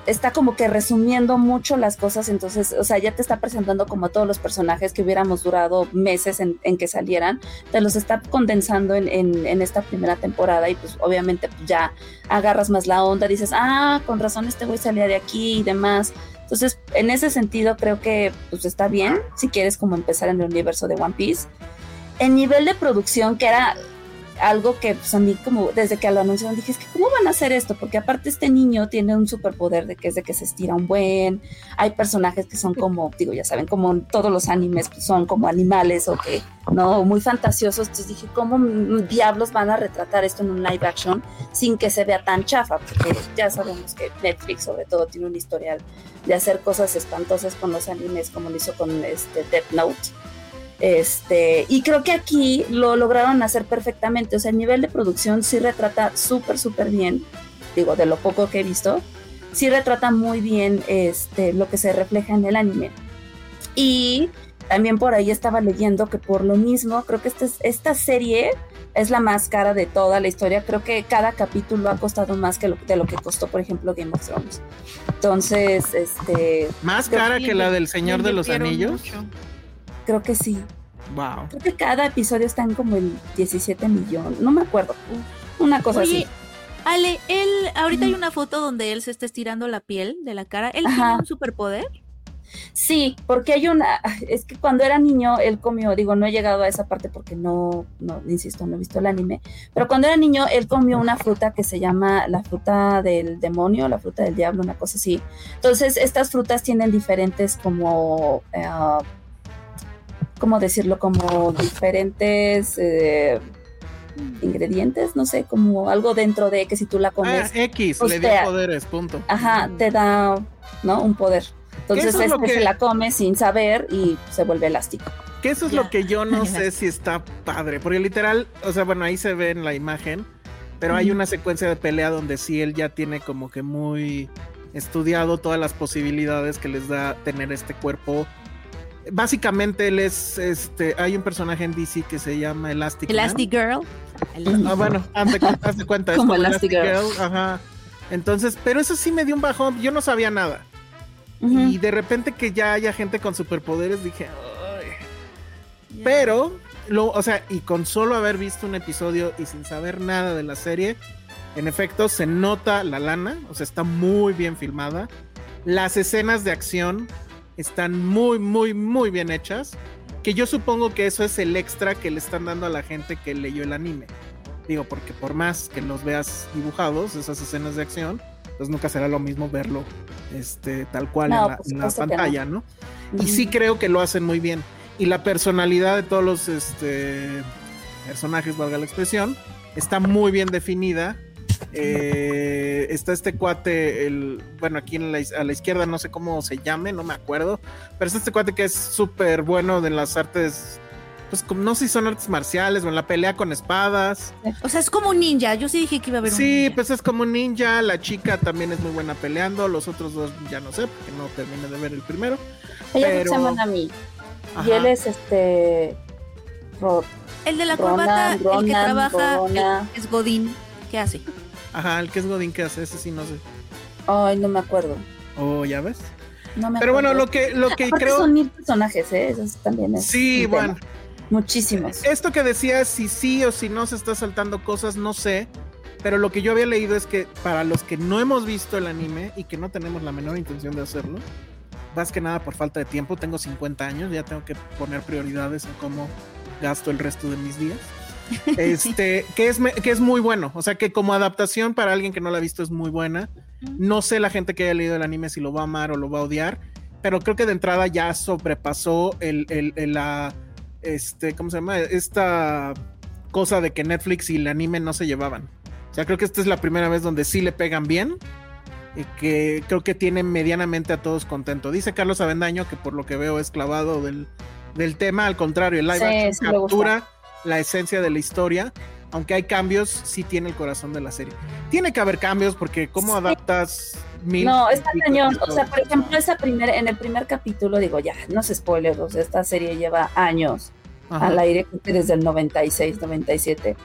S3: está como que resumiendo mucho las cosas, entonces, o sea, ya te está presentando como a todos los personajes que hubiéramos durado meses en, en que salieran, te los está condensando en, en- en esta primera temporada y pues obviamente pues, ya agarras más la onda, dices, ah, con razón este güey salía de aquí y demás. Entonces, en ese sentido, creo que pues está bien si quieres como empezar en el universo de One Piece. El nivel de producción que era algo que pues a mí como desde que lo anunciaron dije es que cómo van a hacer esto porque aparte este niño tiene un superpoder de que es de que se estira un buen hay personajes que son como digo ya saben como en todos los animes pues, son como animales o que no muy fantasiosos entonces dije cómo diablos van a retratar esto en un live action sin que se vea tan chafa porque ya sabemos que Netflix sobre todo tiene un historial de hacer cosas espantosas con los animes como lo hizo con este Death Note este, y creo que aquí lo lograron hacer perfectamente. O sea, el nivel de producción sí retrata súper, súper bien. Digo, de lo poco que he visto, sí retrata muy bien este, lo que se refleja en el anime. Y también por ahí estaba leyendo que por lo mismo, creo que este, esta serie es la más cara de toda la historia. Creo que cada capítulo ha costado más que lo, de lo que costó, por ejemplo, Game of Thrones. Entonces, este.
S2: ¿Más cara que, que la del Señor de los Anillos? Mucho
S3: creo que sí.
S2: Wow.
S3: Creo que cada episodio están como en 17 millones, no me acuerdo. Una cosa
S4: Oye,
S3: así.
S4: Ale, él, ahorita hay una foto donde él se está estirando la piel de la cara. ¿Él
S3: Ajá.
S4: tiene un superpoder?
S3: Sí, porque hay una, es que cuando era niño él comió, digo, no he llegado a esa parte porque no, no, insisto, no he visto el anime, pero cuando era niño él comió una fruta que se llama la fruta del demonio, la fruta del diablo, una cosa así. Entonces, estas frutas tienen diferentes como... eh, ¿cómo decirlo? Como diferentes eh, ingredientes, no sé, como algo dentro de que si tú la
S2: Ah,
S3: comes,
S2: X,
S3: o
S2: le dio
S3: sea,
S2: poderes, punto.
S3: Pues, ajá, te da, ¿no? Un poder. Entonces
S2: Eso es lo
S3: este
S2: que-
S3: se la come sin saber y se vuelve elástico.
S2: Que eso es
S4: Ya.
S2: lo que yo no sé si está padre, porque literal, o sea, bueno, ahí se ve en la imagen, pero hay una secuencia de pelea donde sí él ya tiene como que muy estudiado todas las posibilidades que les da tener este cuerpo. Básicamente él es, este, hay un personaje en DC que se llama Elastic. Man.
S4: Elastic Girl.
S2: Ah, bueno, haz de, cu- haz de cuenta, es
S3: Como
S2: como
S3: Elastigirl.
S2: Elastigirl, ajá. Entonces, pero eso sí me dio un bajón, yo no sabía nada.
S3: Ujú.
S2: Y de repente que ya haya gente con superpoderes, dije, "Ay". Pero, lo, o sea, y con solo haber visto un episodio y sin saber nada de la serie, en efecto, se nota la lana, o sea, está muy bien filmada. Las escenas de acción están muy, muy, muy bien hechas. Que yo supongo que eso es el extra que le están dando a la gente que leyó el anime. Digo, porque por más que los veas dibujados, esas escenas de acción, pues nunca será lo mismo verlo este, tal cual
S3: No,
S2: en la,
S3: por
S2: en la
S3: supuesto que no.
S2: pantalla, ¿no? Y sí creo que lo hacen muy bien. Y la personalidad de todos los este, personajes, valga la expresión, está muy bien definida. Eh, está este cuate, el, bueno, aquí en la is- a la izquierda no sé cómo se llame, no me acuerdo, pero es este cuate que es súper bueno de las artes, pues como- no sé si son artes marciales o en la pelea con espadas.
S4: O sea, es como un ninja. Yo sí dije que iba a haber un
S2: Sí,
S4: ninja.
S2: pues es como un ninja, la chica también es muy buena peleando, los otros dos ya no sé, porque no terminé de ver el primero.
S3: Ella
S2: pero-
S3: se llama Nami y
S2: Ajá.
S3: él es este Ro-
S4: El de la corbata,
S3: Ronan,
S4: el que
S3: Ronan,
S4: trabaja,
S3: Rona.
S4: es Godín. ¿Qué hace?
S2: Ajá, el que es Godín que hace, ese sí no sé.
S3: Ay, no me acuerdo.
S2: Oh, ya ves.
S3: No me
S2: Pero bueno,
S3: acuerdo.
S2: lo que, lo que
S3: Aparte
S2: creo.
S3: son mil personajes, ¿eh? Eso también es
S2: Sí,
S3: un tema.
S2: bueno.
S3: Muchísimos.
S2: Esto que decías, si sí o si no se está saltando cosas, no sé. Pero lo que yo había leído es que para los que no hemos visto el anime y que no tenemos la menor intención de hacerlo, más que nada por falta de tiempo, tengo 50 años, ya tengo que poner prioridades en cómo gasto el resto de mis días. Este, que es, me- que es muy bueno, o sea que como adaptación para alguien que no la ha visto es muy buena. No sé la gente que haya leído el anime si lo va a amar o lo va a odiar, pero creo que de entrada ya sobrepasó el, el- el- la, este, ¿cómo se llama? Esta cosa de que Netflix y el anime no se llevaban. O sea, creo que esta es la primera vez donde sí le pegan bien y que creo que tiene medianamente a todos contentos. Dice Carlos Avendaño que por lo que veo es clavado del, del tema, al contrario, el live
S3: Sí,
S2: action
S3: sí le gusta.
S2: captura la esencia de la historia, aunque hay cambios, sí tiene el corazón de la serie. Tiene que haber cambios porque cómo
S3: Sí.
S2: adaptas mil...
S3: No, está
S2: mil
S3: cañón. O
S2: capítulos?
S3: sea, por ejemplo, esa primer, en el primer capítulo, digo, ya, no se spoilers, o sea, esta serie lleva años
S2: Ajá.
S3: al aire, creo que desde el 96, 97.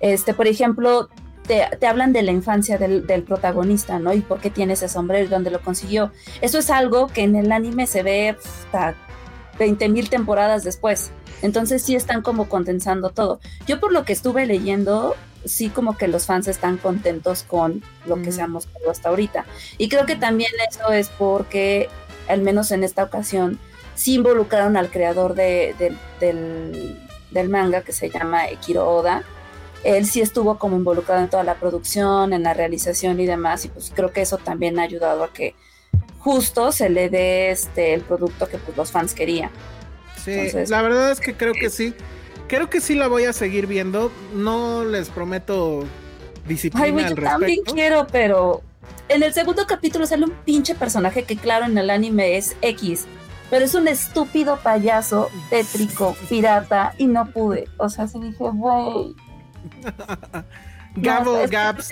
S3: Este, por ejemplo, te, te hablan de la infancia del, del protagonista, ¿no? Y por qué tiene ese sombrero y dónde lo consiguió. Eso es algo que en el anime se ve hasta 20 mil temporadas después. Entonces sí están como condensando todo. Yo por lo que estuve leyendo, sí como que los fans están contentos con lo que se ha mostrado hasta ahorita. Y creo que también eso es porque, al menos en esta ocasión, sí involucraron al creador de- del- del, del manga que se llama Ekiro Oda. él sí estuvo como involucrado en toda la producción, en la realización y demás, y pues creo que eso también ha ayudado a que justo se le dé este el producto que pues los fans querían.
S2: Sí, la verdad es que creo que sí. Creo que sí la voy a seguir viendo. No les prometo disciplina
S3: Ay, güey,
S2: al
S3: yo
S2: respecto.
S3: también quiero, pero en el segundo capítulo sale un pinche personaje que claro en el anime es X, pero es un estúpido payaso tétrico, pirata, y no pude. O sea, sí dije, güey.
S2: Gabo
S3: No, es-
S2: Gaps.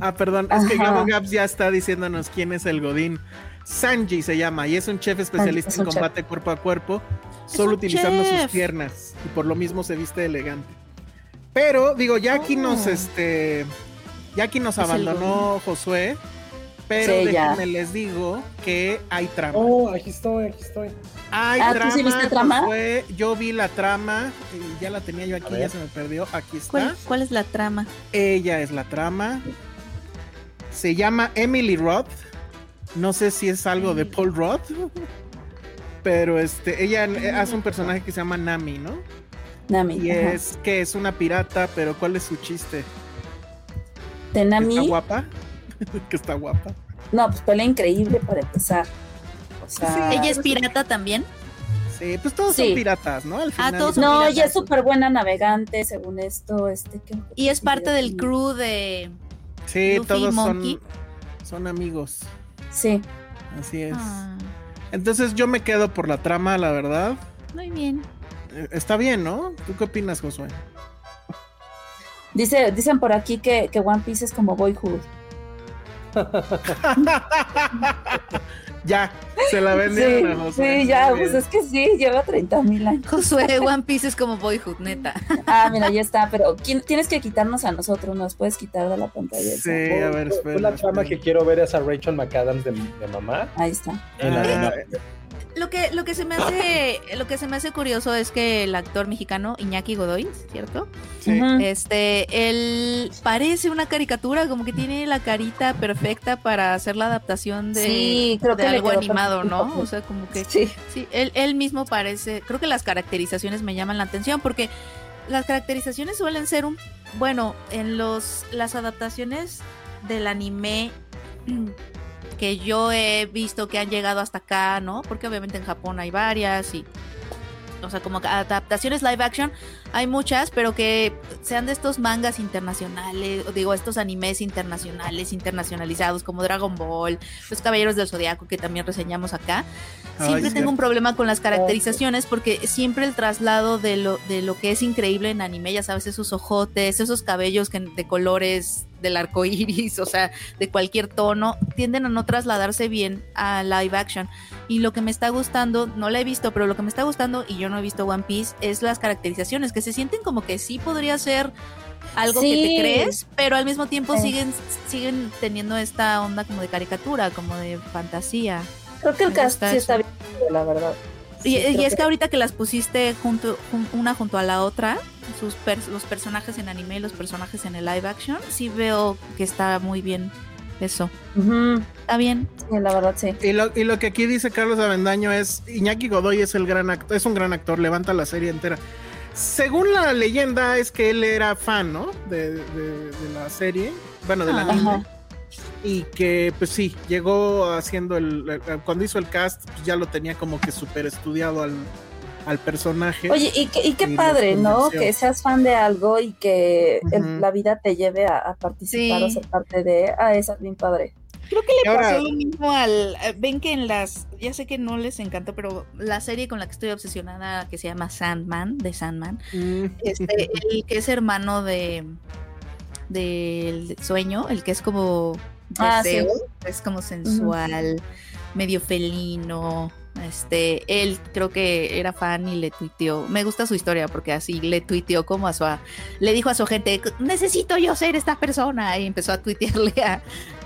S2: Ah, perdón, es que
S3: Ajá.
S2: Gabo Gaps ya está diciéndonos quién es el Godín. Sanji se llama y es un chef especialista
S3: es
S2: en
S3: un chef.
S2: combate cuerpo a cuerpo, solo
S4: un
S2: utilizando sus
S4: chef.
S2: piernas y por lo mismo se viste elegante. Pero digo, ya aquí nos
S3: Oh.
S2: este ya aquí nos
S3: Es el
S2: abandonó Josué, pero
S3: Sí, ya.
S2: déjenme les digo que hay trama.
S1: Oh, aquí estoy, aquí estoy.
S2: Hay
S3: Ah,
S2: trama,
S3: ¿tú sí viste trama?
S2: Josué. yo vi la trama, y ya la tenía yo aquí,
S1: ver.
S2: ya se me perdió, aquí está.
S4: ¿Cuál, cuál es la trama?
S2: Ella es la trama. Se llama Emily Roth. No sé si es algo de Paul Roth. Pero este, ella eh, hace un personaje que se llama Nami, ¿no?
S3: Nami.
S2: Y
S3: ajá.
S2: es que es una pirata, pero ¿cuál es su chiste?
S3: De
S2: ¿Que ¿Está
S3: Nami.
S2: guapa? que está guapa.
S3: No, pues pelea increíble para empezar. O sea,
S4: ¿Ella es pirata también?
S2: Sí, pues todos
S3: Sí.
S2: son piratas, ¿no? Al final.
S4: Ah, todos son-
S3: no,
S4: pirata.
S3: ella es súper buena navegante, según esto. Este, ¿qué-
S4: Y es parte del crew de...
S2: Sí,
S4: Luffy,
S2: todos son,
S4: Monkey.
S2: son amigos.
S3: Sí,
S2: Así es.
S4: Ah,
S2: Entonces yo me quedo por la trama, la verdad.
S4: muy bien.
S2: Eh, Está bien, ¿no? ¿Tú qué opinas, Josué?
S3: Dice, dicen por aquí que, que One Piece es como Boyhood.
S2: Ya, se la
S3: Sí,
S2: vendieron a Josué.
S3: sí, ya,
S2: Muy
S3: pues
S2: bien.
S3: es que sí, lleva 30 mil años.
S4: Josué One Piece es como Boyhood, neta.
S3: Ah, mira, ya está, pero ¿quién- tienes que quitarnos a nosotros, nos puedes quitar de la pantalla.
S2: Sí,
S3: esa?
S2: a ver,
S1: Yo-
S2: espera.
S1: yo Oh, la trama que
S2: espera.
S1: quiero ver es a Rachel McAdams de, de mamá.
S3: Ahí está.
S1: En
S2: Ah,
S1: la- en la-
S4: Lo que, lo que se me hace, lo que se me hace curioso es que el actor mexicano Iñaki Godoy, ¿cierto?
S2: Sí.
S3: Ujú.
S4: Este, él parece una caricatura, como que tiene la carita perfecta para hacer la adaptación de,
S3: Sí, creo
S4: de
S3: que le
S4: algo
S3: quedó
S4: animado, ¿no?
S3: perfecto.
S4: O sea, como que
S3: Sí,
S4: sí, él, él mismo parece, creo que las caracterizaciones me llaman la atención porque las caracterizaciones suelen ser un, bueno, en los las adaptaciones del anime que yo he visto que han llegado hasta acá, ¿no? Porque obviamente en Japón hay varias y o sea, como que adaptaciones live action hay muchas, pero que sean de estos mangas internacionales, o digo, estos animes internacionales, internacionalizados, como Dragon Ball, Los Caballeros del Zodiaco, que también reseñamos acá.
S2: Ay,
S4: Siempre
S2: sí.
S4: tengo un problema con las caracterizaciones porque siempre el traslado de lo, de lo que es increíble en anime, ya sabes, esos ojotes, esos cabellos que- de colores del arco iris, o sea, de cualquier tono, tienden a no trasladarse bien a live action. Y lo que me está gustando, no la he visto, pero lo que me está gustando, y yo no he visto One Piece, es las caracterizaciones, que se sienten como que sí podría ser algo que
S3: Sí.
S4: te crees, pero al mismo tiempo
S3: Sí.
S4: siguen, siguen teniendo esta onda como de caricatura, como de fantasía.
S3: creo que el
S4: Me
S3: cast
S4: gusta
S3: sí
S4: eso.
S3: está bien, la verdad. Sí,
S4: Y, y
S3: creo
S4: es que ahorita que las pusiste junto, jun- una junto a la otra, sus pers- los personajes en anime y los personajes en el live action, sí veo que está muy bien eso.
S3: Ujú,
S4: Está bien.
S3: sí, la verdad, sí.
S2: Y lo, y lo que aquí dice Carlos Avendaño es Iñaki Godoy es el gran actor, es un gran actor, levanta la serie entera. Según la leyenda es que él era fan, ¿no? De, de- de la serie, bueno, del
S4: Ah.
S2: anime.
S3: Ajá.
S2: Y que pues sí, llegó haciendo el, el- cuando hizo el cast, pues, ya lo tenía como que súper estudiado al, al personaje.
S3: Oye, y, qué- y qué
S2: Y los
S3: padre, ¿no?
S2: convenció.
S3: Que seas fan de algo y que el-
S2: Ujú.
S3: la vida te lleve a, a participar
S4: Sí.
S3: o ser parte de. Ah, esa es bien padre.
S4: Creo que
S2: Y ahora- pasó lo
S4: mismo al... eh, Ven que en las... Ya sé que no les encantó, pero la serie con la que estoy obsesionada, que se llama Sandman, de Sandman,
S2: Mm.
S4: este, el que es hermano de del sueño, el que es como
S3: Ah, sí.
S4: deseo, es como sensual, medio felino. Este, él creo que era fan y le tuiteó. Me gusta su historia porque así le tuiteó como a su a- le dijo a su gente, necesito yo ser esta persona y empezó a tuitearle a-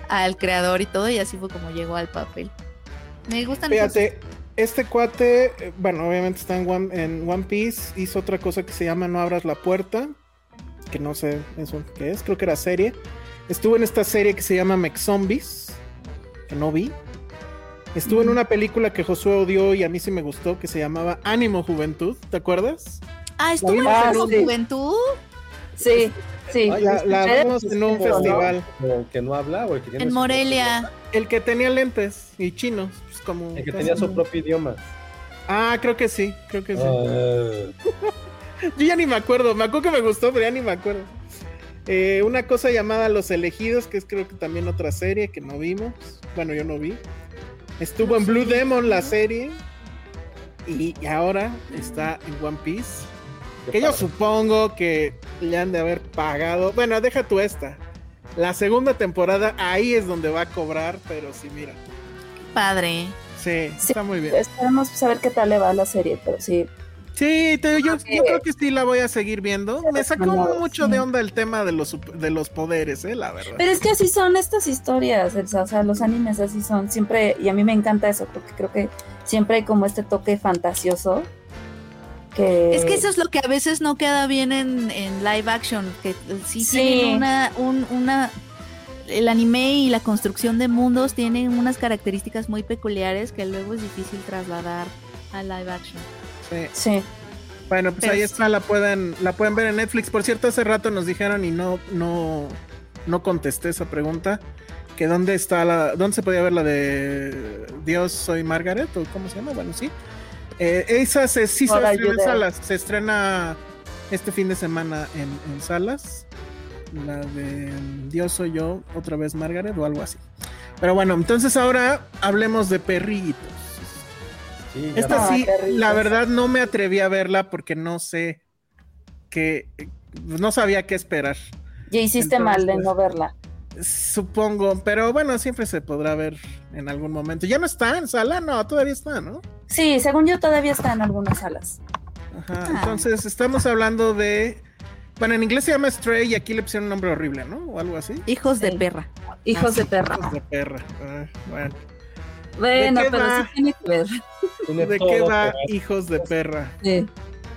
S4: al creador y todo y así fue como llegó al papel. Me gustan esos-
S2: Fíjate, este cuate, eh, bueno, obviamente está en One, en One Piece, hizo otra cosa que se llama No abras la puerta, que no sé eso qué es, creo que era serie. Estuvo en esta serie que se llama Mech Zombies, que no vi. Estuvo en una película que Josué odió y a mí sí me gustó, que se llamaba Ánimo Juventud, ¿te acuerdas?
S4: Ah, estuvo en
S2: Ah,
S4: Ánimo
S3: sí.
S4: Juventud.
S3: Sí, sí.
S1: Ay,
S2: La, la
S3: Era
S2: vimos en un
S1: como, ¿no?
S2: festival.
S1: Como el que no hablaba o el que tiene
S4: En
S1: su-
S4: Morelia.
S2: El que tenía lentes y chinos, pues como.
S1: El que tenía su propio idioma.
S2: Ah, creo que sí, creo que sí.
S1: Ah,
S2: Yo ya ni me acuerdo, me acuerdo que me gustó, pero ya ni me acuerdo. Eh, una cosa llamada Los Elegidos, que es creo que también otra serie que no vimos. Bueno, yo no vi. Estuvo en Blue Demon la serie. Y y ahora está en One Piece.
S1: qué
S2: Que yo
S1: padre.
S2: supongo que le han de haber pagado. Bueno, deja tú esta. La segunda temporada, ahí es donde va a cobrar, pero sí, mira.
S4: Padre.
S2: Sí,
S3: Sí.
S2: está muy bien.
S3: Esperemos saber qué tal le va a la serie, pero sí.
S2: Sí, te- yo,
S3: que-
S2: yo creo que sí la voy a seguir viendo. Me sacó
S3: Recomendado,
S2: mucho
S3: sí.
S2: de onda el tema de los, sup- de los poderes, eh, la verdad.
S3: Pero es que así son estas historias, Elsa, o sea, los animes así son, siempre, y a mí me encanta eso, porque creo que siempre hay como este toque fantasioso. Que...
S4: Es que eso es lo que a veces no queda bien en, en live action, que eh, sí,
S3: Sí.
S4: tienen una, un- una... El anime y la construcción de mundos tienen unas características muy peculiares que luego es difícil trasladar a live action.
S2: Sí.
S3: Sí,
S2: Bueno, pues
S4: Pero
S2: ahí
S4: sí.
S2: está, la pueden, la pueden ver en Netflix. Por cierto, hace rato nos dijeron y no, no, no contesté esa pregunta. Que dónde está la, dónde se podía ver la de Dios soy Margaret o cómo se llama, bueno sí. Eh, esa se, sí se
S3: Ahora
S2: estrena en
S3: ayuda.
S2: salas, se estrena este fin de semana en, en salas. La de Dios soy yo, otra vez Margaret o algo así. Pero bueno, entonces ahora hablemos de perritos.
S1: Sí, ya
S2: Esta
S1: no.
S2: sí,
S3: Ah, qué rico.
S2: la verdad no me atreví a verla porque no sé que no sabía qué esperar.
S3: ya hiciste
S2: Entonces,
S3: mal de
S2: pues,
S3: no verla.
S2: Supongo, pero bueno, siempre se podrá ver en algún momento. Ya no está en sala, no, todavía está, ¿no?
S3: Sí, según yo todavía está en algunas salas.
S2: Ajá.
S4: Ah.
S2: Entonces estamos hablando de bueno, en inglés se llama Stray y aquí le pusieron un nombre horrible, ¿no? O algo así.
S4: Hijos de
S3: Sí.
S4: perra.
S3: Hijos
S4: Así.
S3: de perra.
S2: Hijos de perra. Ah, bueno.
S3: Bueno,
S2: qué
S3: pero
S2: va?
S3: sí tiene que ver.
S1: Tiene
S2: ¿De
S1: todo
S2: qué
S1: que
S2: va
S1: ver.
S2: Hijos de perra?
S3: Sí.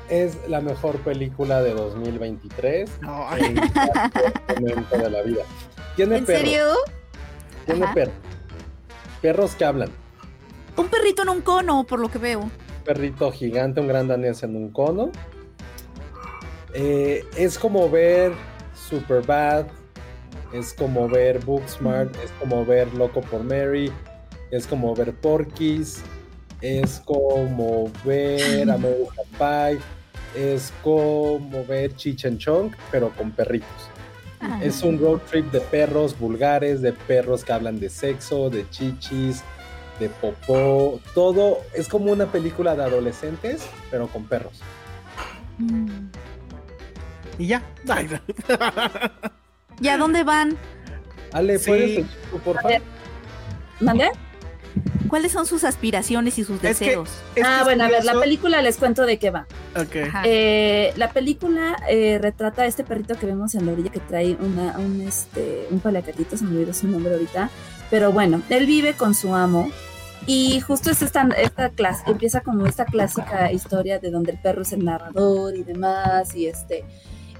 S1: Es la mejor película de 2023
S2: No, ay,
S1: en cualquier momento de la vida. Tiene
S4: ¿En
S1: perros,
S4: serio?
S1: tiene
S4: Ajá.
S1: perros. Perros que hablan.
S4: Un perrito en un cono, por lo que veo.
S1: perrito gigante, un gran danés en un cono. Eh, es como ver Superbad, es como ver Booksmart, es como ver Loco por Mary, es como ver Porky's, es como ver American Pie, es como ver Chichen Chong, pero con perritos.
S4: Ah.
S1: Es un road trip de perros vulgares, de perros que hablan de sexo, de chichis, de popó, todo. Es como una película de adolescentes, pero con perros.
S4: Mm.
S2: y ya. Ay,
S3: Ah,
S2: no.
S4: ¿Y a dónde van?
S1: Ale,
S2: Sí.
S1: ¿puedes decir tú, por favor?
S3: ¿Mande?
S4: ¿Cuáles son sus aspiraciones y sus
S2: Es que-
S4: deseos?
S2: Es que
S3: ah,
S2: es
S3: bueno, a ver, la
S2: curioso-
S3: película les cuento de qué va.
S2: Ok.
S4: Ajá.
S3: Eh, la película eh, retrata a este perrito que vemos en la orilla que trae una, un, este, un palacatito, se me olvidó su nombre ahorita. Pero bueno, él vive con su amo y justo es esta, esta clase, empieza como esta clásica historia de donde el perro es el narrador y demás y este...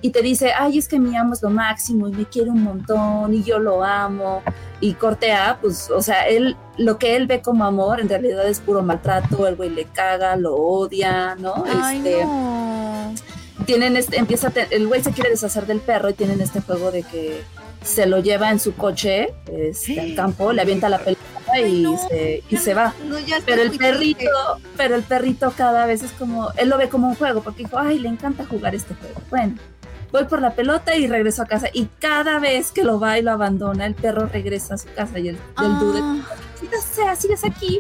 S3: Y te dice, ay, es que mi amo es lo máximo y me quiere un montón y yo lo amo. Y cortea, pues, o sea, él, lo que él ve como amor en realidad es puro maltrato, el güey le caga, lo odia, ¿no?
S4: Ay,
S3: Este,
S4: no.
S3: tienen este, empieza a te- el güey se quiere deshacer del perro y tienen este juego de que se lo lleva en su coche este, al campo, le avienta la pelota
S4: Ay,
S3: y,
S4: no.
S3: se, y se va.
S4: No, ya está
S3: Pero el
S4: muy
S3: perrito,
S4: triste.
S3: pero el perrito cada vez es como, él lo ve como un juego, porque dijo, ay, le encanta jugar este juego. Bueno, voy por la pelota y regreso a casa. Y cada vez que lo va y lo abandona, el perro regresa a su casa y el, y el dude,
S4: Ah,
S3: "Sí, ya sea, sigues aquí,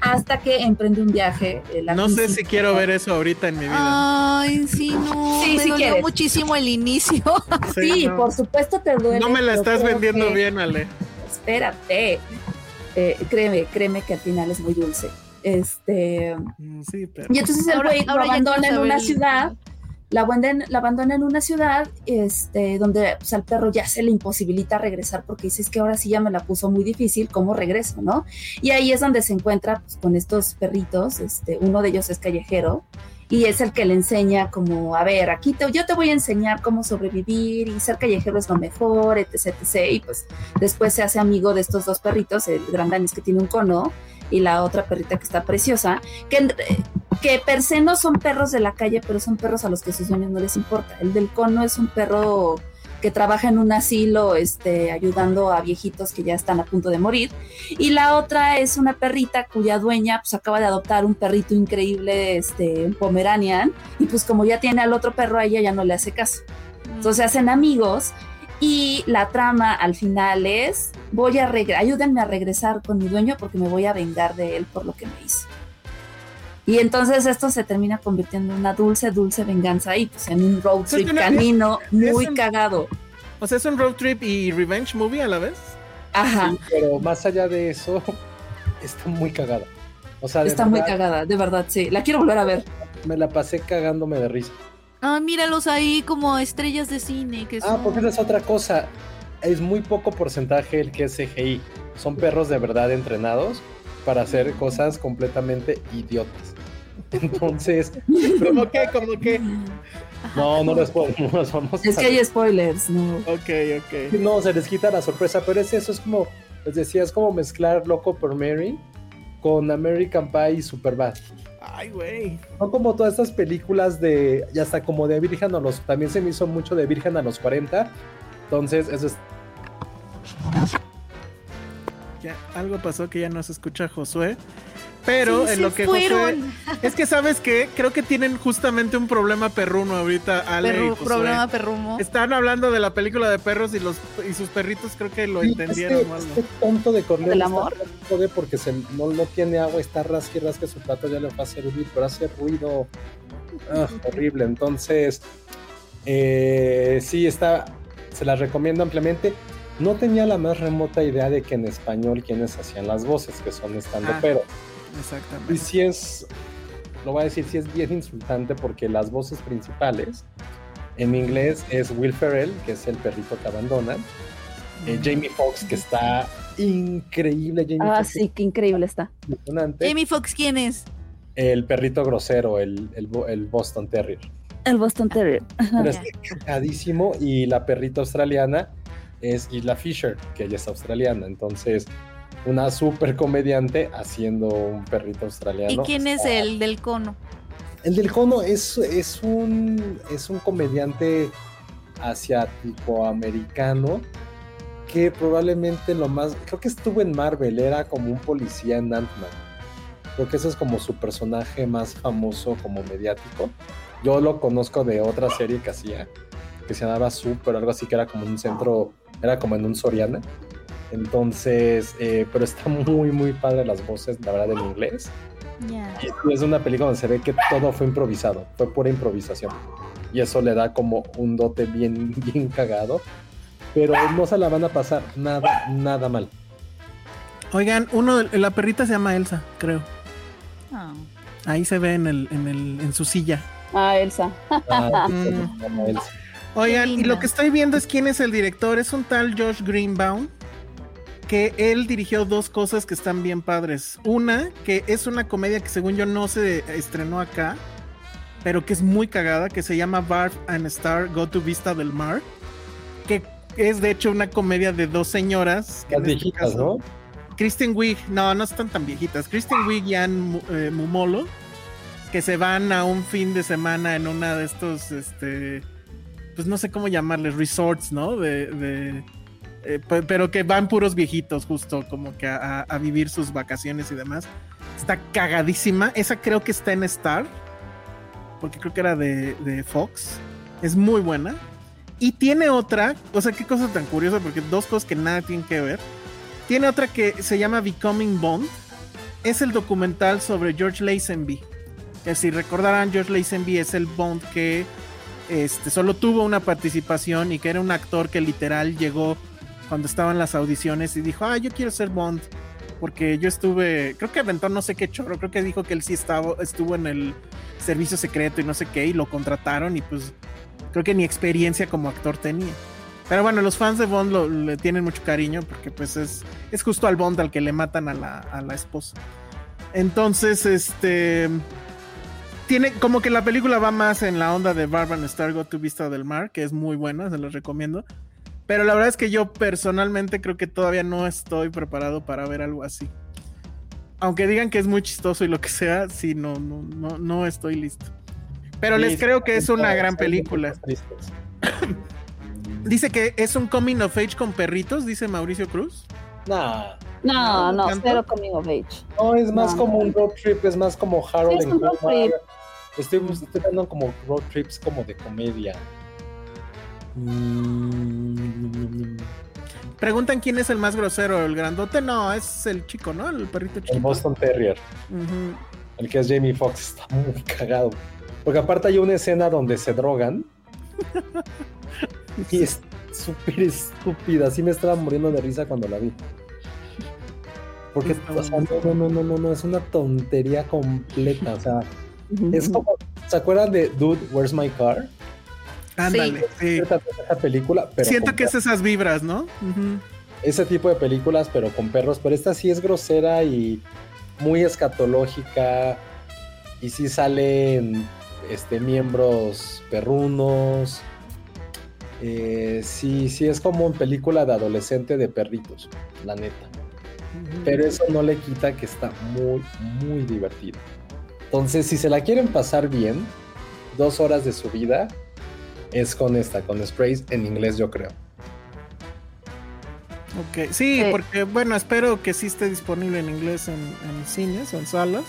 S3: hasta que emprende un viaje. eh, la
S2: No sé
S3: visita.
S2: si quiero ver eso ahorita en mi
S4: Ah,
S2: vida.
S4: Ay, sí, no.
S3: Sí,
S4: me
S3: sí
S4: dolió
S3: quieres.
S4: muchísimo el inicio.
S3: Sí,
S2: no.
S3: por supuesto te duele.
S2: No me la
S3: pero
S2: estás
S3: creo
S2: vendiendo
S3: que-
S2: bien, Ale.
S3: espérate. Eh, créeme, créeme que al final es muy dulce. Este,
S2: Mm, Sí, pero.
S3: y entonces el güey lo
S4: ahora ya quiero
S3: abandona en
S4: saber
S3: una
S4: el-
S3: ciudad, la abandona, la abandona en una ciudad este, donde pues, al perro ya se le imposibilita regresar porque dice, es que ahora sí ya me la puso muy difícil, ¿cómo regreso? ¿no? Y ahí es donde se encuentra pues, con estos perritos, este, uno de ellos es callejero y es el que le enseña como, a ver, aquí te, yo te voy a enseñar cómo sobrevivir y ser callejero es lo mejor, etc, etc. Y pues después se hace amigo de estos dos perritos, el gran danés que tiene un cono y la otra perrita que está preciosa, que en- que per se no son perros de la calle, pero son perros a los que sus dueños no les importa. El del cono es un perro que trabaja en un asilo este, ayudando a viejitos que ya están a punto de morir. Y la otra es una perrita cuya dueña pues, acaba de adoptar un perrito increíble, este, un pomeranian, y pues como ya tiene al otro perro, a ella ya no le hace caso. Entonces hacen amigos y la trama al final es, voy a regre- ayúdenme a regresar con mi dueño porque me voy a vengar de él por lo que me hizo. Y entonces esto se termina convirtiendo en una dulce, dulce venganza y pues en un road
S2: Es que
S3: trip
S2: no-
S3: canino
S2: es
S3: muy
S2: un-
S3: cagado.
S2: O sea, es un road trip y revenge movie a la vez.
S3: Ajá,
S1: Pero más allá de eso, está muy cagada. O sea, de
S3: está muy
S1: verdad,
S3: cagada, de verdad, sí. La quiero volver a ver.
S1: me la pasé cagándome de risa.
S4: Ah, míralos ahí como estrellas de cine. Que
S1: Ah,
S4: son-
S1: porque esa es otra cosa. Es muy poco porcentaje el que es CGI. Son perros de verdad entrenados para hacer cosas completamente idiotas. Entonces,
S2: Como que, como que.
S1: no, no les puedo, no les vamos
S3: Es
S1: a
S3: que hay spoilers, ¿no?
S2: Ok, ok.
S1: No, se les quita la sorpresa, pero es eso, es como, les decía, es como mezclar Loco por Mary con American Pie y Superbad.
S2: Ay, güey.
S1: Son como todas estas películas de, ya hasta como de Virgen a los, también se me hizo mucho de Virgen a los 40. Entonces, eso es
S2: Ya, algo pasó que ya no se escucha a Josué. Pero
S4: Sí,
S2: en
S4: se
S2: lo que
S4: fueron.
S2: Josué- Es que sabes que creo que tienen justamente un problema perruno ahorita, Ale y
S4: Perru-
S2: Josué.
S4: problema perrumo.
S2: Están hablando de la película de perros y los y sus perritos creo que lo
S1: Sí,
S2: entendieron
S1: este,
S2: o algo.
S1: este tonto de Corleone
S3: ¿Del
S1: está
S3: amor?
S1: jode porque se, no, no tiene agua, está rasque y rasque su plato, ya le va a servir, pero hace ruido ah, horrible. Entonces, eh, sí, está, se las recomiendo ampliamente. No tenía la más remota idea de que en español quienes hacían las voces, que son estando,
S2: Ah.
S1: pero
S2: Exactamente.
S1: y sí es, lo voy a decir, sí es bien insultante porque las voces principales en inglés es Will Ferrell, que es el perrito que abandona, eh, Jamie Foxx, que está increíble, Jamie
S3: Ah,
S1: Foxx
S3: sí, qué increíble está.
S1: es impresionante,
S4: Jamie Foxx, ¿quién es?
S1: el perrito grosero, el, el bo- el Boston Terrier.
S3: El Boston Terrier.
S1: Pero está cagadísimo y la perrita australiana es Isla Fisher, que ella es australiana, entonces una super comediante haciendo un perrito australiano.
S4: ¿Y quién es
S1: Está-
S4: el del cono?
S1: El del cono es, es, un, es un comediante asiático-americano que probablemente lo más... Creo que estuvo en Marvel, era como un policía en Ant-Man. Creo que ese es como su personaje más famoso como mediático. Yo lo conozco de otra serie que hacía, que se llamaba Super, algo así que era como en un centro, era como en un Soriana. Entonces, eh, pero está muy, muy padre las voces, la verdad, en inglés.
S4: Ya.
S1: Y Es una película donde se ve que todo fue improvisado, fue pura improvisación. Y eso le da como un dote bien, bien cagado. Pero no se la van a pasar nada, nada mal.
S2: Oigan, uno de- la perrita se llama Elsa, creo.
S4: Ah.
S2: Ahí se ve en el, en el, en su silla.
S3: Ah, Elsa.
S1: Ah,
S2: Mm.
S1: como Elsa.
S2: Oigan, y
S4: linda.
S2: lo que estoy viendo es quién es el director. Es un tal Josh Greenbaum, que él dirigió dos cosas que están bien padres. Una, que es una comedia que según yo no se estrenó acá, pero que es muy cagada, que se llama Barb and Star Go to Vista del Mar, que es de hecho una comedia de dos señoras. que
S1: Las
S2: en este
S1: viejitas,
S2: caso-
S1: ¿no?
S2: Kristen Wiig, no, no están tan viejitas. Kristen Wiig y Ann Mu- eh, Mumolo, que se van a un fin de semana en una de estos, este, pues no sé cómo llamarles, resorts, ¿no? De, de, eh, pe- pero que van puros viejitos, justo como que a, a- a vivir sus vacaciones y demás. Está cagadísima. Esa creo que está en Star, porque creo que era de, de Fox. Es muy buena. Y tiene otra, o sea, qué cosa tan curiosa, porque dos cosas que nada tienen que ver. Tiene otra que se llama Becoming Bond. Es el documental sobre George Lazenby. Que si recordarán, George Lazenby es el Bond que este, solo tuvo una participación y que era un actor que literal llegó cuando estaban las audiciones y dijo, ah, yo quiero ser Bond. Porque yo estuve, creo que aventó no sé qué chorro, creo que dijo que él sí estaba, estuvo en el servicio secreto y no sé qué, y lo contrataron y pues creo que ni experiencia como actor tenía. Pero bueno, los fans de Bond lo- le tienen mucho cariño porque pues es, es justo al Bond al que le matan a la, a la esposa. Entonces, este... Tiene como que la película va más en la onda de Barban Star Go to Vista del Mar, que es muy buena, se los recomiendo. Pero la verdad es que yo personalmente creo que todavía no estoy preparado para ver algo así. Aunque digan que es muy chistoso y lo que sea, sí, no, no, no, no estoy listo. Pero
S1: Sí,
S2: les creo que es una
S1: está-
S2: gran
S1: está
S2: película.
S1: tristes.
S2: Dice que es un coming of age con perritos, dice Mauricio Cruz.
S1: Nah,
S3: No, no,
S2: ¿Tanto?
S3: cero coming of age.
S1: no, es más
S3: No.
S1: como un road trip, es más como Harold
S3: Es un road
S1: Kumar.
S3: trip.
S1: Estoy, estoy dando como road trips como de comedia. Mm,
S2: Preguntan quién es el más grosero, el grandote. No, es el chico, ¿no? El perrito
S1: El
S2: chiquito.
S1: Boston Terrier.
S2: Ujú.
S1: El que es Jamie Foxx está muy cagado. Porque aparte hay una escena donde se drogan. Y es súper estúpida. Así me estaba muriendo de risa cuando la vi. Porque, o sea, no, no, no, no, no, es una tontería completa. O sea, es como, ¿se acuerdan de Dude, Where's My Car?
S2: Ándale, sí.
S1: Esta, esta película, pero
S2: Siento
S1: con
S2: que es esas vibras, ¿no? Ujú.
S1: ese tipo de películas, pero con perros. Pero esta sí es grosera y muy escatológica. Y sí salen este, miembros perrunos. Eh, sí, sí es como en película de adolescente de perritos, la neta. Pero eso no le quita que está muy, muy divertida. Entonces, si se la quieren pasar bien, dos horas de su vida es con esta, con Sprays en inglés, yo creo.
S2: Ok, sí,
S3: Sí.
S2: porque bueno, espero que sí esté disponible en inglés en, en cines o en salas.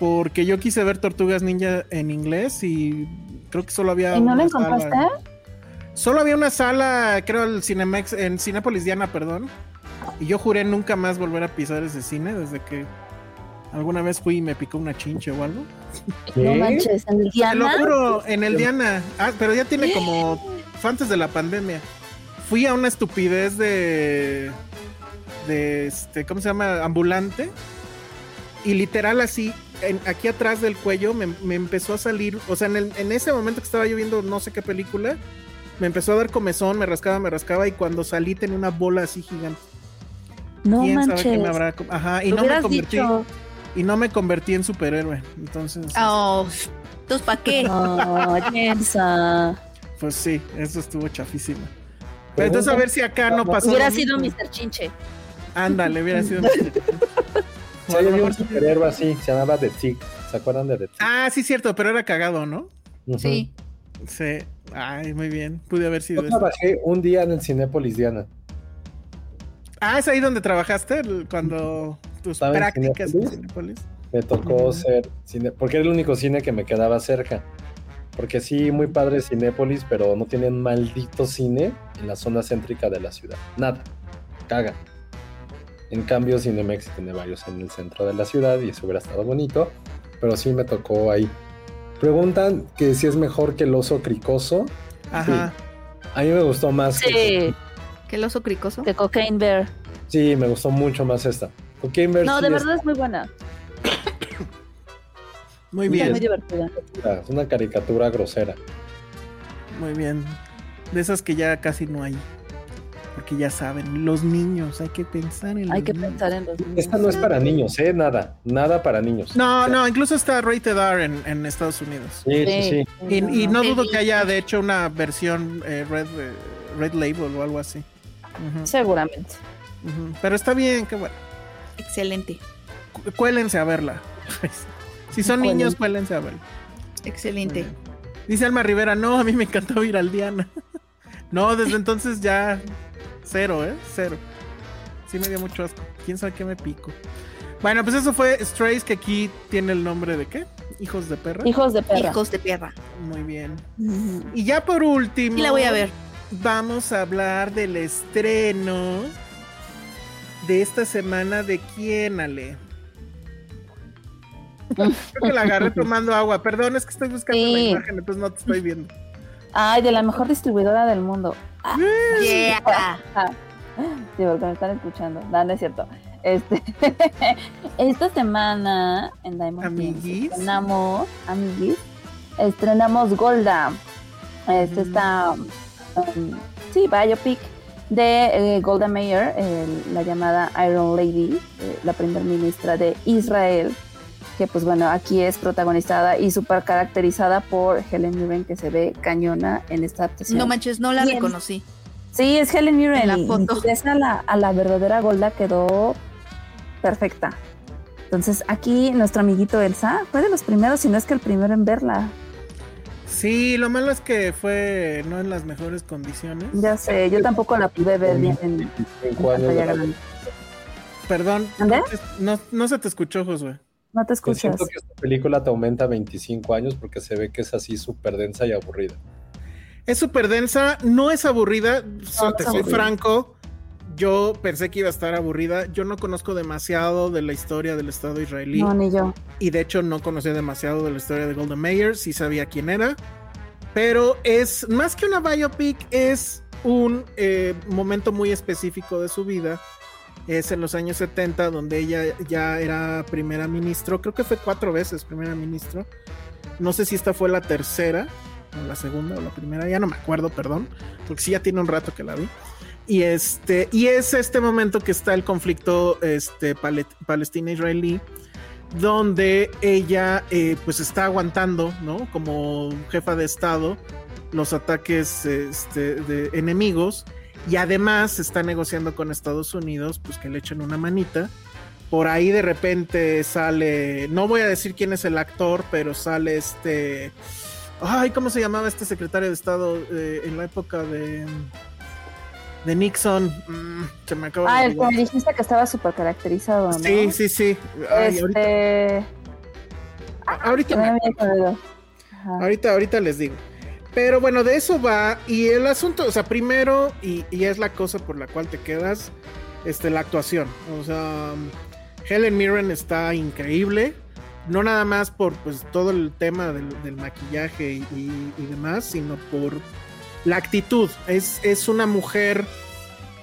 S2: Porque yo quise ver Tortugas Ninja en inglés y creo que solo había.
S3: ¿Y no
S2: una
S3: la
S2: sala.
S3: encontraste?
S2: Solo había una sala, creo, el Cinemex, en Cinépolis Diana, perdón. Y yo juré nunca más volver a pisar ese cine desde que alguna vez fui y me picó una chinche o algo.
S3: No
S1: ¿Qué?
S3: manches, en el
S2: Te lo
S3: Diana.
S2: juro, en el Diana. Ah, pero ya tiene como. Fue antes de la pandemia. Fui a una estupidez de. De este. ¿Cómo se llama? Ambulante. Y literal así, en- aquí atrás del cuello, me, me empezó a salir. O sea, en, el- en ese momento que estaba yo viendo no sé qué película, me empezó a dar comezón, me rascaba, me rascaba. Y cuando salí tenía una bola así gigante.
S3: No
S2: ¿Quién sabe
S3: manches.
S2: qué me habrá. com- Ajá, y
S3: Lo
S2: no me
S3: hubieras
S2: convertí.
S3: dicho.
S2: Y no me convertí en superhéroe. Entonces.
S4: Oh, entonces, ¿para qué?
S3: No, Jensa.
S2: Pues sí, eso estuvo chafísimo.
S1: Pero
S2: Pero entonces a
S1: bueno,
S2: ver si acá no pasó.
S3: Hubiera
S2: lo
S3: sido
S2: mismo.
S3: Mr. Chinche.
S2: Ándale, hubiera sido Mr.
S1: Sí, había un superhéroe así, se llamaba The Tick. ¿Se acuerdan de The Tick?
S2: Ah, sí, cierto, pero era cagado, ¿no?
S1: Ujú.
S4: Sí.
S2: Sí. Ay, muy bien. Pude haber sido
S1: Yo
S2: eso.
S1: trabajé un día en el Cinépolis Diana.
S2: Ah, es ahí donde trabajaste el- cuando tus
S1: Estaba en
S2: prácticas en
S1: Cinépolis.
S2: Cinépolis.
S1: Me tocó
S2: Ujú.
S1: ser cine, porque era el único cine que me quedaba cerca. Porque sí, muy padre Cinépolis, pero no tienen maldito cine en la zona céntrica de la ciudad. Nada. Caga. En cambio, Cinemex tiene varios en el centro de la ciudad y eso hubiera estado bonito. Pero sí me tocó ahí. Preguntan que si es mejor que el oso cricoso.
S2: Ajá.
S1: A mí me gustó más que
S3: Sí,
S4: ¿Qué el oso cricoso?
S3: de Cocaine Bear.
S1: Sí, me gustó mucho más esta. Ok, Mercy
S3: No, de
S1: es
S3: verdad es muy buena.
S2: Muy
S3: Está
S2: bien,
S3: muy divertida.
S1: una- es una caricatura grosera.
S2: muy bien. De esas que ya casi no hay. Porque ya saben, los niños, hay que pensar en
S3: Hay
S2: los
S3: que
S2: niños.
S3: pensar en los niños.
S1: Esta no es para niños, ¿eh? Nada, nada para niños.
S2: No, no, incluso está rated R en, en Estados Unidos.
S1: Sí, sí, sí.
S2: Y, y no
S4: Qué
S2: dudo que
S4: lindo.
S2: haya, de hecho, una versión eh, red, eh, red Label o algo así. Ujú,
S3: Seguramente.
S2: ujú. Pero está bien, qué bueno.
S4: Excelente,
S2: Cu- Cuélense a verla. si son
S3: Cuelen.
S2: niños, cuélense a verla. Muy
S4: excelente.
S2: bien. Dice Alma Rivera, no, a mí me encantó ir al Diana. no, desde entonces ya cero, ¿eh? Cero. Sí me dio mucho asco. ¿Quién sabe qué me pico? Bueno, pues eso fue Strays, que aquí tiene el nombre de qué? Hijos de perra.
S3: Hijos de perra.
S4: Hijos de perra.
S2: Muy bien.
S3: Ujú.
S2: Y ya por último...
S4: Y la voy a ver.
S2: vamos a hablar del estreno de esta semana de quién, Ale. Creo que la agarré tomando agua. Perdón, es que estoy buscando la
S3: Sí.
S2: imagen, entonces no te estoy viendo.
S3: Ay, de la mejor distribuidora del mundo.
S4: Yeah.
S3: Sí, porque me están escuchando. No, no es cierto. Este, esta semana en Diamond Kings
S2: Amiguis.
S3: estrenamos, amiguis, estrenamos Golda. Este
S2: Ujú.
S3: está, sí, biopic de eh, Golda Meir, eh, la llamada Iron Lady, eh, la primer ministra de Israel, que pues bueno, aquí es protagonizada y super caracterizada por Helen Mirren, que se ve cañona en esta adaptación.
S4: No manches, no la
S3: Bien.
S4: reconocí.
S3: Sí, es Helen Mirren.
S4: En la
S3: y- y
S4: foto.
S3: ves a la, a la verdadera Golda quedó perfecta. Entonces aquí nuestro amiguito Elsa fue de los primeros, si no es que el primero en verla.
S2: Sí, lo malo es que fue no en las mejores condiciones.
S3: Ya sé, yo tampoco la pude ver bien en, en
S1: ¿En cuál es
S3: pantalla
S1: la-
S3: grande.
S2: Perdón,
S3: ¿Ande?
S2: no, no se te escuchó, Josué.
S3: No
S2: Pues
S3: te
S1: Yo
S3: escuchas.
S1: siento que esta película te aumenta 25 años porque se ve que es así súper densa y aburrida.
S2: Es súper densa, no es aburrida, so-
S3: es
S2: te soy
S3: aburrida.
S2: franco. Yo pensé que iba a estar aburrida. Yo no conozco demasiado de la historia del Estado israelí.
S3: No, ni yo.
S2: y de hecho no conocía demasiado de la historia de Golden Mayer, sí sabía quién era, pero es más que una biopic, es un eh, momento muy específico de su vida. Es en los años 70 donde ella ya era primera ministro, creo que fue cuatro veces primera ministro. No sé si esta fue la tercera, o la segunda o la primera, ya no me acuerdo, perdón, porque sí ya tiene un rato que la vi. Y este, y es este momento que está el conflicto este, palet- palestina-israelí, donde ella eh, pues está aguantando, ¿no? Como jefa de Estado, los ataques este, de enemigos y además está negociando con Estados Unidos, pues que le echen una manita. Por ahí de repente sale, no voy a decir quién es el actor, pero sale este, ay, ¿cómo se llamaba este secretario de Estado eh, en la época de, de Nixon? Mm, se me acaba
S3: Ah,
S2: de
S3: el que
S2: olvidar.
S3: me dijiste que estaba súper caracterizado, ¿no?
S2: Sí, sí, sí. Ay, ahorita,
S3: Este.
S2: ahorita
S3: no
S2: me
S3: me había acordado. Ajá.
S2: Ahorita, ahorita les digo. Pero bueno, de eso va. Y el asunto, o sea, primero, y, y es la cosa por la cual te quedas, este, la actuación. O sea, Helen Mirren está increíble. No nada más por pues, todo el tema del, del maquillaje y, y- y demás, sino por la actitud. Es, es una mujer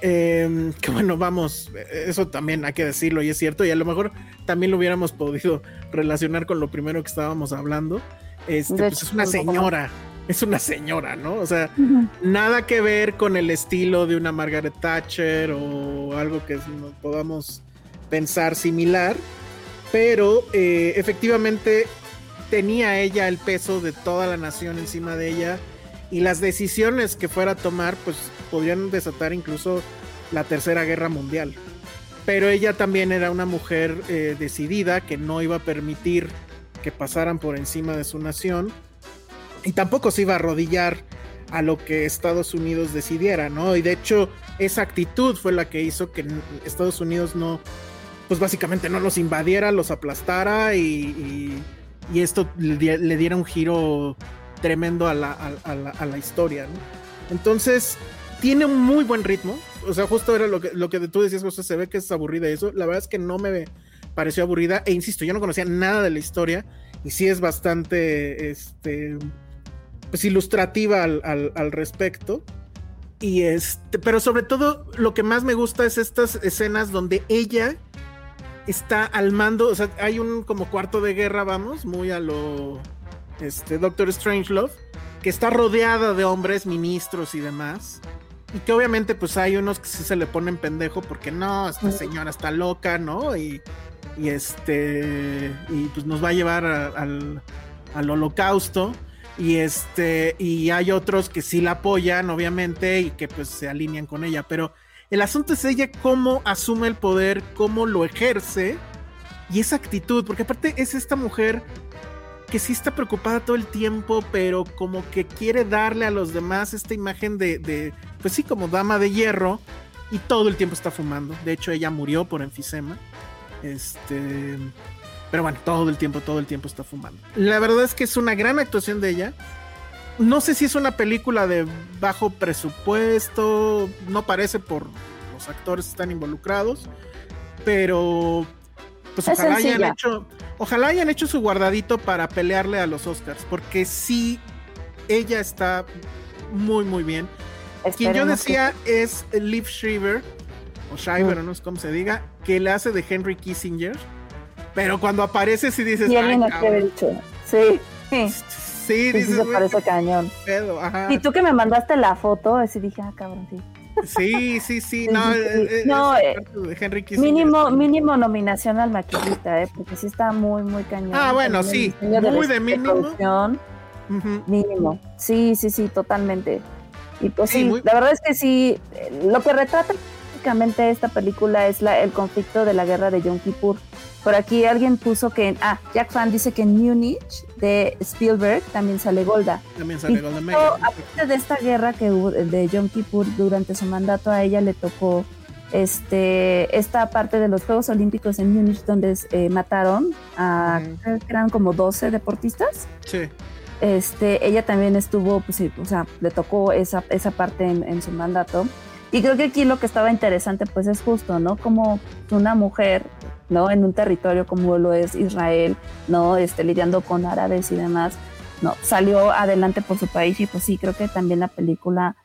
S2: eh, que, bueno, vamos, eso también hay que decirlo y es cierto. Y a lo mejor también lo hubiéramos podido relacionar con lo primero que estábamos hablando. Este,
S3: De
S2: pues,
S3: hecho,
S2: es una
S3: un poco más.
S2: señora, es una señora, ¿no? O sea,
S3: Ujú.
S2: nada que ver con el estilo de una Margaret Thatcher o algo que nos podamos pensar similar, pero eh, efectivamente tenía ella el peso de toda la nación encima de ella y las decisiones que fuera a tomar pues podrían desatar incluso la tercera guerra mundial. Pero ella también era una mujer eh, decidida que no iba a permitir que pasaran por encima de su nación y tampoco se iba a arrodillar a lo que Estados Unidos decidiera, ¿no? Y de hecho, esa actitud fue la que hizo que n- Estados Unidos no, pues básicamente no los invadiera, los aplastara y, y- y esto le, di- le diera un giro tremendo a la, a- a la- a la historia, ¿no? Entonces, tiene un muy buen ritmo, o sea, justo era lo que, lo que tú decías, José, se ve que es aburrida y eso, la verdad es que no me pareció aburrida, e insisto, yo no conocía nada de la historia, y sí es bastante, este, pues, ilustrativa al, al- al respecto. Y este, pero sobre todo lo que más me gusta es estas escenas donde ella está al mando, o sea, hay un como cuarto de guerra, vamos, muy a lo este Doctor Strangelove, que está rodeada de hombres, ministros y demás. Y que obviamente pues hay unos que sí se le ponen pendejo porque no, esta señora está loca, ¿no? Y, y este y pues nos va a llevar a- al, al holocausto y este y hay otros que sí la apoyan obviamente y que pues se alinean con ella pero el asunto es ella cómo asume el poder cómo lo ejerce y esa actitud porque aparte es esta mujer que sí está preocupada todo el tiempo pero como que quiere darle a los demás esta imagen de, de pues sí como dama de hierro y todo el tiempo está fumando de hecho ella murió por enfisema este pero bueno, todo el tiempo, todo el tiempo está fumando. La verdad es que es una gran actuación de ella. No sé si es una película de bajo presupuesto, no parece por los actores que están involucrados, pero pues
S3: Es
S2: ojalá hayan,
S3: sencilla.
S2: hecho, ojalá hayan hecho su guardadito para pelearle a los Oscars, porque sí, ella está muy, muy bien. Quien yo
S3: Esperemos que- Mm.
S2: decía es Liv Shriver, o Shriver, o no sé cómo se diga, que le hace de Henry Kissinger. Pero cuando aparece, sí dices.
S3: Sí,
S2: "Ay,
S3: alguien aquí
S2: cabrón".
S3: había dicho. Sí. Sí, sí,
S2: Sí,
S3: sí
S2: dices.
S3: se
S2: "Güey,
S3: parece
S2: qué
S3: cañón.
S2: pedo", ajá.
S3: Y tú que me mandaste la foto, así dije, ah, cabrón, sí.
S2: Sí, sí, sí.
S3: Sí,
S2: No,
S3: sí, sí.
S2: eh, eh,
S3: No,
S2: es
S3: eh,
S2: parte de Henry Kissinger.
S3: Mínimo, mínimo nominación al maquillita, ¿eh? Porque sí está muy, muy cañón.
S2: Ah, bueno,
S3: También
S2: sí,
S3: el diseño
S2: muy de
S3: la
S2: mínimo.
S3: producción,
S2: Ujú.
S3: mínimo. Sí, sí, sí, totalmente. Y pues
S2: Sí,
S3: sí,
S2: muy-
S3: la verdad es que sí, eh, lo que retrata básicamente esta película es la, el conflicto de la guerra de Yom Kippur. Por aquí alguien puso que, ah, Jack Fan dice que en Munich de Spielberg también sale Golda.
S2: También
S3: Y
S2: sale Golda
S3: justo
S2: Meir.
S3: aparte de esta guerra que hubo de Yom Kippur durante su mandato, a ella le tocó este esta parte de los Juegos Olímpicos en Múnich donde eh, mataron a
S2: Ujú.
S3: creo que eran como 12 deportistas.
S2: Sí.
S3: Este, ella también estuvo, pues sí, o sea, le tocó esa, esa parte en, en su mandato. Y creo que aquí lo que estaba interesante, pues es justo, ¿no? Como una mujer, ¿no? En un territorio como lo es Israel, ¿no? Este, lidiando con árabes y demás, ¿no? Salió adelante por su país y pues sí, creo que también la película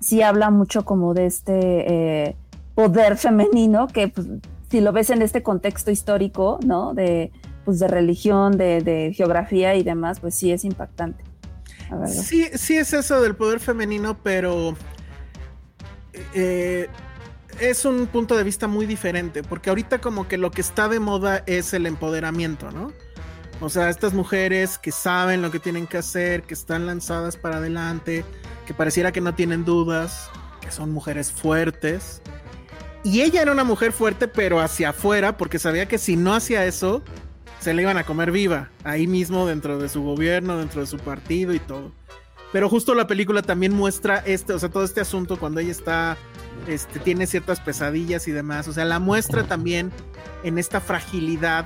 S3: sí habla mucho como de este eh, poder femenino, que pues, si lo ves en este contexto histórico, ¿no? De, pues de religión, de, de geografía y demás, pues sí es impactante. la verdad.
S2: Sí, sí es eso del poder femenino, pero eh, es un punto de vista muy diferente, porque ahorita como que lo que está de moda es el empoderamiento, ¿no? O sea, estas mujeres que saben lo que tienen que hacer, que están lanzadas para adelante, que pareciera que no tienen dudas, que son mujeres fuertes. Y ella era una mujer fuerte, pero hacia afuera, porque sabía que si no hacía eso, se la iban a comer viva, ahí mismo dentro de su gobierno, dentro de su partido y todo. Pero justo la película también muestra este, o sea, todo este asunto cuando ella está, este, tiene ciertas pesadillas y demás, o sea, la muestra también en esta fragilidad,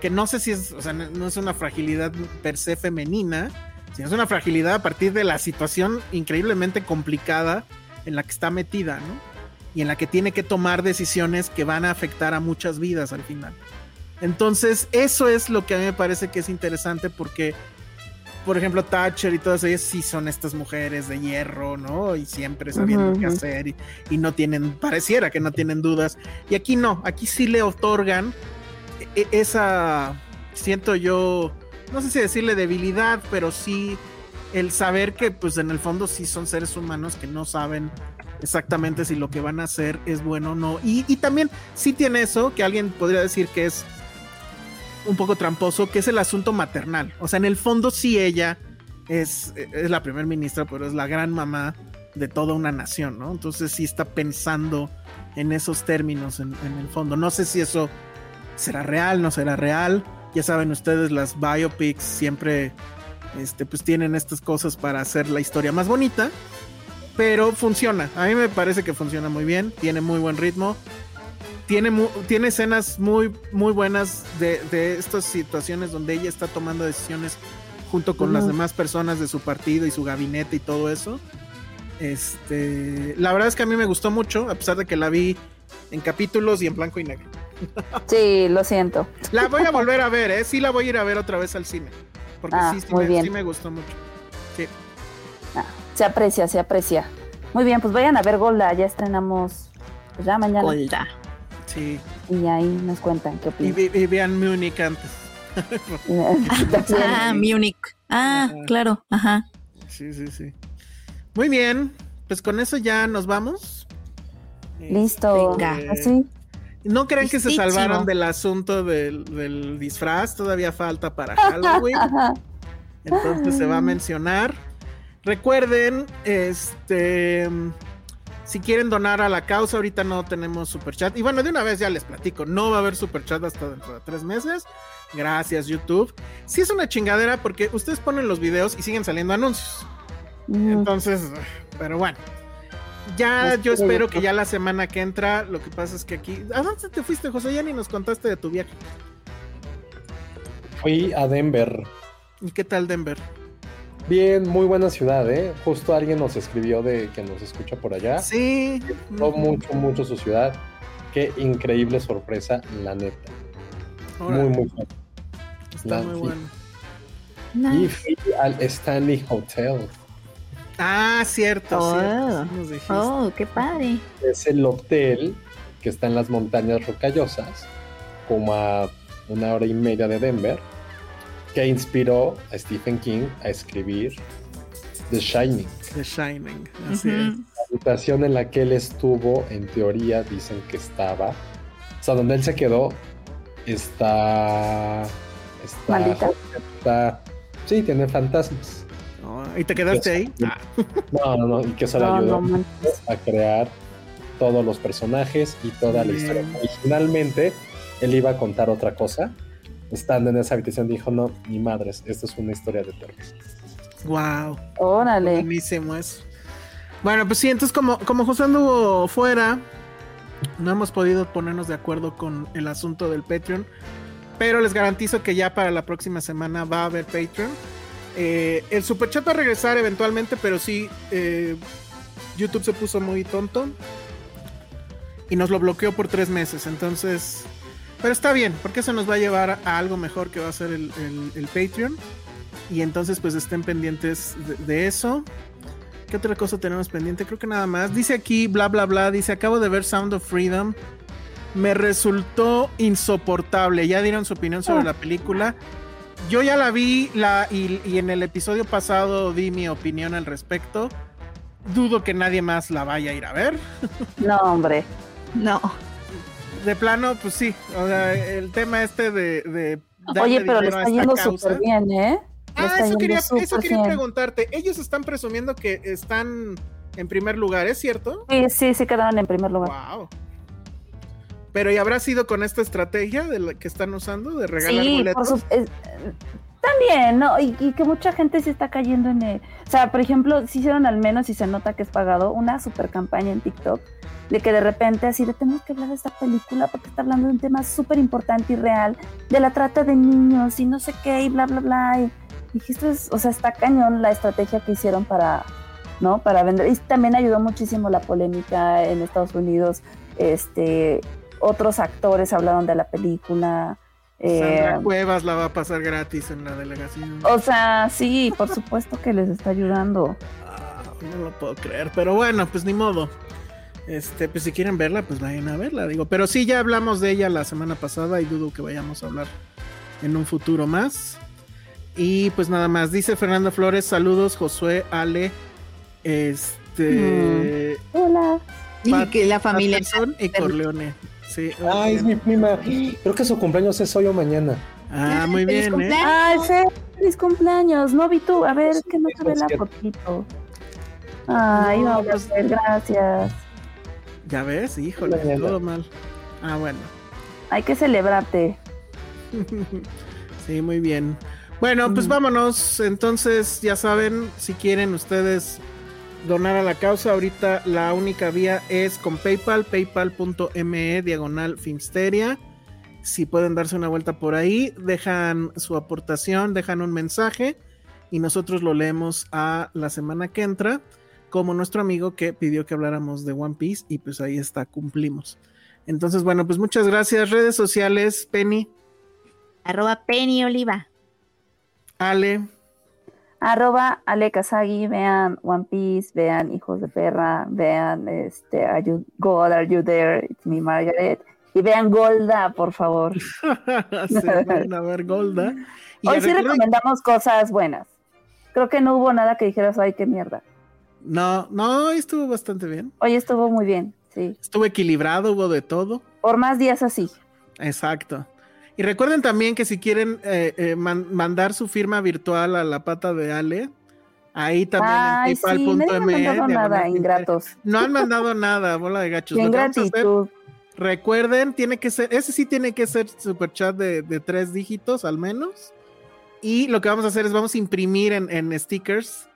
S2: que no sé si es, o sea, no, no es una fragilidad per se femenina, sino es una fragilidad a partir de la situación increíblemente complicada en la que está metida, ¿no? Y en la que tiene que tomar decisiones que van a afectar a muchas vidas al final. Entonces, eso es lo que a mí me parece que es interesante porque, por ejemplo, Thatcher y todas ellas sí son estas mujeres de hierro, ¿no? Y siempre sabiendo
S3: Ujú,
S2: qué
S3: ujú.
S2: hacer y, y no tienen, pareciera que no tienen dudas. Y aquí no, aquí sí le otorgan e- e- esa, siento yo, no sé si decirle debilidad, pero sí el saber que pues en el fondo sí son seres humanos que no saben exactamente si lo que van a hacer es bueno o no. Y, y también sí tiene eso, que alguien podría decir que es un poco tramposo, que es el asunto maternal. O sea, en el fondo sí ella es, es la primer ministra, pero es la gran mamá de toda una nación, ¿no? Entonces sí está pensando en esos términos en, en el fondo. No sé si eso será real, no será real. Ya saben ustedes, las biopics siempre este, pues tienen estas cosas para hacer la historia más bonita. Pero funciona. A mí me parece que funciona muy bien. Tiene muy buen ritmo. Tiene, mu- tiene escenas muy, muy buenas de, de estas situaciones donde ella está tomando decisiones junto con las
S3: Ujú.
S2: demás personas de su partido y su gabinete y todo eso. Este, la verdad es que a mí me gustó mucho, a pesar de que la vi en capítulos y en blanco y negro.
S3: Sí, lo siento.
S2: La voy a volver a ver, ¿eh? Sí la voy a ir a ver otra vez al cine. Porque
S3: Ah,
S2: sí, sí
S3: muy
S2: me,
S3: bien.
S2: sí me gustó mucho.
S3: Se aprecia, se aprecia. Muy bien, pues vayan a ver Golda, ya estrenamos pues, ya mañana
S4: Golda.
S2: Sí.
S3: y ahí nos cuentan qué
S2: Y,
S3: opinan.
S2: vi- y vean Munich antes.
S3: También.
S4: Ah, Munich. Ah,
S2: Ajá.
S4: claro. Ajá.
S2: Sí, sí, sí. Muy bien. Pues con eso ya nos vamos.
S3: Listo. Ah,
S2: Venga.
S3: Así.
S2: No crean que se
S4: Listísimo.
S2: salvaron del asunto del, del disfraz. Todavía falta para Halloween.
S3: Ajá.
S2: Entonces se va a mencionar. Recuerden, este, si quieren donar a la causa, ahorita no tenemos superchat. Y bueno, de una vez ya les platico, no va a haber superchat hasta dentro de tres meses. Gracias, YouTube. Sí es una chingadera porque ustedes ponen los videos y siguen saliendo anuncios.
S3: Mm,
S2: Entonces, pero bueno. Ya
S3: Es
S2: yo espero
S3: proyecto.
S2: que ya la semana que entra, lo que pasa es que aquí... ¿A dónde te fuiste, José? Ya ni nos contaste de tu viaje.
S1: Fui a Denver.
S2: ¿Y qué tal Denver?
S1: Bien, muy buena ciudad, ¿eh? Justo alguien nos escribió de que nos escucha por allá.
S2: Sí.
S1: Gustó mucho, mucho su ciudad. Qué increíble sorpresa, la neta.
S2: Ahora,
S1: Muy, muy padre.
S2: está muy
S1: sí.
S2: bueno.
S1: Y fui al Stanley Hotel.
S2: Ah, cierto,
S4: Oh.
S2: cierto. sí nos dijiste.
S4: Oh, qué padre.
S1: Es el hotel que está en las montañas rocallosas, como a una hora y media de Denver, que inspiró a Stephen King a escribir The Shining.
S2: The Shining. Así
S4: Ujú.
S1: habitación en la que él estuvo, en teoría, dicen que estaba. O sea, donde él se quedó, está. Está.
S3: Maldita.
S2: ah,
S1: está- sí, tiene fantasmas.
S2: es. Oh, ¿Y te quedaste ahí?
S1: No, no, no, y que eso le
S3: No,
S1: ayudó
S3: no manches.
S1: a crear todos los personajes y toda la
S2: Bien.
S1: historia. Originalmente él iba a contar otra cosa. Estando en esa habitación dijo, no, ni madres, esto es una historia de terror.
S2: Wow.
S3: Órale.
S2: Buenísimo eso. Bueno, pues sí, entonces como, como José anduvo fuera, no hemos podido ponernos de acuerdo con el asunto del Patreon. Pero les garantizo que ya para la próxima semana va a haber Patreon. Eh, el superchat va a regresar eventualmente, pero sí, eh, YouTube se puso muy tonto. Y nos lo bloqueó por tres meses. Entonces, pero está bien, porque eso nos va a llevar a algo mejor que va a ser el, el- el Patreon. Y entonces, pues estén pendientes de, de eso. ¿Qué otra cosa tenemos pendiente? Creo que nada más. Dice aquí, bla, bla, bla. Dice, acabo de ver Sound of Freedom. Me resultó insoportable. Ya dieron su opinión sobre la película. Yo ya la vi la, y, y en el episodio pasado di mi opinión al respecto. Dudo que nadie más la vaya a ir a ver.
S3: No, hombre.
S4: No.
S2: De plano, pues sí. O sea, el tema este de. de darle
S3: Oye, pero le
S2: dinero a
S3: está
S2: esta
S3: yendo
S2: causa.
S3: súper bien, ¿eh? Le
S2: Ah,
S3: está
S2: eso
S3: yendo
S2: quería, eso
S3: súper
S2: quería
S3: bien.
S2: preguntarte. Ellos están presumiendo que están en primer lugar, ¿es cierto?
S3: Sí, sí, sí quedaron en primer lugar.
S2: Wow. Pero ¿y habrá sido con esta estrategia de la que están usando de regalar
S3: sí,
S2: boletos?
S3: por su- es- también, ¿no? Y, y que mucha gente se está cayendo en el- O sea, por ejemplo, si hicieron al menos, y se nota que es pagado, una super campaña en TikTok de que de repente así de tenemos que hablar de esta película porque está hablando de un tema súper importante y real, de la trata de niños y no sé qué y bla, bla, bla. Y dije, esto es, o sea, está cañón la estrategia que hicieron para, ¿no? Para vender. Y también ayudó muchísimo la polémica en Estados Unidos. Este, otros actores hablaron de la película. eh,
S2: Sandra Cuevas la va a pasar gratis en la delegación.
S3: o sea, sí, por supuesto que les está ayudando.
S2: Ah, no lo puedo creer, pero bueno, pues ni modo. Este, pues si quieren verla, pues vayan a verla, digo. Pero sí, ya hablamos de ella la semana pasada y dudo que vayamos a hablar en un futuro más. Y pues nada más, dice Fernanda Flores, saludos Josué, Ale, este...
S3: Hola.
S4: Y
S2: Pat-
S4: que la Mm, familia.
S2: Patterson y Corleone. Sí,
S1: Ah, es mi prima. Creo que su cumpleaños es hoy o mañana.
S2: ah, muy
S4: Feliz
S2: bien, ¿eh?
S4: cumpleaños.
S3: Ay, Fer, feliz cumpleaños. No vi tú. A ver, que no se ve la
S1: Gracias.
S3: fotito. Ay,
S2: No,
S3: no,
S2: pues-
S3: Fer, gracias.
S2: Ya ves, híjole,
S1: Mañana.
S2: todo mal. Ah, bueno.
S3: Hay que celebrarte.
S2: Sí, muy bien. Bueno, pues
S3: Mm.
S2: vámonos. Entonces, ya saben, si quieren ustedes donar a la causa, ahorita la única vía es con PayPal, paypal.me, diagonal Filmsteria. Si pueden darse una vuelta por ahí, dejan su aportación, dejan un mensaje y nosotros lo leemos a la semana que entra, como nuestro amigo que pidió que habláramos de One Piece y pues ahí está, cumplimos. Entonces, bueno, pues muchas gracias. Redes sociales, Penny,
S4: Arroba Penny Oliva.
S2: Ale.
S3: Arroba Ale Kazagi, vean One Piece, vean Hijos de Perra, vean este, Are You- God, Are You There, It's Me Margaret. Y vean Golda, por favor.
S2: se van a ver Golda. Y
S3: Hoy sí
S2: recuerden-
S3: recomendamos cosas buenas. Creo que no hubo nada que dijeras, ay, qué mierda.
S2: No, no, estuvo bastante bien.
S3: Hoy estuvo muy bien, sí.
S2: Estuvo equilibrado, hubo de todo.
S3: Por más días así.
S2: Exacto. Y recuerden también que si quieren eh, eh, man- mandar su firma virtual a la pata de Ale, ahí también
S3: Ay,
S2: en
S3: sí, nadie me ha
S2: paypal.me,
S3: mandado nada,
S2: diagonal
S3: ingratos.
S2: E, No han mandado nada, bola de gachos.
S3: Qué
S2: Lo que vamos a hacer,
S3: ingratitud.
S2: recuerden, tiene que ser, ese sí tiene que ser superchat de, de tres dígitos al menos. Y lo que vamos a hacer es vamos a imprimir en, en stickers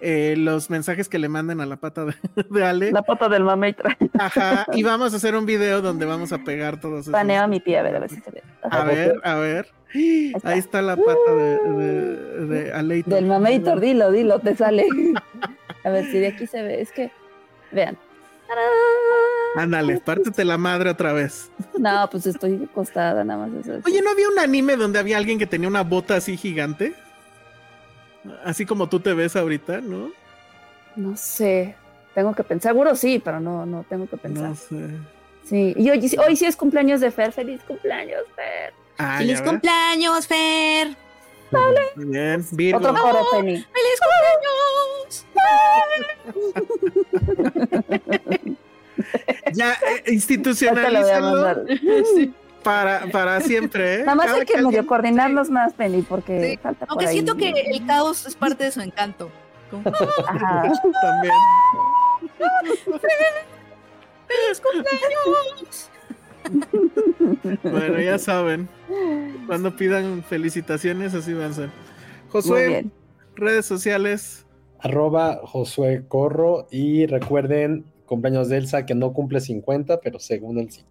S2: eh, los mensajes que le manden a la pata de, de Ale.
S3: La pata del mametra.
S2: Ajá, y vamos a hacer un video donde vamos a pegar todos esos.
S3: Paneo a mi tía, a ver, a ver si se ve.
S2: A ver, a ver.
S3: está.
S2: Ahí está la pata de, de, de Aleitor.
S3: Del mameitor, dilo, dilo, te sale. A ver si de aquí se ve. Es que, vean. ¡Tarán!
S2: Ándale, pártete la madre otra vez.
S3: No, pues estoy acostada, nada más. Eso.
S2: Oye, ¿no había un anime donde había alguien que tenía una bota así gigante? Así como tú te ves ahorita, ¿no?
S3: No sé. Tengo que pensar. Seguro sí, pero no, no tengo que pensar.
S2: No sé.
S3: Sí. Y hoy, hoy sí es cumpleaños de Fer. Feliz cumpleaños, Fer.
S2: Ah,
S4: ¡Feliz
S2: ya ves.
S4: cumpleaños, Fer!
S2: Bien, Virgo.
S3: Otro coro, Penny.
S4: ¡Feliz cumpleaños!
S2: Ya, eh,
S3: Ya te lo voy a
S2: institucionalízalo
S3: mandar.
S2: para, para siempre, ¿eh?
S3: Nada más
S2: Cada
S3: hay que
S2: alguien-
S3: medio coordinarnos más, Penny, porque
S4: Sí.
S3: falta por
S4: Aunque
S3: ahí.
S4: siento que el caos es parte de su encanto. Como,
S3: Ajá.
S2: También.
S4: ¡Feliz cumpleaños!
S2: Bueno, ya saben. Cuando pidan felicitaciones, así van a ser.
S3: Muy
S2: Josué,
S3: bien.
S2: redes sociales.
S1: Arroba Josué Corro y recuerden, cumpleaños de Elsa que no cumple 50, pero según él sí.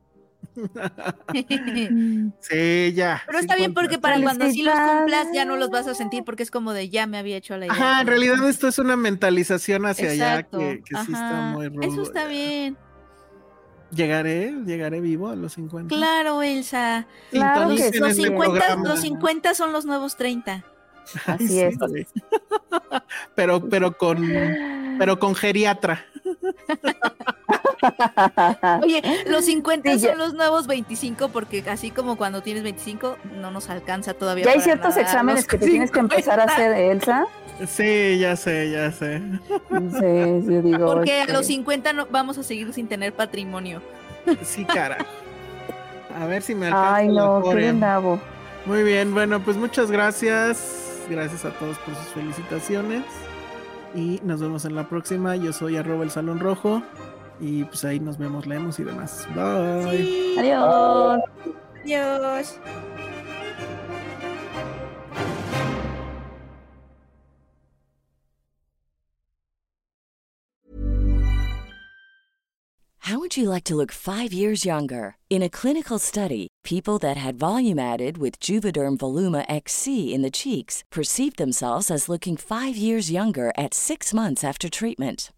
S2: Sí, ya.
S4: Pero está bien
S2: 50.
S4: porque para cuando sí los cumplas ya no los vas a sentir porque es como de ya me había hecho la idea.
S2: Ajá, en realidad esto es una mentalización hacia
S4: Exacto.
S2: allá que, que sí está
S4: Ajá.
S2: muy rudo.
S4: Eso está bien.
S2: Llegaré, llegaré vivo a los 50.
S4: Claro, Elsa.
S3: Claro
S2: Sintonicen
S3: que
S2: este
S3: sí.
S4: Los
S3: el
S4: 50,
S2: programa.
S4: los 50 son los nuevos 30.
S3: Así
S2: Sí,
S3: es.
S2: güey. pero, pero con, pero con geriatra.
S4: Oye, los 50
S3: Sí, ya-
S4: son los nuevos 25 porque así como cuando tienes 25 no nos alcanza todavía.
S3: Ya hay
S4: para
S3: ciertos
S4: nada
S3: exámenes
S4: los
S3: que te tienes que empezar a
S4: 50.
S3: hacer, Elsa.
S2: Sí, ya sé, ya sé.
S3: Sí, yo digo.
S4: Porque a
S3: este,
S4: los 50 no, vamos a seguir sin tener patrimonio.
S2: Sí, cara. A ver si me alcanza.
S3: Ay,
S2: la
S3: no,
S2: Corea.
S3: qué nabo.
S2: Muy bien, bueno, pues muchas gracias. Gracias a todos por sus felicitaciones. Y nos vemos en la próxima. Yo soy arroba el Salón Rojo. Y pues ahí nos vemos, leemos y demás. Bye.
S4: Sí.
S3: Adiós.
S4: Adiós.
S6: How would you like to look five years younger? In a clinical study, people that had volume added with Juvederm Voluma XC in the cheeks perceived themselves as looking five years younger at six months after treatment.